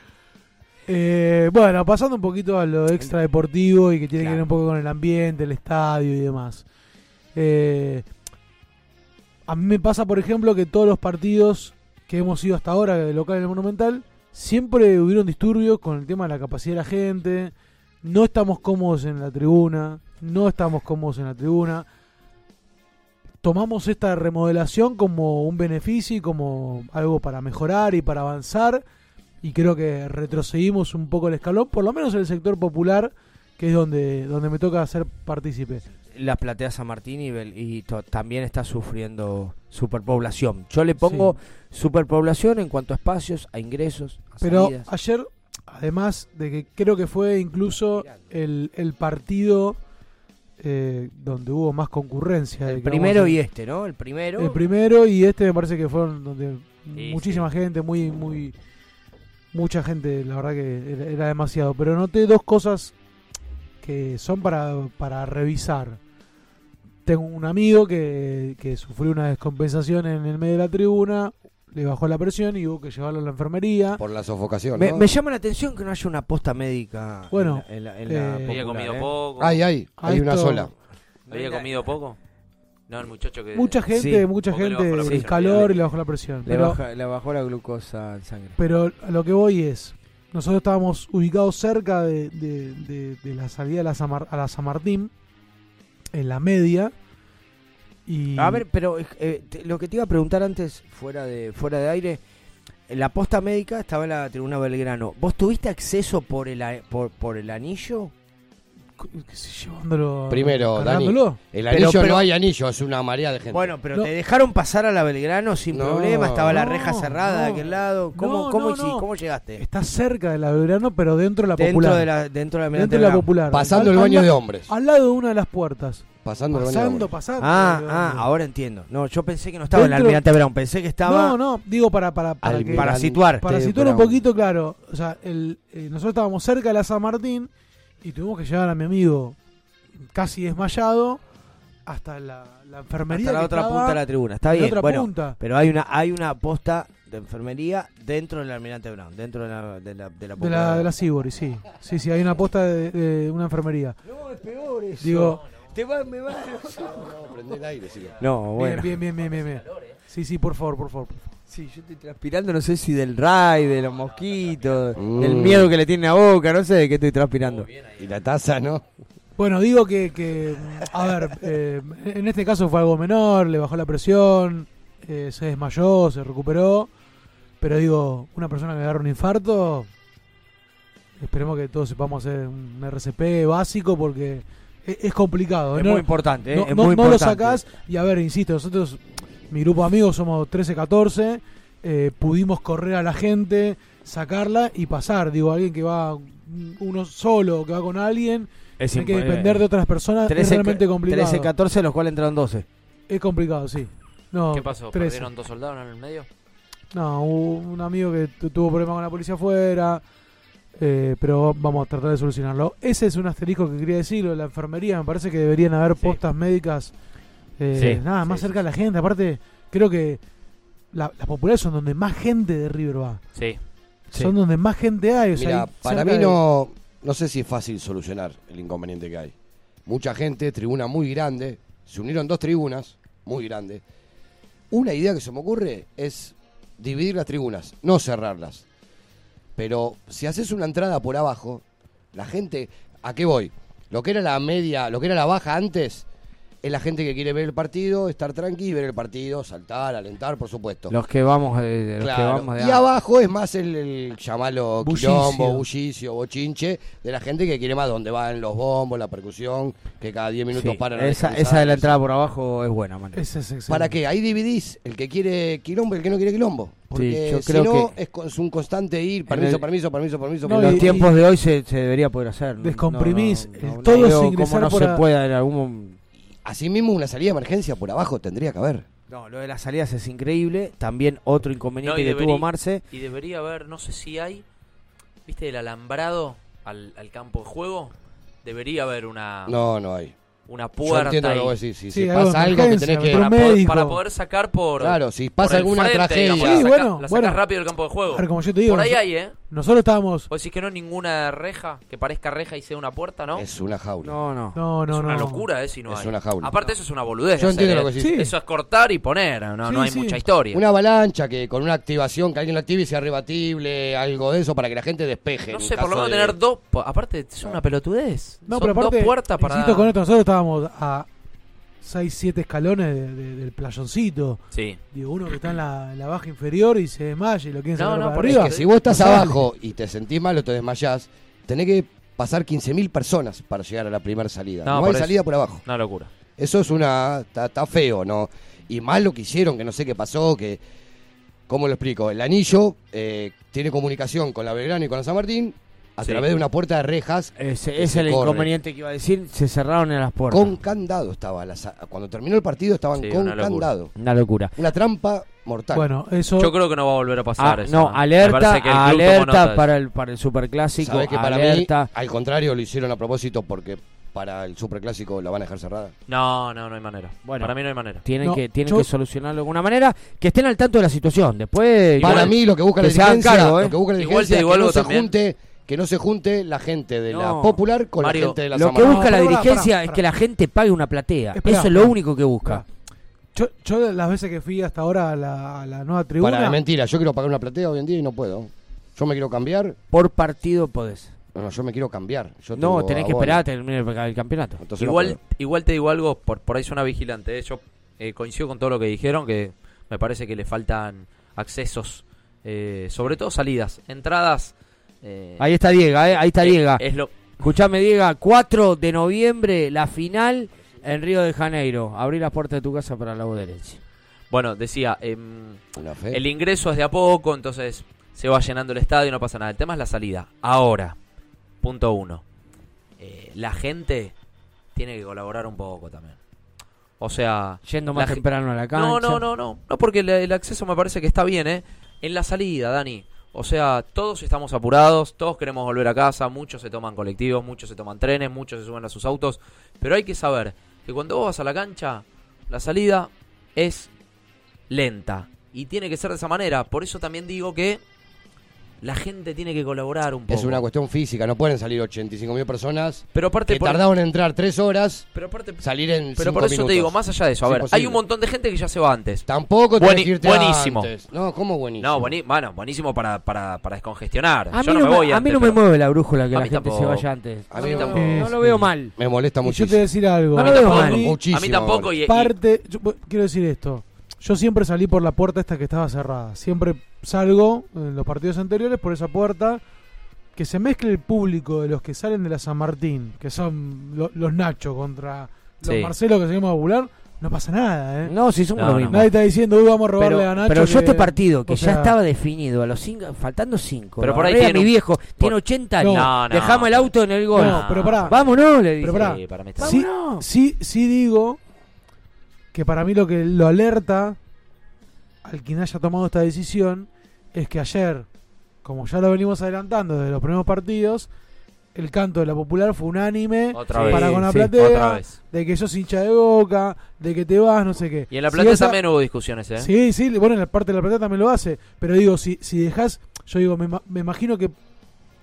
Eh, bueno, pasando un poquito a lo extra deportivo y que tiene que ver un poco con el ambiente, el estadio y demás. Eh, a mí me pasa, por ejemplo, que todos los partidos que hemos ido hasta ahora de local en el Monumental, siempre hubieron disturbios con el tema de la capacidad de la gente. No estamos cómodos en la tribuna, no estamos cómodos en la tribuna. Tomamos esta remodelación como un beneficio y como algo para mejorar y para avanzar y creo que retrocedimos un poco el escalón, por lo menos en el sector popular, que es donde, donde me toca ser partícipe.
la platea San Martín y, Bel- y to- también está sufriendo superpoblación. Yo le pongo superpoblación en cuanto a espacios, a ingresos, a
Pero
salidas.
ayer, además de que creo que fue incluso el, el partido eh, donde hubo más concurrencia.
El primero y este, ¿no? El primero.
El primero y este me parece que fueron donde
Sí,
muchísima gente, muy, muy, mucha gente, la verdad que era, era demasiado. Pero noté dos cosas que son para, para revisar. Tengo un amigo que, que sufrió una descompensación en el medio de la tribuna, le bajó la presión y hubo que llevarlo a la enfermería.
Por la sofocación.
Me,
¿no?
me llama la atención que no haya una posta médica. en
Bueno,
la- en la, en la
eh,
Había
popular,
comido
¿eh?
poco.
Ay, ay,
hay Alto- una sola.
¿Había comido poco? No, el muchacho que.
Mucha gente, mucha
Porque le
gente,
bajó la
el
presión.
calor y le bajó la presión.
Le,
Pero-
baja- le bajó la glucosa en sangre.
Pero a lo que voy es, nosotros estábamos ubicados cerca de, de- de- de la salida de la San Mar- a la San Martín, en la media, y...
A ver, pero eh, te- lo que te iba a preguntar antes, fuera de, fuera de aire, la posta médica estaba en la tribuna Belgrano. ¿Vos tuviste acceso por el, a- por, por el anillo?
¿Qué sé yo? Dándolo-
Primero, Dani,
cargándolo.
el
Pero-
anillo
pero-
no hay anillo, es una marea de gente.
Bueno, pero
No.
te dejaron pasar a la Belgrano sin
No,
problema, estaba la
no,
reja cerrada de
no.
aquel lado. ¿Cómo,
No,
cómo,
no,
hiciste?
no.
¿Cómo llegaste?
Está cerca de la Belgrano, pero dentro de la
Dentro
popular.
de la- dentro de la
dentro de la
Belgrano.
popular.
Pasando el
Al-
baño
al-
de hombres.
Al lado de una de las puertas.
Pasando el baño de
Pasando,
hombres.
pasando.
Ah,
Digo,
ah, ahora entiendo. No, yo pensé que no estaba en la
Dentro-
Almirante Brown, pensé que estaba...
No, no, digo para, para, para, que-
Para situar.
Para
Sí,
situar un
para-
poquito, claro. O sea, el, eh, nosotros estábamos cerca de la San Martín y tuvimos que llevar a mi amigo casi desmayado hasta la, la enfermería.
Hasta la
que
otra
estaba
punta de la tribuna, está
en
bien.
otra
bueno,
punta.
pero hay una hay una posta de enfermería dentro del Almirante Brown, dentro de la de la, de la
De
popular.
la, de la Sibori, sí. Sí, sí, hay una posta de, de una enfermería.
No, es peor eso.
Digo-
te vas, me vas.
Prende el aire, sí.
No, bueno.
Bien, bien, bien, bien, bien. Sí, sí, por favor, por favor. por favor.
eh. Sí, yo estoy transpirando, no sé si del ray, de los mosquitos, del
Mm.
miedo que le tiene a boca, no sé de qué estoy transpirando.
Y la taza, ¿no?
Bueno, digo que, que, a ver, eh, en este caso fue algo menor, le bajó la presión, eh, se desmayó, se recuperó, pero digo, una persona que agarra un infarto, esperemos que todos sepamos hacer un RCP básico porque e, es, es complicado.
Es
¿no?
muy importante, ¿eh?
No,
Es
no-
muy
no lo
importante.
sacás y a ver, insisto, nosotros, mi grupo de amigos somos 13, 14, eh, pudimos correr a la gente, sacarla y pasar, digo, alguien que va uno solo, que va con alguien.
Es
Hay que
impo- eh,
depender de otras personas. es
13,
realmente complicado.
13, 14, los cuales entraron 12.
Es complicado, sí. No,
¿Qué pasó?
13.
¿Perdieron dos soldados en el medio?
No, hubo un amigo que tu- tuvo problemas con la policía afuera. eh, pero vamos a tratar de solucionarlo. Ese es un asterisco que quería decir. lo de La enfermería, me parece que deberían haber postas médicas. eh,
Sí,
nada, más cerca de la gente. Aparte, creo que la- las populares son donde más gente de River va.
Sí.
Son donde más gente hay. o sea,
Mira,
ahí
para
cerca
mí
de-
no, no sé si es fácil solucionar el inconveniente que hay. Mucha gente, tribuna muy grande, se unieron dos tribunas muy grandes. Una idea que se me ocurre es dividir las tribunas, no cerrarlas. Pero si haces una entrada por abajo, la gente, ¿a qué voy? Lo que era la media, lo que era la baja antes, es la gente que quiere ver el partido, estar tranqui, ver el partido, saltar, alentar, por supuesto.
Los que vamos eh, los que
Claro.
vamos de
y abajo es más el, el llamalo
Bullicio.
quilombo, bullicio, bochinche, de la gente que quiere más donde van los bombos, la percusión, que cada 10 minutos
Sí,
paran. a
esa,
descansar.
esa de la entrada por abajo es buena, man.
Ese es excelente.
¿Para qué? Ahí dividís el que quiere quilombo y el que no quiere quilombo. Porque
yo
si
creo
no, es, con- es un constante ir, permiso,
el-
permiso, permiso, permiso.
en
permiso.
los tiempos de hoy se, se debería poder hacer. No,
Descomprimís
no,
el
no, no
todo
veo
sin
cómo
ingresar
no
por
se
a-
pueda en algún
Asimismo, una salida de emergencia por abajo tendría que haber.
No, lo de las salidas es increíble. También otro inconveniente
No, y
que
deberí-
tuvo Marce.
Y debería haber, no sé si hay, ¿viste el alambrado al, al campo de juego? Debería haber una,
No, no hay.
una
Yo
puerta.
entiendo lo
ahí.
que vos decís. Si,
Sí,
si
algo de
pasa algo que
emergencia,
tenés que.
otro
Para poder,
médico.
para poder sacar por.
Claro, si pasa
por el
alguna
frente,
tragedia.
digamos, la
Sí,
saca-
bueno,
la saca
bueno.
rápido del campo de juego.
A ver, como yo te digo,
por ahí
noso-
hay, ¿eh?
Nosotros estábamos.
Vos decís que no ninguna reja, que parezca reja y sea una puerta, ¿no?
Es una jaula.
No, no.
No, no,
es una
no.
locura, ¿eh? Si no
Es
hay.
una jaula.
Aparte, eso es una boludez.
Yo entiendo
¿eh?
lo que decís. Sí.
Eso es cortar y poner, no, no
Sí,
hay
sí.
mucha historia.
Una avalancha que con una activación, que alguien lo active y sea rebatible, algo de eso, para que la gente despeje.
No
en
sé, por
caso
lo menos
de-
tener dos. po- Aparte, es una pelotudez.
No,
Son
pero aparte,
dos puertas para.
insisto con esto, nosotros estábamos a 6, 7 escalones de- de- del playoncito.
Sí.
Digo, uno que está en la, en la baja inferior y se desmaya y lo quieren
No,
sacar
no,
para
por
arriba.
Es que si vos estás
No sale.
abajo y te sentís mal o te desmayás, tenés que pasar 15.000 personas para llegar a la primera salida. No, hay
eso.
salida por abajo.
Una locura.
Eso es una... Está, está feo, ¿no? Y más lo que hicieron, que no sé qué pasó, que... ¿Cómo lo explico? El anillo eh, tiene comunicación con la Belgrano y con la San Martín a
Sí.
través de una puerta de rejas.
Ese
que
es
se
el
corre.
inconveniente que iba a decir. Se cerraron en las puertas.
Con candado estaba. la sa- cuando terminó el partido estaban
Sí,
con
una locura.
candado.
Una locura.
Una trampa mortal.
Bueno, eso.
Yo creo que no va a volver a pasar
Ah,
eso. ¿eh?
no,
Me
alerta,
parece que el club tomó nota de
alerta
eso.
para el, para el superclásico.
¿Sabés que para
alerta.
mí, al contrario, lo hicieron a propósito porque para el superclásico la van a dejar cerrada?
No, no, no hay manera. para mí no hay manera.
Tienen,
No,
que, tienen
yo-
que solucionarlo de alguna manera, que estén al tanto de la situación. Después,
para
igual,
mí lo que busca la
se hagan
dirigencia,
cargo, ¿eh?
lo que busca la
Igual
dirigencia
te
es
digo
que no
algo
se
también.
junte que no se junte la gente de la
No.
popular con
Mario,
la gente de la
Lo que
Samara.
busca la dirigencia es que la gente pague una platea.
Esperá,
Eso es lo
pará.
único que busca.
Yo, yo de las veces que fui hasta ahora a la, a la nueva tribuna.
Para, es mentira, yo quiero pagar una platea hoy en día y no puedo. Yo me quiero cambiar.
Por partido podés.
No, no, yo me quiero cambiar. Yo
No,
tengo
tenés que
abono.
esperar a terminar el, el campeonato.
Entonces no
Igual,
puedo.
igual te digo algo, por, por ahí suena vigilante. ¿eh? Yo eh, coincido con todo lo que dijeron, que me parece que le faltan accesos, eh, sobre todo salidas, entradas. eh,
Ahí está Diego, eh, ahí está
es-
Diego.
es lo-
Escuchame, Diego, 4 de noviembre, la final en Río de Janeiro. Abrí las puertas de tu casa para el lado derecho.
Bueno, decía, em, el ingreso es de a poco, entonces se va llenando el estadio y no pasa nada. El tema es la salida. Ahora, punto uno. eh, la gente tiene que colaborar un poco también. O sea...
Yendo más
la ge-
temprano a la cancha.
No, no, no, no. No porque el, el acceso me parece que está bien, ¿eh? En la salida, Dani. O sea, todos estamos apurados, todos queremos volver a casa, muchos se toman colectivos, muchos se toman trenes, muchos se suben a sus autos. Pero hay que saber que cuando vos vas a la cancha, la salida es lenta. Y tiene que ser de esa manera. Por eso también digo que la gente tiene que colaborar un poco.
Es una cuestión física, no pueden salir 85.000 personas
Pero aparte
que
por-
tardaron en entrar 3 horas,
pero aparte,
salir en
Pero por eso te digo, más allá de eso, a ver, hay un montón de gente que ya se va antes.
Tampoco tenés
Bueni-
que irte
buenísimo.
antes. No, ¿cómo buenísimo?
No, bueni- bueno, buenísimo para, para, para descongestionar.
A mí
Yo no
no
me
me-
voy
a
antes,
mí no me
pero-
mueve la brújula que
A
la
mí
gente se
tampoco.
vaya antes.
A mí
No,
tampoco.
no lo veo mal.
Me molesta
Y yo
muchísimo.
te voy a decir algo.
No lo veo mal.
Muchísimo.
A mí tampoco, y- y-
Parte, yo, bu- quiero decir esto. Yo siempre salí por la puerta esta que estaba cerrada. Siempre salgo en los partidos anteriores por esa puerta. Que se mezcle el público de los que salen de la San Martín, que son lo- los Nacho contra los
Sí.
Marcelo que seguimos a popular, no pasa nada, ¿eh?
No, si somos No, lo no. mismo.
Nadie está diciendo, uy, vamos a robarle
Pero,
a Nacho.
pero yo
que-
este partido que
o
ya
sea,
estaba definido a los cinco, faltando cinco.
Pero por ahí
agarré a
tiene
mi
un-
viejo
por-
tiene 80 años.
No, no.
Dejamos el auto en el gol.
No, pero pará.
Vámonos, le dije.
Pero pará.
Sí.
sí, sí, sí digo que para mí lo que lo alerta al quien haya tomado esta decisión es que ayer, como ya lo venimos adelantando desde los primeros partidos, el canto de la popular fue unánime
Otra vez.
para
Sí,
con la
sí, otra
platea,
vez.
de que sos hincha de boca, de que te vas, no sé qué.
Y en La
Si
Plata
esa-
también hubo discusiones, ¿eh?
Sí, sí, bueno, en la parte de la plata también lo hace. Pero digo, si, si dejas, yo digo, me, ima- me imagino que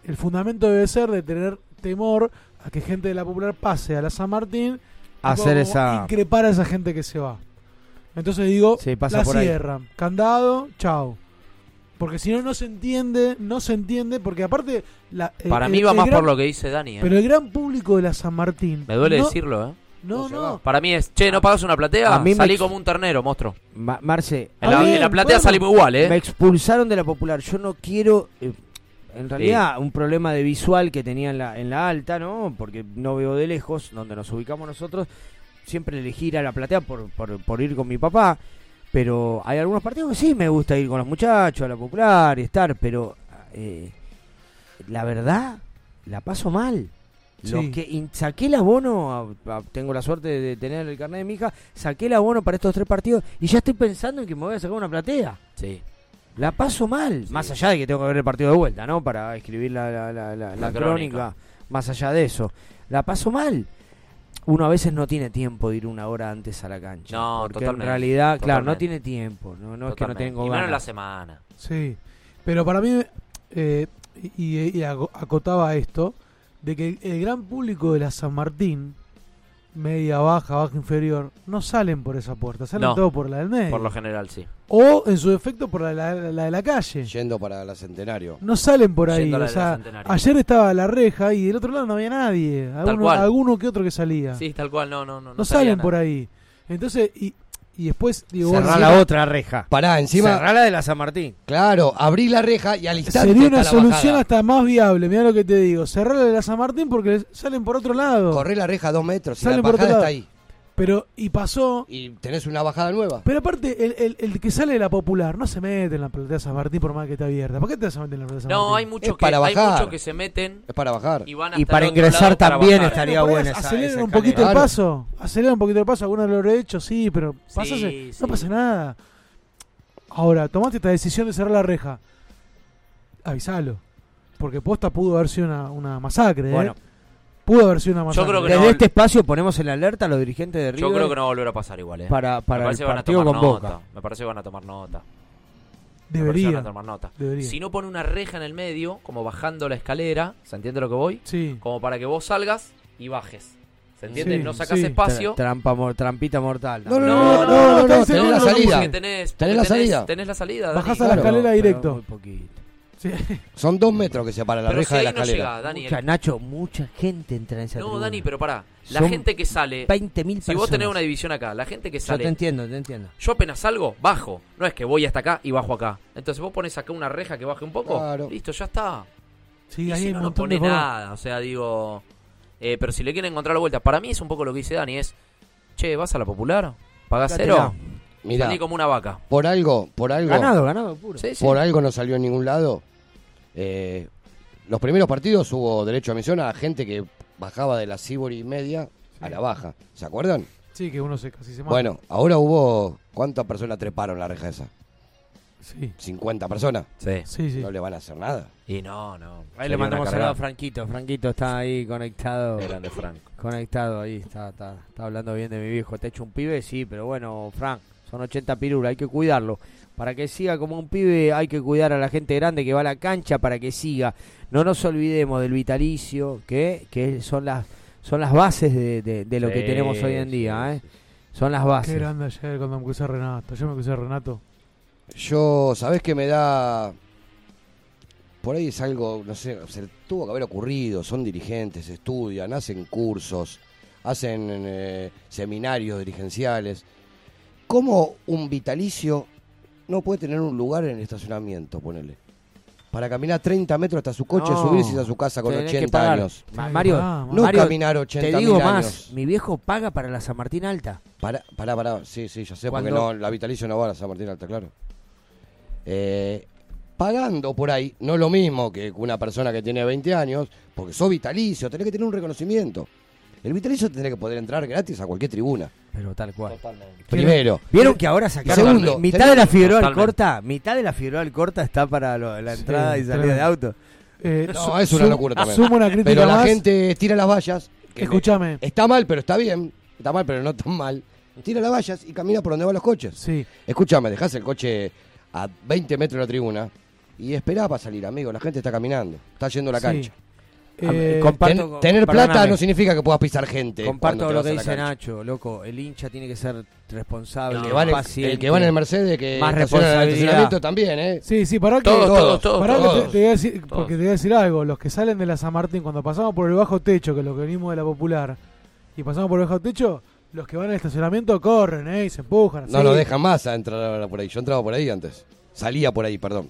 el fundamento debe ser de tener temor a que gente de la popular pase a la San Martín y
Hacer
como
esa-
increpar a esa gente que se va. Entonces digo,
Sí, pasa
la
por ahí.
cierran, candado, chao. Porque si no, no se entiende, no se entiende, porque aparte... La, eh,
Para mí
el-
va
el
más
gran-
por lo que dice Dani, ¿eh?
Pero el gran público de la San Martín...
Me duele
no-
decirlo, ¿eh?
No, no,
Para mí es, che, ¿no pagas una platea?
A mí me
Salí
ex-
como un ternero, monstruo.
Ma- Marce.
En la-
a mí-
en la platea salimos igual, ¿eh?
Me expulsaron de la popular. Yo no quiero. eh, en realidad, un problema de visual que tenía en la, en la alta, ¿no? Porque no veo de lejos, donde nos ubicamos nosotros. Siempre elegí ir a la platea por, por, por ir con mi papá. Pero hay algunos partidos que sí me gusta ir con los muchachos, a la popular y estar. Pero eh, la verdad, la paso mal. Los
Sí.
que in- saqué el abono, a- a- tengo la suerte de tener el carnet de mi hija, saqué el abono para estos tres partidos y ya estoy pensando en que me voy a sacar una platea.
Sí.
La paso mal, más allá de que tengo que ver el partido de vuelta, ¿no? Para escribir la, la- la- la- la crónica.
crónica.
más allá de eso. La paso mal. Uno a veces no tiene tiempo de ir una hora antes a la cancha.
No,
porque
totalmente,
en realidad, claro, no
totalmente.
tiene tiempo. No, no es que no
Totalmente.
tengo
Y
ganas.
menos la semana.
Sí, pero para mí, eh, y, y ago- acotaba esto, de que el, el gran público de la San Martín, media, baja, baja, inferior, no salen por esa puerta, salen
No.
todo por la del
E.
medio.
Por lo general, sí.
O, en su defecto, por la, la- la de la calle.
Yendo para la Centenario.
No salen por ahí.
Yendo a la
o
de
sea,
la Centenario.
ayer estaba la reja y del otro lado no había nadie. Alguno,
cual.
alguno que otro que salía.
Sí, tal cual, no, no, no.
no
salía
salen
nada.
por ahí. Entonces, y, y después... Digo,
Cerrá
bueno,
la
encima-
otra reja.
Pará, encima.
Cerrá la de la San Martín.
Claro, abrí la reja y al instante.
Sería una
está la bajada.
solución hasta más viable, mira lo que te digo. Cerrar la de la San Martín porque salen por otro lado.
Corré la reja a dos metros y
Salen
la
por otro
bajada
lado.
está ahí.
Pero, y pasó.
Y tenés una bajada nueva.
Pero aparte, el, el- el que sale de la popular no se mete en la platea San Martín por más que esté abierta. ¿Por qué te vas a meter en la platea San Martín?
No, hay muchos,
Es
que,
para
hay
bajar.
muchos que se meten.
Es para bajar.
Y, van
Y
hasta
para
el otro
ingresar
lado para
también
bajar.
estaría
Bueno,
buena esa-
acelera
esa
un poquito el
escalera.
paso. Acelera un poquito el paso. Algunos lo he hecho, sí, pero pasase,
sí.
no pasa nada. Ahora, tomaste esta decisión de cerrar la reja. Avisalo. Porque posta pudo haber sido una, una masacre, ¿eh?
Bueno.
Pudo haber sido una masacre.
no
Desde
vol-
este espacio ponemos en alerta a los dirigentes de River.
Yo creo que no va a volver a pasar igual, ¿eh?
Para,
Me
para el
parece que van a
partido
tomar
con
nota.
Boca.
Me parece que van a tomar nota. Me
Debería,
parece que van a tomar nota.
debería.
Si no pone una reja en el medio, como bajando la escalera, ¿se entiende lo que voy? Sí. Como para que vos salgas y bajes. ¿Se entiende?
Sí,
no sacas
sí.
espacio.
Tra- Trampa, mor- trampita mortal.
No, no, no, no, no, no,
tenés
no, no,
la
no,
salida.
porque tenés- porque Tenés la tenés- salida. tenés la salida, Dani.
Bajás a la escalera directo.
Sí.
Son dos metros que separan la
Pero
reja
si
de la
ahí no
escalera.
llega, Dani,
Mucha,
el-
Nacho, mucha gente entra en esa
No,
tribuna.
Dani, pero pará. La
Son
gente que sale.
20.000
Si vos tenés
personas.
una división acá, la gente que
Yo
sale.
te entiendo, te entiendo.
Yo apenas salgo, bajo. No es que voy hasta acá y bajo acá. Entonces vos pones acá una reja que baje un poco. Listo, ya está.
Sí,
Y
ahí
si
hay
no,
un
no
montón
pone
de formas.
nada. O sea, digo. eh, pero si le quieren encontrar la vuelta, para mí es un poco lo que dice Dani: es. Che, vas a la popular, pagás
Jugátela.
cero.
Mirá.
Salí como una vaca.
Por algo, por algo.
Ganado, ganado, puro. Sí, sí.
Por algo no salió en ningún lado. Eh, los primeros partidos hubo derecho a misión a gente que bajaba de la Cibori y media a la baja. ¿Se acuerdan?
Sí, que uno se casi se mata.
Bueno, ahora hubo. ¿Cuántas personas treparon la reja esa?
Sí.
50 personas.
Sí.
No le van a hacer nada.
Y no, no.
Ahí le mandamos saludo a Franquito. Franquito está ahí conectado. Grande
Franco.
Conectado ahí, está, está, está hablando bien de mi viejo. ¿Te hecho un pibe? Sí, pero bueno, Frank, son 80 pirulas, hay que cuidarlo. Para que siga como un pibe hay que cuidar a la gente grande que va a la cancha para que siga. No nos olvidemos del vitalicio, que, que son las son las bases de, de- de lo que
Sí,
tenemos hoy en
sí,
día. ¿eh? Son las bases.
Qué grande ayer cuando me crucé a Renato. Yo me crucé a Renato.
Yo, ¿sabés que me da? Por ahí es algo, no sé, se tuvo que haber ocurrido, son dirigentes, estudian, hacen cursos, hacen eh, seminarios dirigenciales. ¿Cómo un vitalicio no puede tener un lugar en el estacionamiento, ponele? Para caminar 30 metros hasta su coche,
No.
subirse a su casa con
Tenés que
80
pagar.
años.
Ma- Mario,
no
Mario,
caminar 80
Te digo
mil
más,
años.
mi viejo paga para la San Martín Alta.
Pará, pará, pará. Sí, sí, ya sé, porque
Cuando-
no, la vitalicio no va a la San Martín Alta, claro. Eh, pagando por ahí, no lo mismo que una persona que tiene 20 años, porque sos vitalicio, tenés que tener un reconocimiento. El vitalicio tendría que poder entrar gratis a cualquier tribuna.
Pero tal cual.
Primero.
Vieron que ahora sacaron
Segundo,
mi- mitad
tenés-
de la fibroal
Totalmente.
corta, mitad de la fibroal corta está para lo- la entrada y salida de
tremendo.
auto.
Eh,
No, es una locura también.
Sumo una crítica
pero la
más.
gente tira las vallas. que me-
Escúchame.
Está mal, pero está bien. Está mal, pero no tan mal. Tira las vallas y camina por donde van los coches.
Sí.
Escúchame, dejás el coche a 20 metros de la tribuna y esperá para salir, amigo. La gente está caminando, está yendo a la
Sí.
cancha.
Eh,
Ten-
comparto con-
tener plata
perdóname.
no significa que puedas pisar gente. cuando
Comparto
te
lo
vas
que
a la
dice
cancha.
Nacho, loco. El hincha tiene que ser responsable.
El que va en el-
paciente,
el que va en el Mercedes, que estaciona
más
en el
responsabilidad.
estacionamiento también, ¿eh?
Sí, sí, pará que.
Todos, todos, todos,
pará que
todos.
te, te voy a decir,
Todos.
porque te voy a decir algo. Los que salen de la San Martín, cuando pasamos por el bajo techo, que es lo que venimos de la popular, y pasamos por el bajo techo, los que van al estacionamiento corren, ¿eh? Y se empujan.
No
así.
lo dejan más a entrar ahora por ahí. Yo entraba por ahí antes. Salía por ahí, perdón.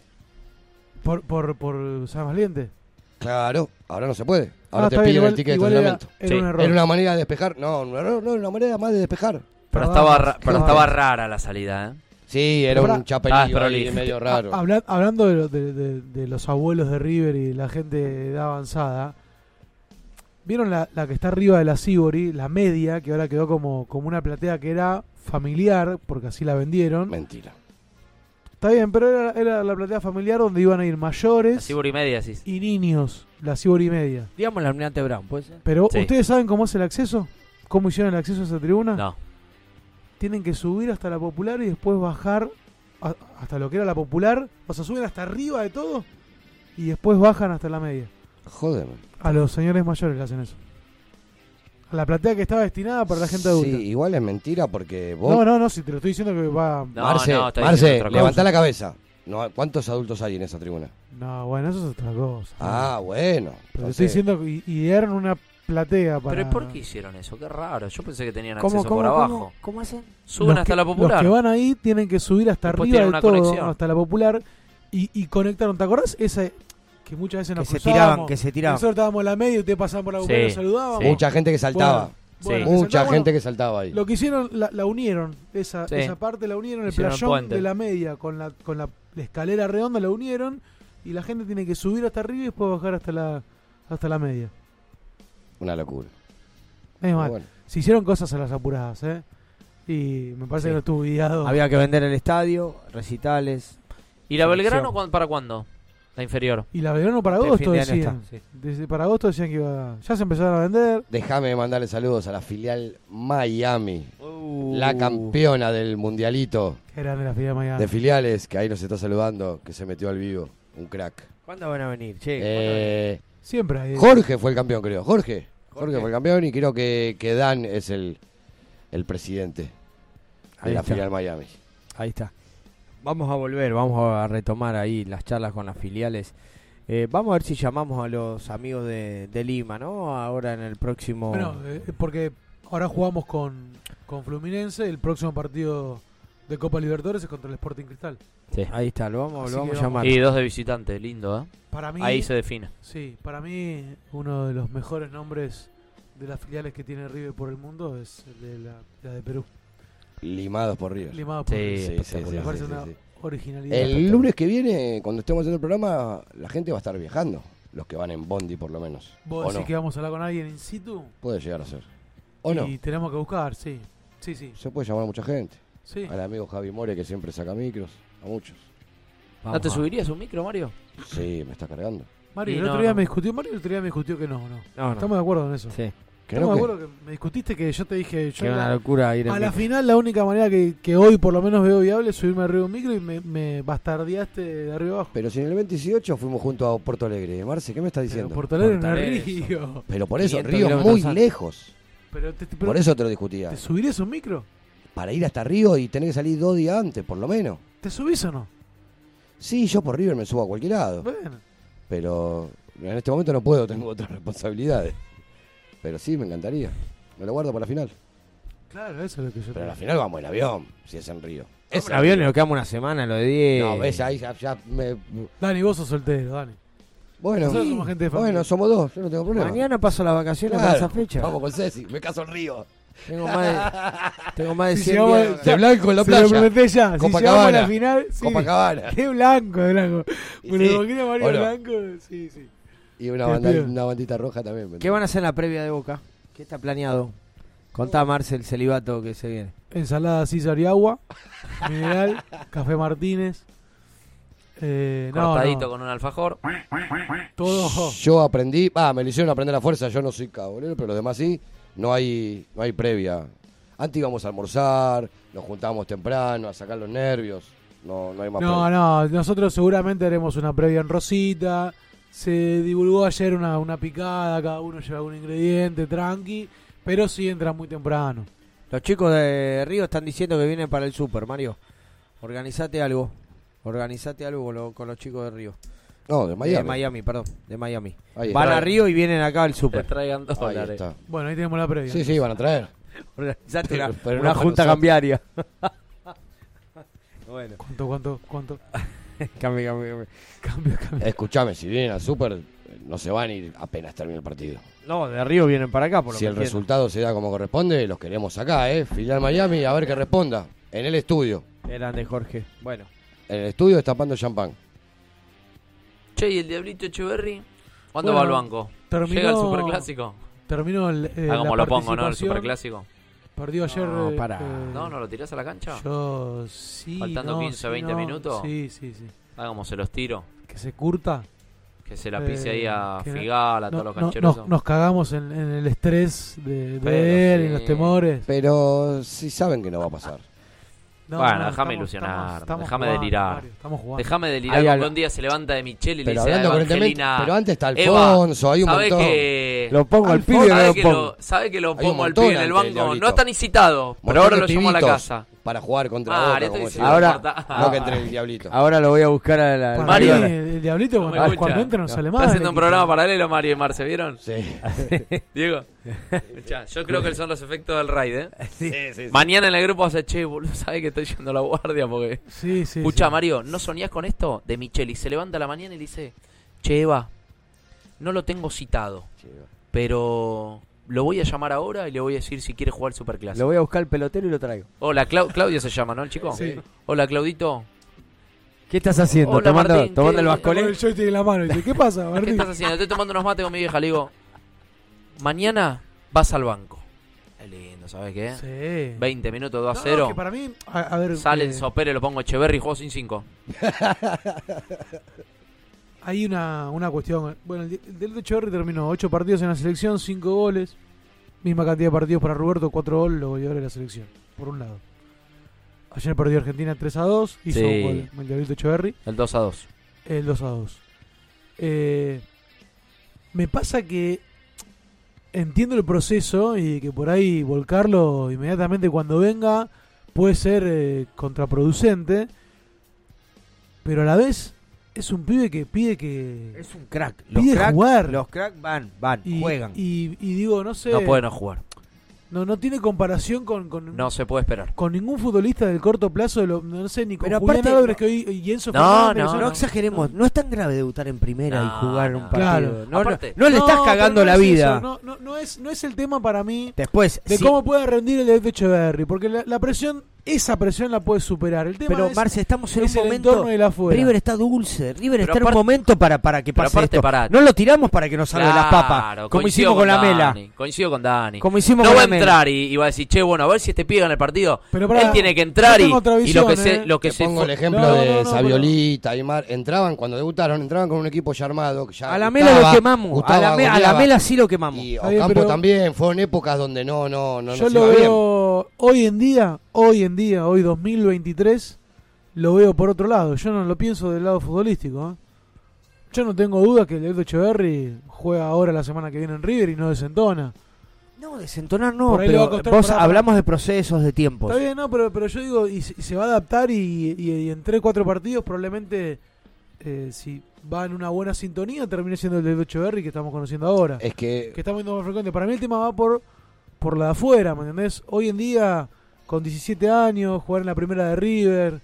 Por, por, por San Valiente.
Claro, ahora no se puede. Ahora
Ah,
te
está
piden
bien, igual-
el ticket de
igual era-
estacionamiento.
era un Sí. error.
Era una manera de despejar. No, un error, no, una manera más de despejar.
Ah,
Pero estaba, ra- pero estaba rara la salida, ¿eh?
Sí, era
Pero
un
pará.
chapelío
Ah, pero
ahí,
listo.
medio raro.
Habla- hablando de, lo- de- de- de los abuelos de River y la gente de edad avanzada, ¿vieron la, la que está arriba de la Sibori, la media, que ahora quedó como, como una platea que era familiar, porque así la vendieron?
Mentira.
Está bien, pero era, era la platea familiar donde iban a ir mayores
Cibor y media, sí.
y niños, la Sibori media.
Digamos la Almirante Brown, ¿puede ser?
Pero,
Sí.
¿ustedes saben cómo es el acceso? ¿Cómo hicieron el acceso a esa tribuna?
No.
Tienen que subir hasta la popular y después bajar a- hasta lo que era la popular. O sea, suben hasta arriba de todo y después bajan hasta la media.
Joder.
A los señores mayores le hacen eso. A la platea que estaba destinada para la gente adulta.
Sí, igual es mentira porque vos.
No, no, no, si te lo estoy diciendo que va...
Marce,
está
Marce,
diciendo otra
levantá
cosa.
la cabeza. No, ¿Cuántos adultos hay en esa tribuna?
No, bueno, eso es otra cosa.
Ah, bueno.
Pero te
Entonces-
estoy diciendo que y- y eran una platea para...
Pero ¿por qué hicieron eso? Qué raro. Yo pensé que tenían
¿Cómo,
acceso
cómo,
por
cómo?
abajo.
¿Cómo hacen?
Suben
Los
hasta
que-
la popular.
Los que van ahí tienen que subir hasta
Después
arriba
tienen
de
una
todo,
conexión.
hasta la popular y, y conectaron. ¿Te acordás? Ese que muchas veces nos
se
cruzábamos,
tiraban, que se tiraban.
Nosotros estábamos en la media y ustedes pasaban por la popular y
Sí,
nos saludaban.
sí. Mucha gente que saltaba. Sí. Mucha gente que saltaba ahí.
Lo que hicieron, la, la unieron. Esa,
Sí.
esa parte la unieron, el
Hicieron un
playón
puente.
de la media con la, con la la escalera redonda la unieron y la gente tiene que subir hasta arriba y después bajar hasta la, hasta la media.
Una locura.
Es
Pero
mal.
bueno.
Se hicieron cosas a las apuradas, ¿eh? Y me parece
Sí.
que no estuvo guiado.
Había que vender el estadio, recitales.
¿Y la Belgrano
selección.
cuán- para cuándo? La inferior.
Y la Belgrano para
Este
agosto
fin de año
decían.
está, sí.
Desde- Para agosto decían que iba. Ya se empezaron a vender.
Déjame mandarle saludos a la filial Miami, la campeona del mundialito
Qué grande la filial de Miami.
de filiales, que ahí nos está saludando, que se metió al vivo, un crack.
¿Cuándo van a venir? Che,
Eh,
Siempre hay-
Jorge fue el campeón, creo. Jorge. Jorge, fue el campeón y creo que, que Dan es el, el presidente de
Ahí
la
está.
filial Miami.
Ahí está. Vamos a volver, vamos a retomar ahí las charlas con las filiales. Eh, vamos a ver si llamamos a los amigos de, de Lima, ¿no? Ahora en el próximo...
Bueno, eh, porque ahora jugamos con, con Fluminense. El próximo partido de Copa Libertadores es contra el Sporting Cristal.
Ahí está, lo vamos,
Así
lo vamos
que
a llamar.
Y dos de visitante, lindo, ¿eh?
Para mí-
Ahí se define.
Sí, para mí uno de los mejores nombres de las filiales que tiene River por el mundo es el de la, la de Perú.
Limados por River.
Limados por Sí, River.
Sí, sí, sí,
espectacular.
sí,
Me parece
sí,
una
sí.
originalidad.
El lunes que viene, cuando estemos haciendo el programa, la gente va a estar viajando. Los que van en Bondi, por lo menos.
¿Vos
¿O
decís
no?
que vamos a hablar con alguien in situ?
Puede llegar a ser. ¿O no?
Y tenemos que buscar, sí. Sí, sí.
Se puede llamar a mucha gente.
Sí.
Al amigo Javi More, que siempre saca micros. A muchos.
¿No te subirías un micro, Mario?
Sí, me está cargando.
Mario,
Y
el
no,
otro día
no.
me discutió, Mario, el otro día me discutió que no, no.
No, no.
Estamos de acuerdo en eso.
Sí.
¿Que no
Estamos de
qué?
acuerdo que me discutiste que yo te dije... Yo
Que
la-
una locura ir en
A la
micro.
final la única manera que, que hoy por lo menos veo viable es subirme arriba de un micro y me, me bastardeaste de arriba abajo.
Pero si en el 28 fuimos junto a Porto Alegre. Marce, ¿qué me estás diciendo?
Porto Alegre no
Alegre.
es Río.
Pero por eso,
500
Río es
kilómetros
muy
antes.
lejos.
Pero te- te-
Por eso te lo discutía.
¿Te subirías un micro?
Para ir hasta Río y tener que salir dos días antes, por lo menos.
¿Te subís o no?
Sí, yo por River me subo a cualquier lado.
Bueno.
Pero en este momento no puedo, tengo otras responsabilidades. Pero sí, me encantaría. Me lo guardo para la final.
Claro, eso es lo que yo
Pero a la final vamos en avión, si es en Río. Es
En avión nos quedamos una semana, lo de 10.
No, ves, ahí ya, ya me...
Dani, vos sos soltero, Dani.
Bueno,
Nosotros somos gente de familia.
bueno, somos dos, yo no tengo problema.
Mañana paso las vacaciones
Claro,
para esa fecha.
Vamos con Ceci, me caso en Río.
Tengo más de, tengo más de
Si
100
llegamos-
días
ya-
vacaciones.
se lo prometé ya. Si llegamos a la final, sí.
Copacabana.
Qué blanco, de blanco.
Y
Con el
sí,
boquete amarillo
¿o no?
blanco, sí, sí.
Y una,
Te
banda-
pido.
una bandita roja también. ¿me
¿Qué van a hacer en la previa de Boca? ¿Qué está planeado? Contá, Marcel, el celibato que se viene.
Ensalada César y agua, mineral, café Martínez. Eh, no,
Cortadito
no,
con un alfajor.
todo.
Yo aprendí, ah, me lo hicieron aprender a fuerza, yo no soy cabrero, pero los demás sí, no hay, no hay previa. Antes íbamos a almorzar, nos juntábamos temprano, a sacar los nervios, no, no hay más
No, no, nosotros seguramente haremos una previa en Rosita. Se divulgó ayer una, una picada, cada uno lleva un ingrediente, tranqui, pero sí entra muy temprano.
Los chicos de Río están diciendo que vienen para el Super, Mario. Organizate algo. Organizate algo con, lo- con los chicos de Río.
No, de Miami.
De Miami, perdón. De Miami.
Ahí
Van
está.
a Río y vienen acá al Super.
Te traigan dos
Ahí
dólares.
está.
Bueno, ahí tenemos la previa.
Sí, sí, van a traer.
Organizate
Pero-
una,
pero
una
no para nosotros.
junta cambiaria. bueno.
¿Cuánto, cuánto, cuánto?
Cambio, cambio, cambio.
Escuchame, si vienen al Super, eh, no se van a ir apenas termine el partido.
No, de Río vienen para acá, por lo
Si
que
el
entiendo.
resultado se da como corresponde, los queremos acá, ¿eh? Filial Miami, a ver que responda. En el estudio.
Eran de Jorge. Bueno.
En el estudio destapando champán.
Che, ¿y el Diablito Echeverry? ¿Cuándo
Bueno,
va al banco?
terminó-
¿Llega al Superclásico?
Terminó el. eh,
Ah, como
la
lo pongo, ¿no? El
participación.
Superclásico.
Perdió ayer.
No,
eh,
pará.
eh,
No, ¿no lo tirás a la cancha?
Yo sí.
Faltando
no,
15,
sí,
20
no,
minutos.
Sí, sí, sí.
Ah, como se los tiro.
Que se curta.
Que se la pise ahí a
Eh, que-
Figal, a todos
no,
los cancheros.
no, nos cagamos en, en el estrés de, de
Pero
él, en
sí.
los temores.
Pero si saben que no va a pasar.
No,
bueno,
no,
déjame
estamos- estamos-
ilusionar,
estamos
déjame
jugando,
delirar.
Mario, estamos jugando.
Déjame delirar.
Hay
porque
algo-
un día se levanta de Michelle y le
Pero
dice a
hablando correctamente-
Evangelina.
pero antes está
Eva,
Alfonso, hay un
sabe
montón.
Que...
Lo pongo al
Alfonso,
pibe,
sabe
lo
que
pongo.
lo- Sabe que lo
Hay un
pongo al
montón
pibe en el
antes del
banco.
Diablito.
No está ni citado, pero
Montón
ahora
de
lo llamo a la
pibitos
casa.
Para jugar contra
Ah,
Boca,
ahora
como
estoy
si-
diciendo,
Ahora-
corta.
No que entre el diablito.
Ahora lo voy a buscar a la.
Para
Mario.
mí, el, el diablito
me
cuando,
escucha.
Ah, cuando entra no sale más.
Está haciendo un
Equipo.
programa paralelo, Mario y Mar, ¿se vieron?
Sí.
Diego. Escuchá, yo creo que son los efectos del raid, ¿eh?
Sí, sí, sí.
Mañana en el grupo hace, che, boludo, sabes que estoy yendo a la guardia porque...
Sí, sí.
Escucha,
sí.
Mario, ¿no soñás con esto? De Michelle. Y se levanta a la mañana y le dice, che, Eva, no lo tengo citado, pero lo voy a llamar ahora y le voy a decir si quiere jugar al Superclásico.
Lo voy a buscar el pelotero y lo traigo.
Hola, Clau- Claudio se llama, ¿no, el chico?
Sí.
Hola, Claudito.
¿Qué estás haciendo?
Hola,
¿Tomando,
Martín,
tomando
¿qué-
el
Con
vascolé?
el joystick en la mano. Dice, ¿Qué pasa,
¿Qué
Martín?
estás haciendo? Estoy tomando unos mates con mi vieja. Le digo, mañana vas al banco. Qué lindo. lindo, ¿sabes qué?
Sí.
20 minutos 2 a
No,
0.
que para mí- a- a ver,
Sale
eh,
el Sopere, lo pongo Echeverry y juego sin 5.
Hay una, una cuestión. Bueno, el del de Echeverri terminó 8 partidos en la selección, 5 goles. Misma cantidad de partidos para Roberto, 4 goles, los goleadores de la selección. Por un lado. Ayer perdió Argentina 3 a 2, hizo
Sí.
un gol Maldonado Echeverri,
El 2 a 2.
el 2 a 2. Eh, me pasa que entiendo el proceso y que por ahí volcarlo inmediatamente cuando venga puede ser eh, contraproducente, pero a la vez es un pibe que pide que es un
crack, los
pide
crack-
jugar,
los crack van, van,
y,
juegan.
y, y digo no sé,
No puede no jugar.
no no tiene comparación con, con,
No se puede esperar.
con ningún futbolista del corto plazo, de lo- no sé ni con
Pero
Julián
aparte-
Álvarez que hoy y Enzo
No,
Fernández, que
no,
son-
no exageremos. No es tan grave debutar en primera y jugar un partido.
Claro.
No, no- no le estás
No,
cagando
pero no
la
es
vida.
eso, no, no- no es, no es el tema para mí
Después,
de
sí.
cómo puede rendir el de Echeverry. Porque la, la presión, esa presión la puede superar. El tema
Pero
es-
Marce, estamos en un
es el
momento.
entorno de la afuera.
River está dulce. River
Pero
está en
aparte-
un momento para, para que
pero
pase
aparte
esto.
pará.
No lo tiramos para que nos salga la papa.
Claro,
Como
coincido
hicimos con, la
Dani,
mela.
Coincido con Dani.
Como hicimos
no
con
va a
la Mela.
entrar y, y va a decir, che, bueno, a ver si este pibe gana el partido.
Pero pará,
Él tiene que
yo
entrar y,
tengo otra
y lo
visión,
que se.
¿eh?
Lo que
Te
se
pongo
fu-
el
ejemplo
No, no,
de
no, no,
Saviolita, Aymar, entraban cuando debutaron, entraban con un equipo ya armado. que ya
A la Mela
gustaba,
lo quemamos.
gustaba,
a, la me- a la
goleaba.
Mela sí lo quemamos.
Y
Está bien,
Ocampo
pero-
también, fueron épocas donde no, no, no
Yo
nos
lo
iba bien.
veo hoy en día, hoy en día, hoy 2023, lo veo por otro lado. Yo no lo pienso del lado futbolístico. ¿eh? Yo no tengo duda que el de Echeverry juega ahora la semana que viene en River y no desentona.
No, desentonar no.
Por ahí le va a
Pero
costar
vos
parar.
hablamos de procesos, de tiempos.
Está bien, no, pero, pero yo digo, y, se- y se va a adaptar y, y- y en 3, 4 partidos probablemente, eh, si va en una buena sintonía, termine siendo el de Echeverry que estamos conociendo ahora.
Es que
que estamos viendo más frecuente. Para mí el tema va por, por la de afuera, ¿me entendés? Hoy en día, con 17 años, jugar en la primera de River,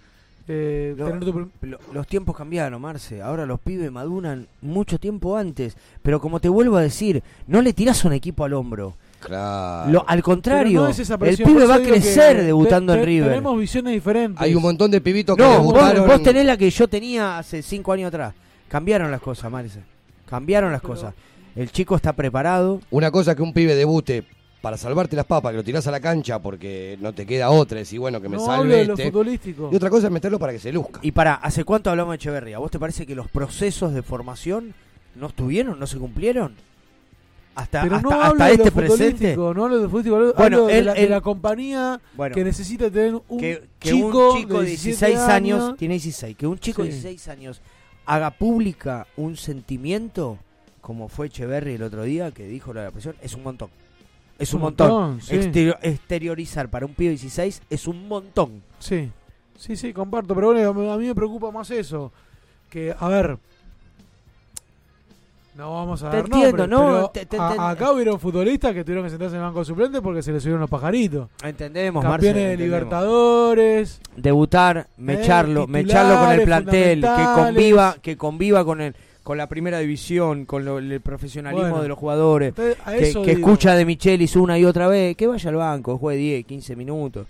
eh,
Lo-
tener tu prim-
lo- los tiempos cambiaron, Marce. Ahora los pibes maduran mucho tiempo antes. Pero como te vuelvo a decir, no le tirás un equipo al hombro.
Claro.
Lo- al contrario,
Pero no es esa
el
presión, por
pibe
eso
va a
digo que
crecer
te-
debutando
te-
en River.
Tenemos visiones diferentes.
Hay un montón de pibitos que
No, vos,
debutaron.
vos tenés la que yo tenía hace cinco años atrás. Cambiaron las cosas, Marce. Cambiaron las cosas. El chico está preparado.
Una cosa que un pibe debute para salvarte las papas, que lo tirás a la cancha porque no te queda otra, y bueno, que me
no hablo
salve
de lo
este.
futbolístico.
Y otra cosa es meterlo para que se luzca.
Y para, ¿hace cuánto hablamos de Echeverría? ¿Vos te parece que los procesos de formación no estuvieron, no se cumplieron? Hasta,
Pero
hasta,
no
Ah, hasta
hablo de
este
lo
presente.
futbolístico, no hablo de lo futbolístico, hablo,
Bueno,
hablo de,
él-
la, de
él-
la compañía
Bueno.
que necesita tener un
que, que
chico,
un chico de
17
16 años, tiene 16, que un chico de
Sí.
16 años haga pública un sentimiento como fue Echeverry el otro día que dijo lo de la presión, es un montón. Es un,
Un
montón.
montón, sí.
Exterior- exteriorizar para un pibe de 16 es un montón.
Sí, sí, sí, comparto, pero bueno, me- a mí me preocupa más eso. Que, a ver. No vamos a
Te
dar
entiendo,
nombres,
¿no?
pero
Te- te-
a-
te-
acá hubieron futbolistas que tuvieron que sentarse en el banco suplente porque se les subieron los pajaritos.
Entendemos, Marce,
Campeones de
entendemos.
Libertadores.
Debutar, mecharlo,
Eh,
mecharlo con el plantel, que
fundamentales.
conviva, que conviva con el con la primera división, con lo- el profesionalismo
Bueno,
de los jugadores,
entonces, a
que,
eso
que
digo.
escucha de Michelis una y otra vez, que vaya al banco, juegue 10, 15 minutos.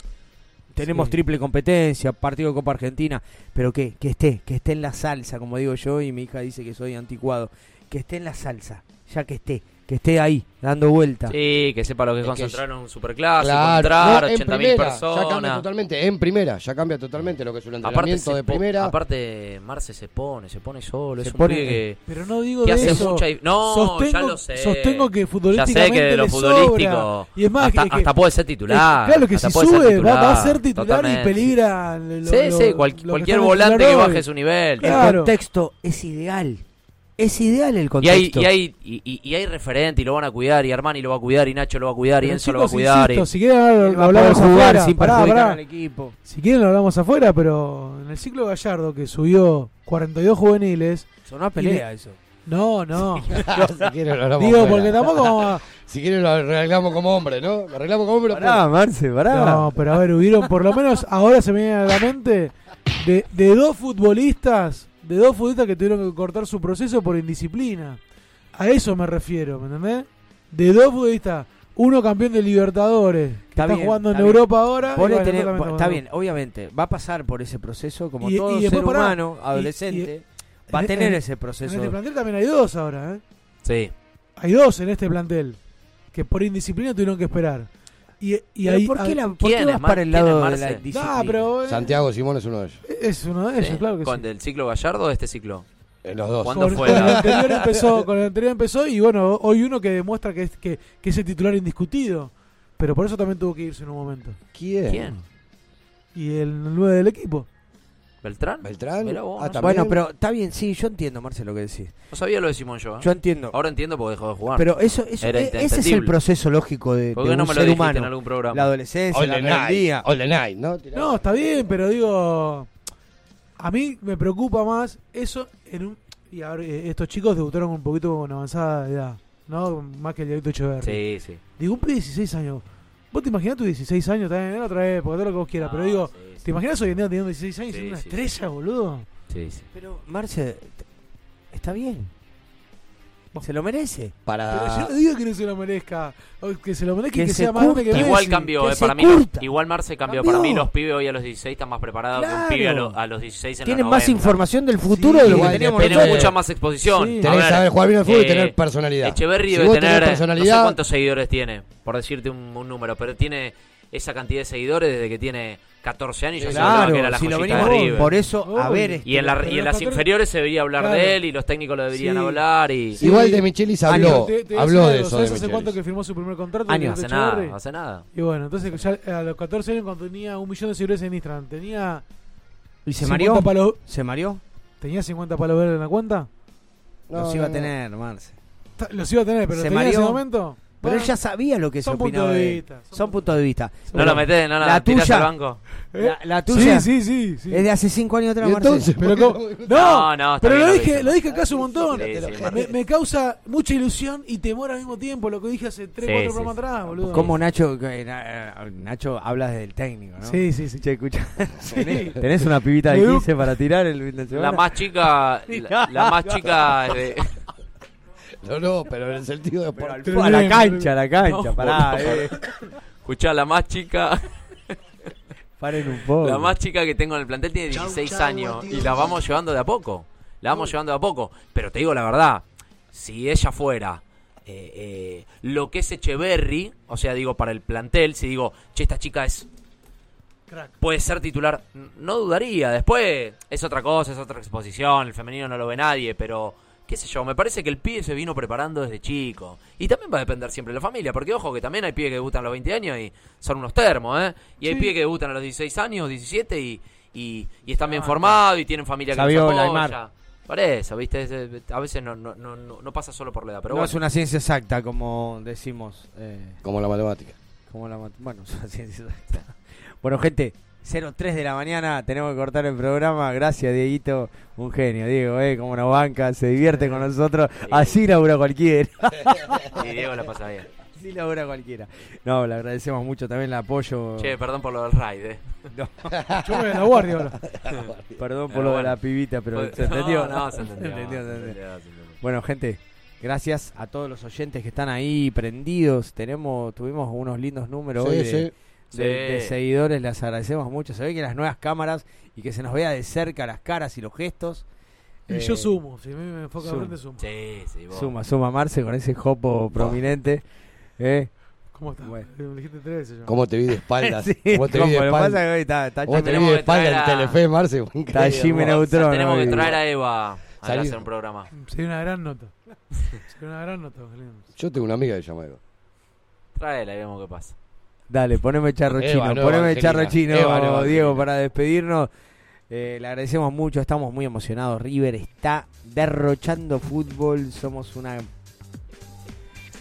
Tenemos
Sí.
triple competencia, partido de Copa Argentina, pero que, que esté, que esté en la salsa, como digo yo, y mi hija dice que soy anticuado, que esté en la salsa, ya que esté, que esté ahí, dando vuelta.
Sí, que sepa lo que es
Es que-
concentrar en un superclásico,
Claro.
entrar,
No, en
80.000
primera, Ya cambia
personas.
totalmente, en primera, ya cambia totalmente lo que es un
Aparte,
entrenamiento
se
de
po-
primera.
aparte, Marce se pone, se pone solo.
Se
es un
pone-
pibe que.
Pero no digo
que
de
hace
eso.
mucha dif- No,
sostengo,
ya lo sé.
Sostengo que
Ya
futbolísticamente
sé que de lo
le
futbolístico.
sobra. Y es más,
hasta,
que- que-
hasta puede ser titular.
es- Eh, claro que
hasta
si
puede ser
sube, va, va a
titular,
ser titular
totalmente.
y peligra. lo-
Sí,
lo-
sí, cual-
lo que
cualquier
está en el
volante que
titular hoy.
baje su nivel.
El
Claro.
contexto es ideal, es ideal el
Y hay,
contexto.
y, hay, y, y- y hay referente y lo van a cuidar, y Armani lo va a cuidar, y Nacho lo va a cuidar, y
Pero,
Enzo lo va a
chicos,
cuidar.
insisto,
y-
si quieren, lo hablamos
poder jugar
afuera.
sin
Pará,
perjudicar
pará.
al equipo.
Si quieren lo hablamos afuera, pero en el ciclo Gallardo que subió 42 juveniles.
Sonó a
y
pelea
le-
eso.
No, no.
si quieren lo hablamos
Digo,
afuera.
porque tampoco vamos a-
Si quieren lo arreglamos como hombre, ¿no? Lo arreglamos como hombre. pues.
Pará, Marce, pará.
No, pero a ver, hubieron, por lo menos ahora se me viene a la mente, de, de dos futbolistas, de dos futbolistas que tuvieron que cortar su proceso por indisciplina. A eso me refiero, ¿me entendés? De dos futbolistas, uno campeón de Libertadores, que está,
bien,
jugando en
bien.
Europa ahora. y
Vos le
bueno,
tenés- po-
no solamente
está
jugando.
bien, obviamente, va a pasar por ese proceso como
Y-
todo
y después
ser
pará.
humano,
Y-
adolescente,
y-
va a
en-
tener
en-
ese proceso.
En este plantel también hay dos ahora, ¿eh?
Sí.
Hay dos en este plantel que por indisciplina tuvieron que esperar. Y, y
Pero
ahí,
¿por qué
ah,
la- por qué ¿Quién es vas Mar- para el quién lado es de la Marce? disciplina?
No, pero, eh,
Santiago Simón es uno de ellos.
Es uno de ellos,
Sí.
claro que
¿Con del ciclo Gallardo o de este ciclo?
Eh, los dos.
¿Cuándo
con,
fue
con el
la-
anterior empezó, con el anterior empezó y bueno, hoy uno que demuestra que es, que, que es el titular indiscutido. Pero por eso también tuvo que irse en un momento.
¿Quién?
¿Quién?
Y el 9 del equipo.
¿Beltrán?
¿Beltrán? ah,
Mirá vos, no
bueno,
sabía.
pero está bien, sí, yo entiendo, Marcelo, lo que decís.
No sabía lo de Simón yo. ¿eh?
Yo entiendo.
Ahora entiendo porque dejó de jugar.
Pero eso, eso-
Era
e- ese es el
inentendible.
proceso lógico de,
¿Por qué
de un
no me lo
ser
dijiste
humano.
en algún programa?
La adolescencia,
All
la
the night,
rebeldía.
all the night, ¿no?
No, está bien, pero digo. A mí me preocupa más eso en un. Y ahora, eh, estos chicos debutaron un poquito con avanzada edad, ¿no? Más que el Diabito Echeverri.
Sí, sí.
Digo, un pibe de 16 años. ¿Vos te imaginás tus 16 años también? Era otra época, todo lo que vos quieras. pero digo, ¿te imaginás hoy en día teniendo 16 años y
Sí,
siendo una
sí,
estrella, boludo?
Sí, sí.
Pero, Marce, t- está bien. Se lo merece.
Pero yo no digo que no se lo merezca. o que se lo merezca y
Ah. Que
que
se
sea más grande que
curte.
Messi.
Igual cambió, eh, para mí. no- igual Marce cambió. Para mí
Cambió.
los pibes hoy a los 16 están más preparados que un
Claro.
pibe a, lo- a los 16 en
Tienen
los
más
90.
información del futuro de lo que teníamos
Tienen
nosotros.
mucha más exposición.
Sí.
A
Tenés que
ver, eh,
saber jugar bien al fútbol y tener
personalidad.
Echeverry
Si
debe
vos tenés
tener, no
personalidad-
sé cuántos seguidores tiene, por decirte un, un número, pero tiene esa cantidad de seguidores desde que tiene 14 años y ya se hablaba
Claro,
que era la
si lo
joyita
venimos-
de River.
por eso, a
Uy.
ver,
Y en, la-
pero
y en
los
las
14
inferiores se debería hablar
Claro.
de él y los técnicos lo deberían
Sí.
hablar y...
Sí. Ah, Igual de
Michelis
Años,
habló,
te- te
habló
decía
de
los
eso de
años, ¿Hace
Michelis.
cuánto que firmó su primer contrato?
Años,
con
hace
Echeverri?
nada, hace nada.
Y bueno, entonces ya eh, a los 14 años cuando tenía un millón de seguidores en Instagram, tenía...
¿Y se
50
mareó?
palos-
¿Se mareó?
¿Tenía 50 palos verdes en la cuenta?
los iba a tener, Marce.
Ta- Los iba a tener, pero
se
¿tenía
mareó.
en ese momento?
Pero
Bueno,
él ya sabía lo que se
son puntos
opinaba
de
de-
vista,
Son puntos de vista.
No lo metés, no, no,
La
tirás
tuya.
al banco.
La, la
Sí,
tuya.
¿Eh? sí, sí, sí.
Es de hace 5 años atrás,
¿Y
Marce.
entonces? Pero ¿cómo? No,
No, no, está
pero
bien,
lo
lo
dije,
hizo.
lo dije acá hace un montón.
Sí, sí,
me, me causa mucha ilusión y temor al mismo tiempo, lo que dije hace 3,
Sí,
4
sí,
programas
sí.
atrás, boludo.
Como Nacho, que, eh, na- eh, Nacho hablas del técnico, ¿no?
Sí, sí, sí.
Che, escucha.
Sí.
¿Tenés, tenés una pibita de
Edu.
15 para tirar el fin de
La
semana?
más chica, la, la más chica es de...
No, no, pero en el sentido de... por-
Fue a la cancha, a la cancha,
No,
pará,
boludo,
eh.
Escuchá, la más chica...
Paren un poco.
La más chica que tengo en el plantel tiene 16 años y la vamos llevando de a poco. La vamos llevando de a poco. Pero te digo la verdad, si ella fuera eh, eh, lo que es Echeverry, o sea, digo, para el plantel, si digo, che, esta chica es... Puede ser titular, n- no dudaría. Después es otra cosa, es otra exposición, el femenino no lo ve nadie, pero qué sé yo, me parece que el pibe se vino preparando desde chico. Y también va a depender siempre de la familia, porque ojo que también hay pibes que debutan a los 20 años y son unos termos, ¿eh? Y hay pibes que debutan a los 16 años, 17 y, y, y están
Ah,
bien formados y tienen familia que los
Saviola,
apoya.
Aymar.
Por eso, ¿viste? Es, eh, A veces no, no, no, no no pasa solo por la edad, pero
no
bueno.
es una ciencia exacta, como decimos. eh,
Como la matemática.
como la mat- Bueno, es una ciencia exacta. Bueno, gente, 03 de la mañana, tenemos que cortar el programa. Gracias, Dieguito. Un genio, Diego, ¿eh? Como una banca, se divierte con nosotros. Así labura cualquiera.
Y Diego la pasa bien.
Así labura cualquiera. No, le agradecemos mucho también el apoyo.
Che, perdón por lo del raid, ¿eh?
Yo me voy a la guardia ahora.
Pero
Perdón por lo de
bueno.
la pibita, pero
Pues-
¿se entendió?
No, no, se entendió, se
se entendió.
entendió, se entendió.
Bueno, gente, gracias a todos los oyentes que están ahí prendidos. Tenemos, tuvimos unos lindos números
Sí,
hoy de,
sí.
de-
Sí.
de seguidores, les agradecemos mucho. Se ve que las nuevas cámaras y que se nos vea de cerca las caras y los gestos.
Y
Eh,
yo sumo, si a mí me enfoca
sumo.
frente, sumo.
Sí, sí, vos.
Suma, suma Marce con ese jopo prominente. ¿eh?
¿Cómo estás? Me dijiste tres veces yo.
¿Cómo te vi de espaldas?
Sí,
¿Cómo te vi de
como lo pasa que
espaldas?
hoy está- está
¿Cómo te vi
Tenemos
de
que
espaldas
traer
en
a-
Telefe, Marce?
Está Jimmy
hermoso.
Neutron.
Tenemos que
hoy.
traer a Eva a
Salí-
hacer un programa.
Sería una gran nota. Sería una gran nota, Angelino.
Yo tengo una amiga que se llama Eva.
Traela y vemos qué pasa.
Dale, poneme charro
Eva,
chino,
no
poneme
Evangelina.
charro chino,
Eva, no Evangelina.
Diego, para despedirnos. Eh, le agradecemos mucho, estamos muy emocionados. River está derrochando fútbol, somos una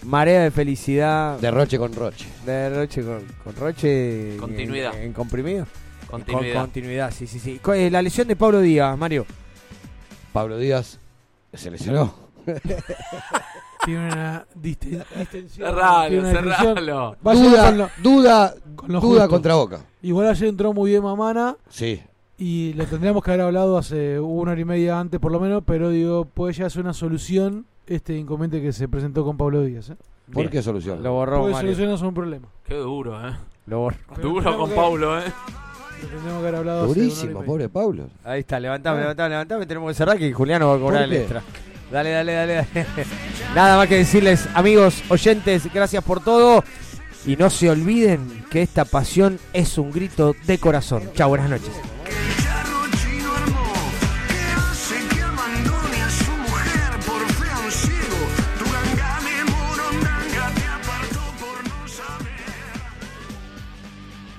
marea de felicidad.
Derroche con Roche.
Derroche con, con Roche. en-
Continuidad.
En, comprimido.
Continuidad.
Con- continuidad, sí, sí, sí. Co- eh, La lesión de Pablo Díaz, Mario.
Pablo Díaz se lesionó.
Tiene una disten- distensión.
Cerralo,
tiene una distensión.
cerralo.
Va a
Duda,
llegar con lo-
duda,
con lo
duda
justo.
contra Boca.
Igual ayer entró muy bien Mamana.
Sí.
Y lo tendríamos que haber hablado hace una hora y media antes, por lo menos. Pero digo, puede ya ser una solución este inconveniente que se presentó con Pablo Díaz. ¿eh?
¿Por qué solución?
Lo borró
Porque
Mario.
soluciones son un problema.
Qué duro, ¿eh?
Lo borró.
Duro con Paulo, ¿eh?
Lo tendríamos que haber hablado hace una hora y
Durísimo, pobre Pablo.
Ahí está, levantame, levantame, levantame. Tenemos que cerrar que Juliano va a cobrar
Ah. ¿Por
el
qué?
extra. Dale, dale, dale, dale. Nada más que decirles, amigos, oyentes, gracias por todo. Y no se olviden que esta pasión es un grito de corazón. Chao, buenas noches.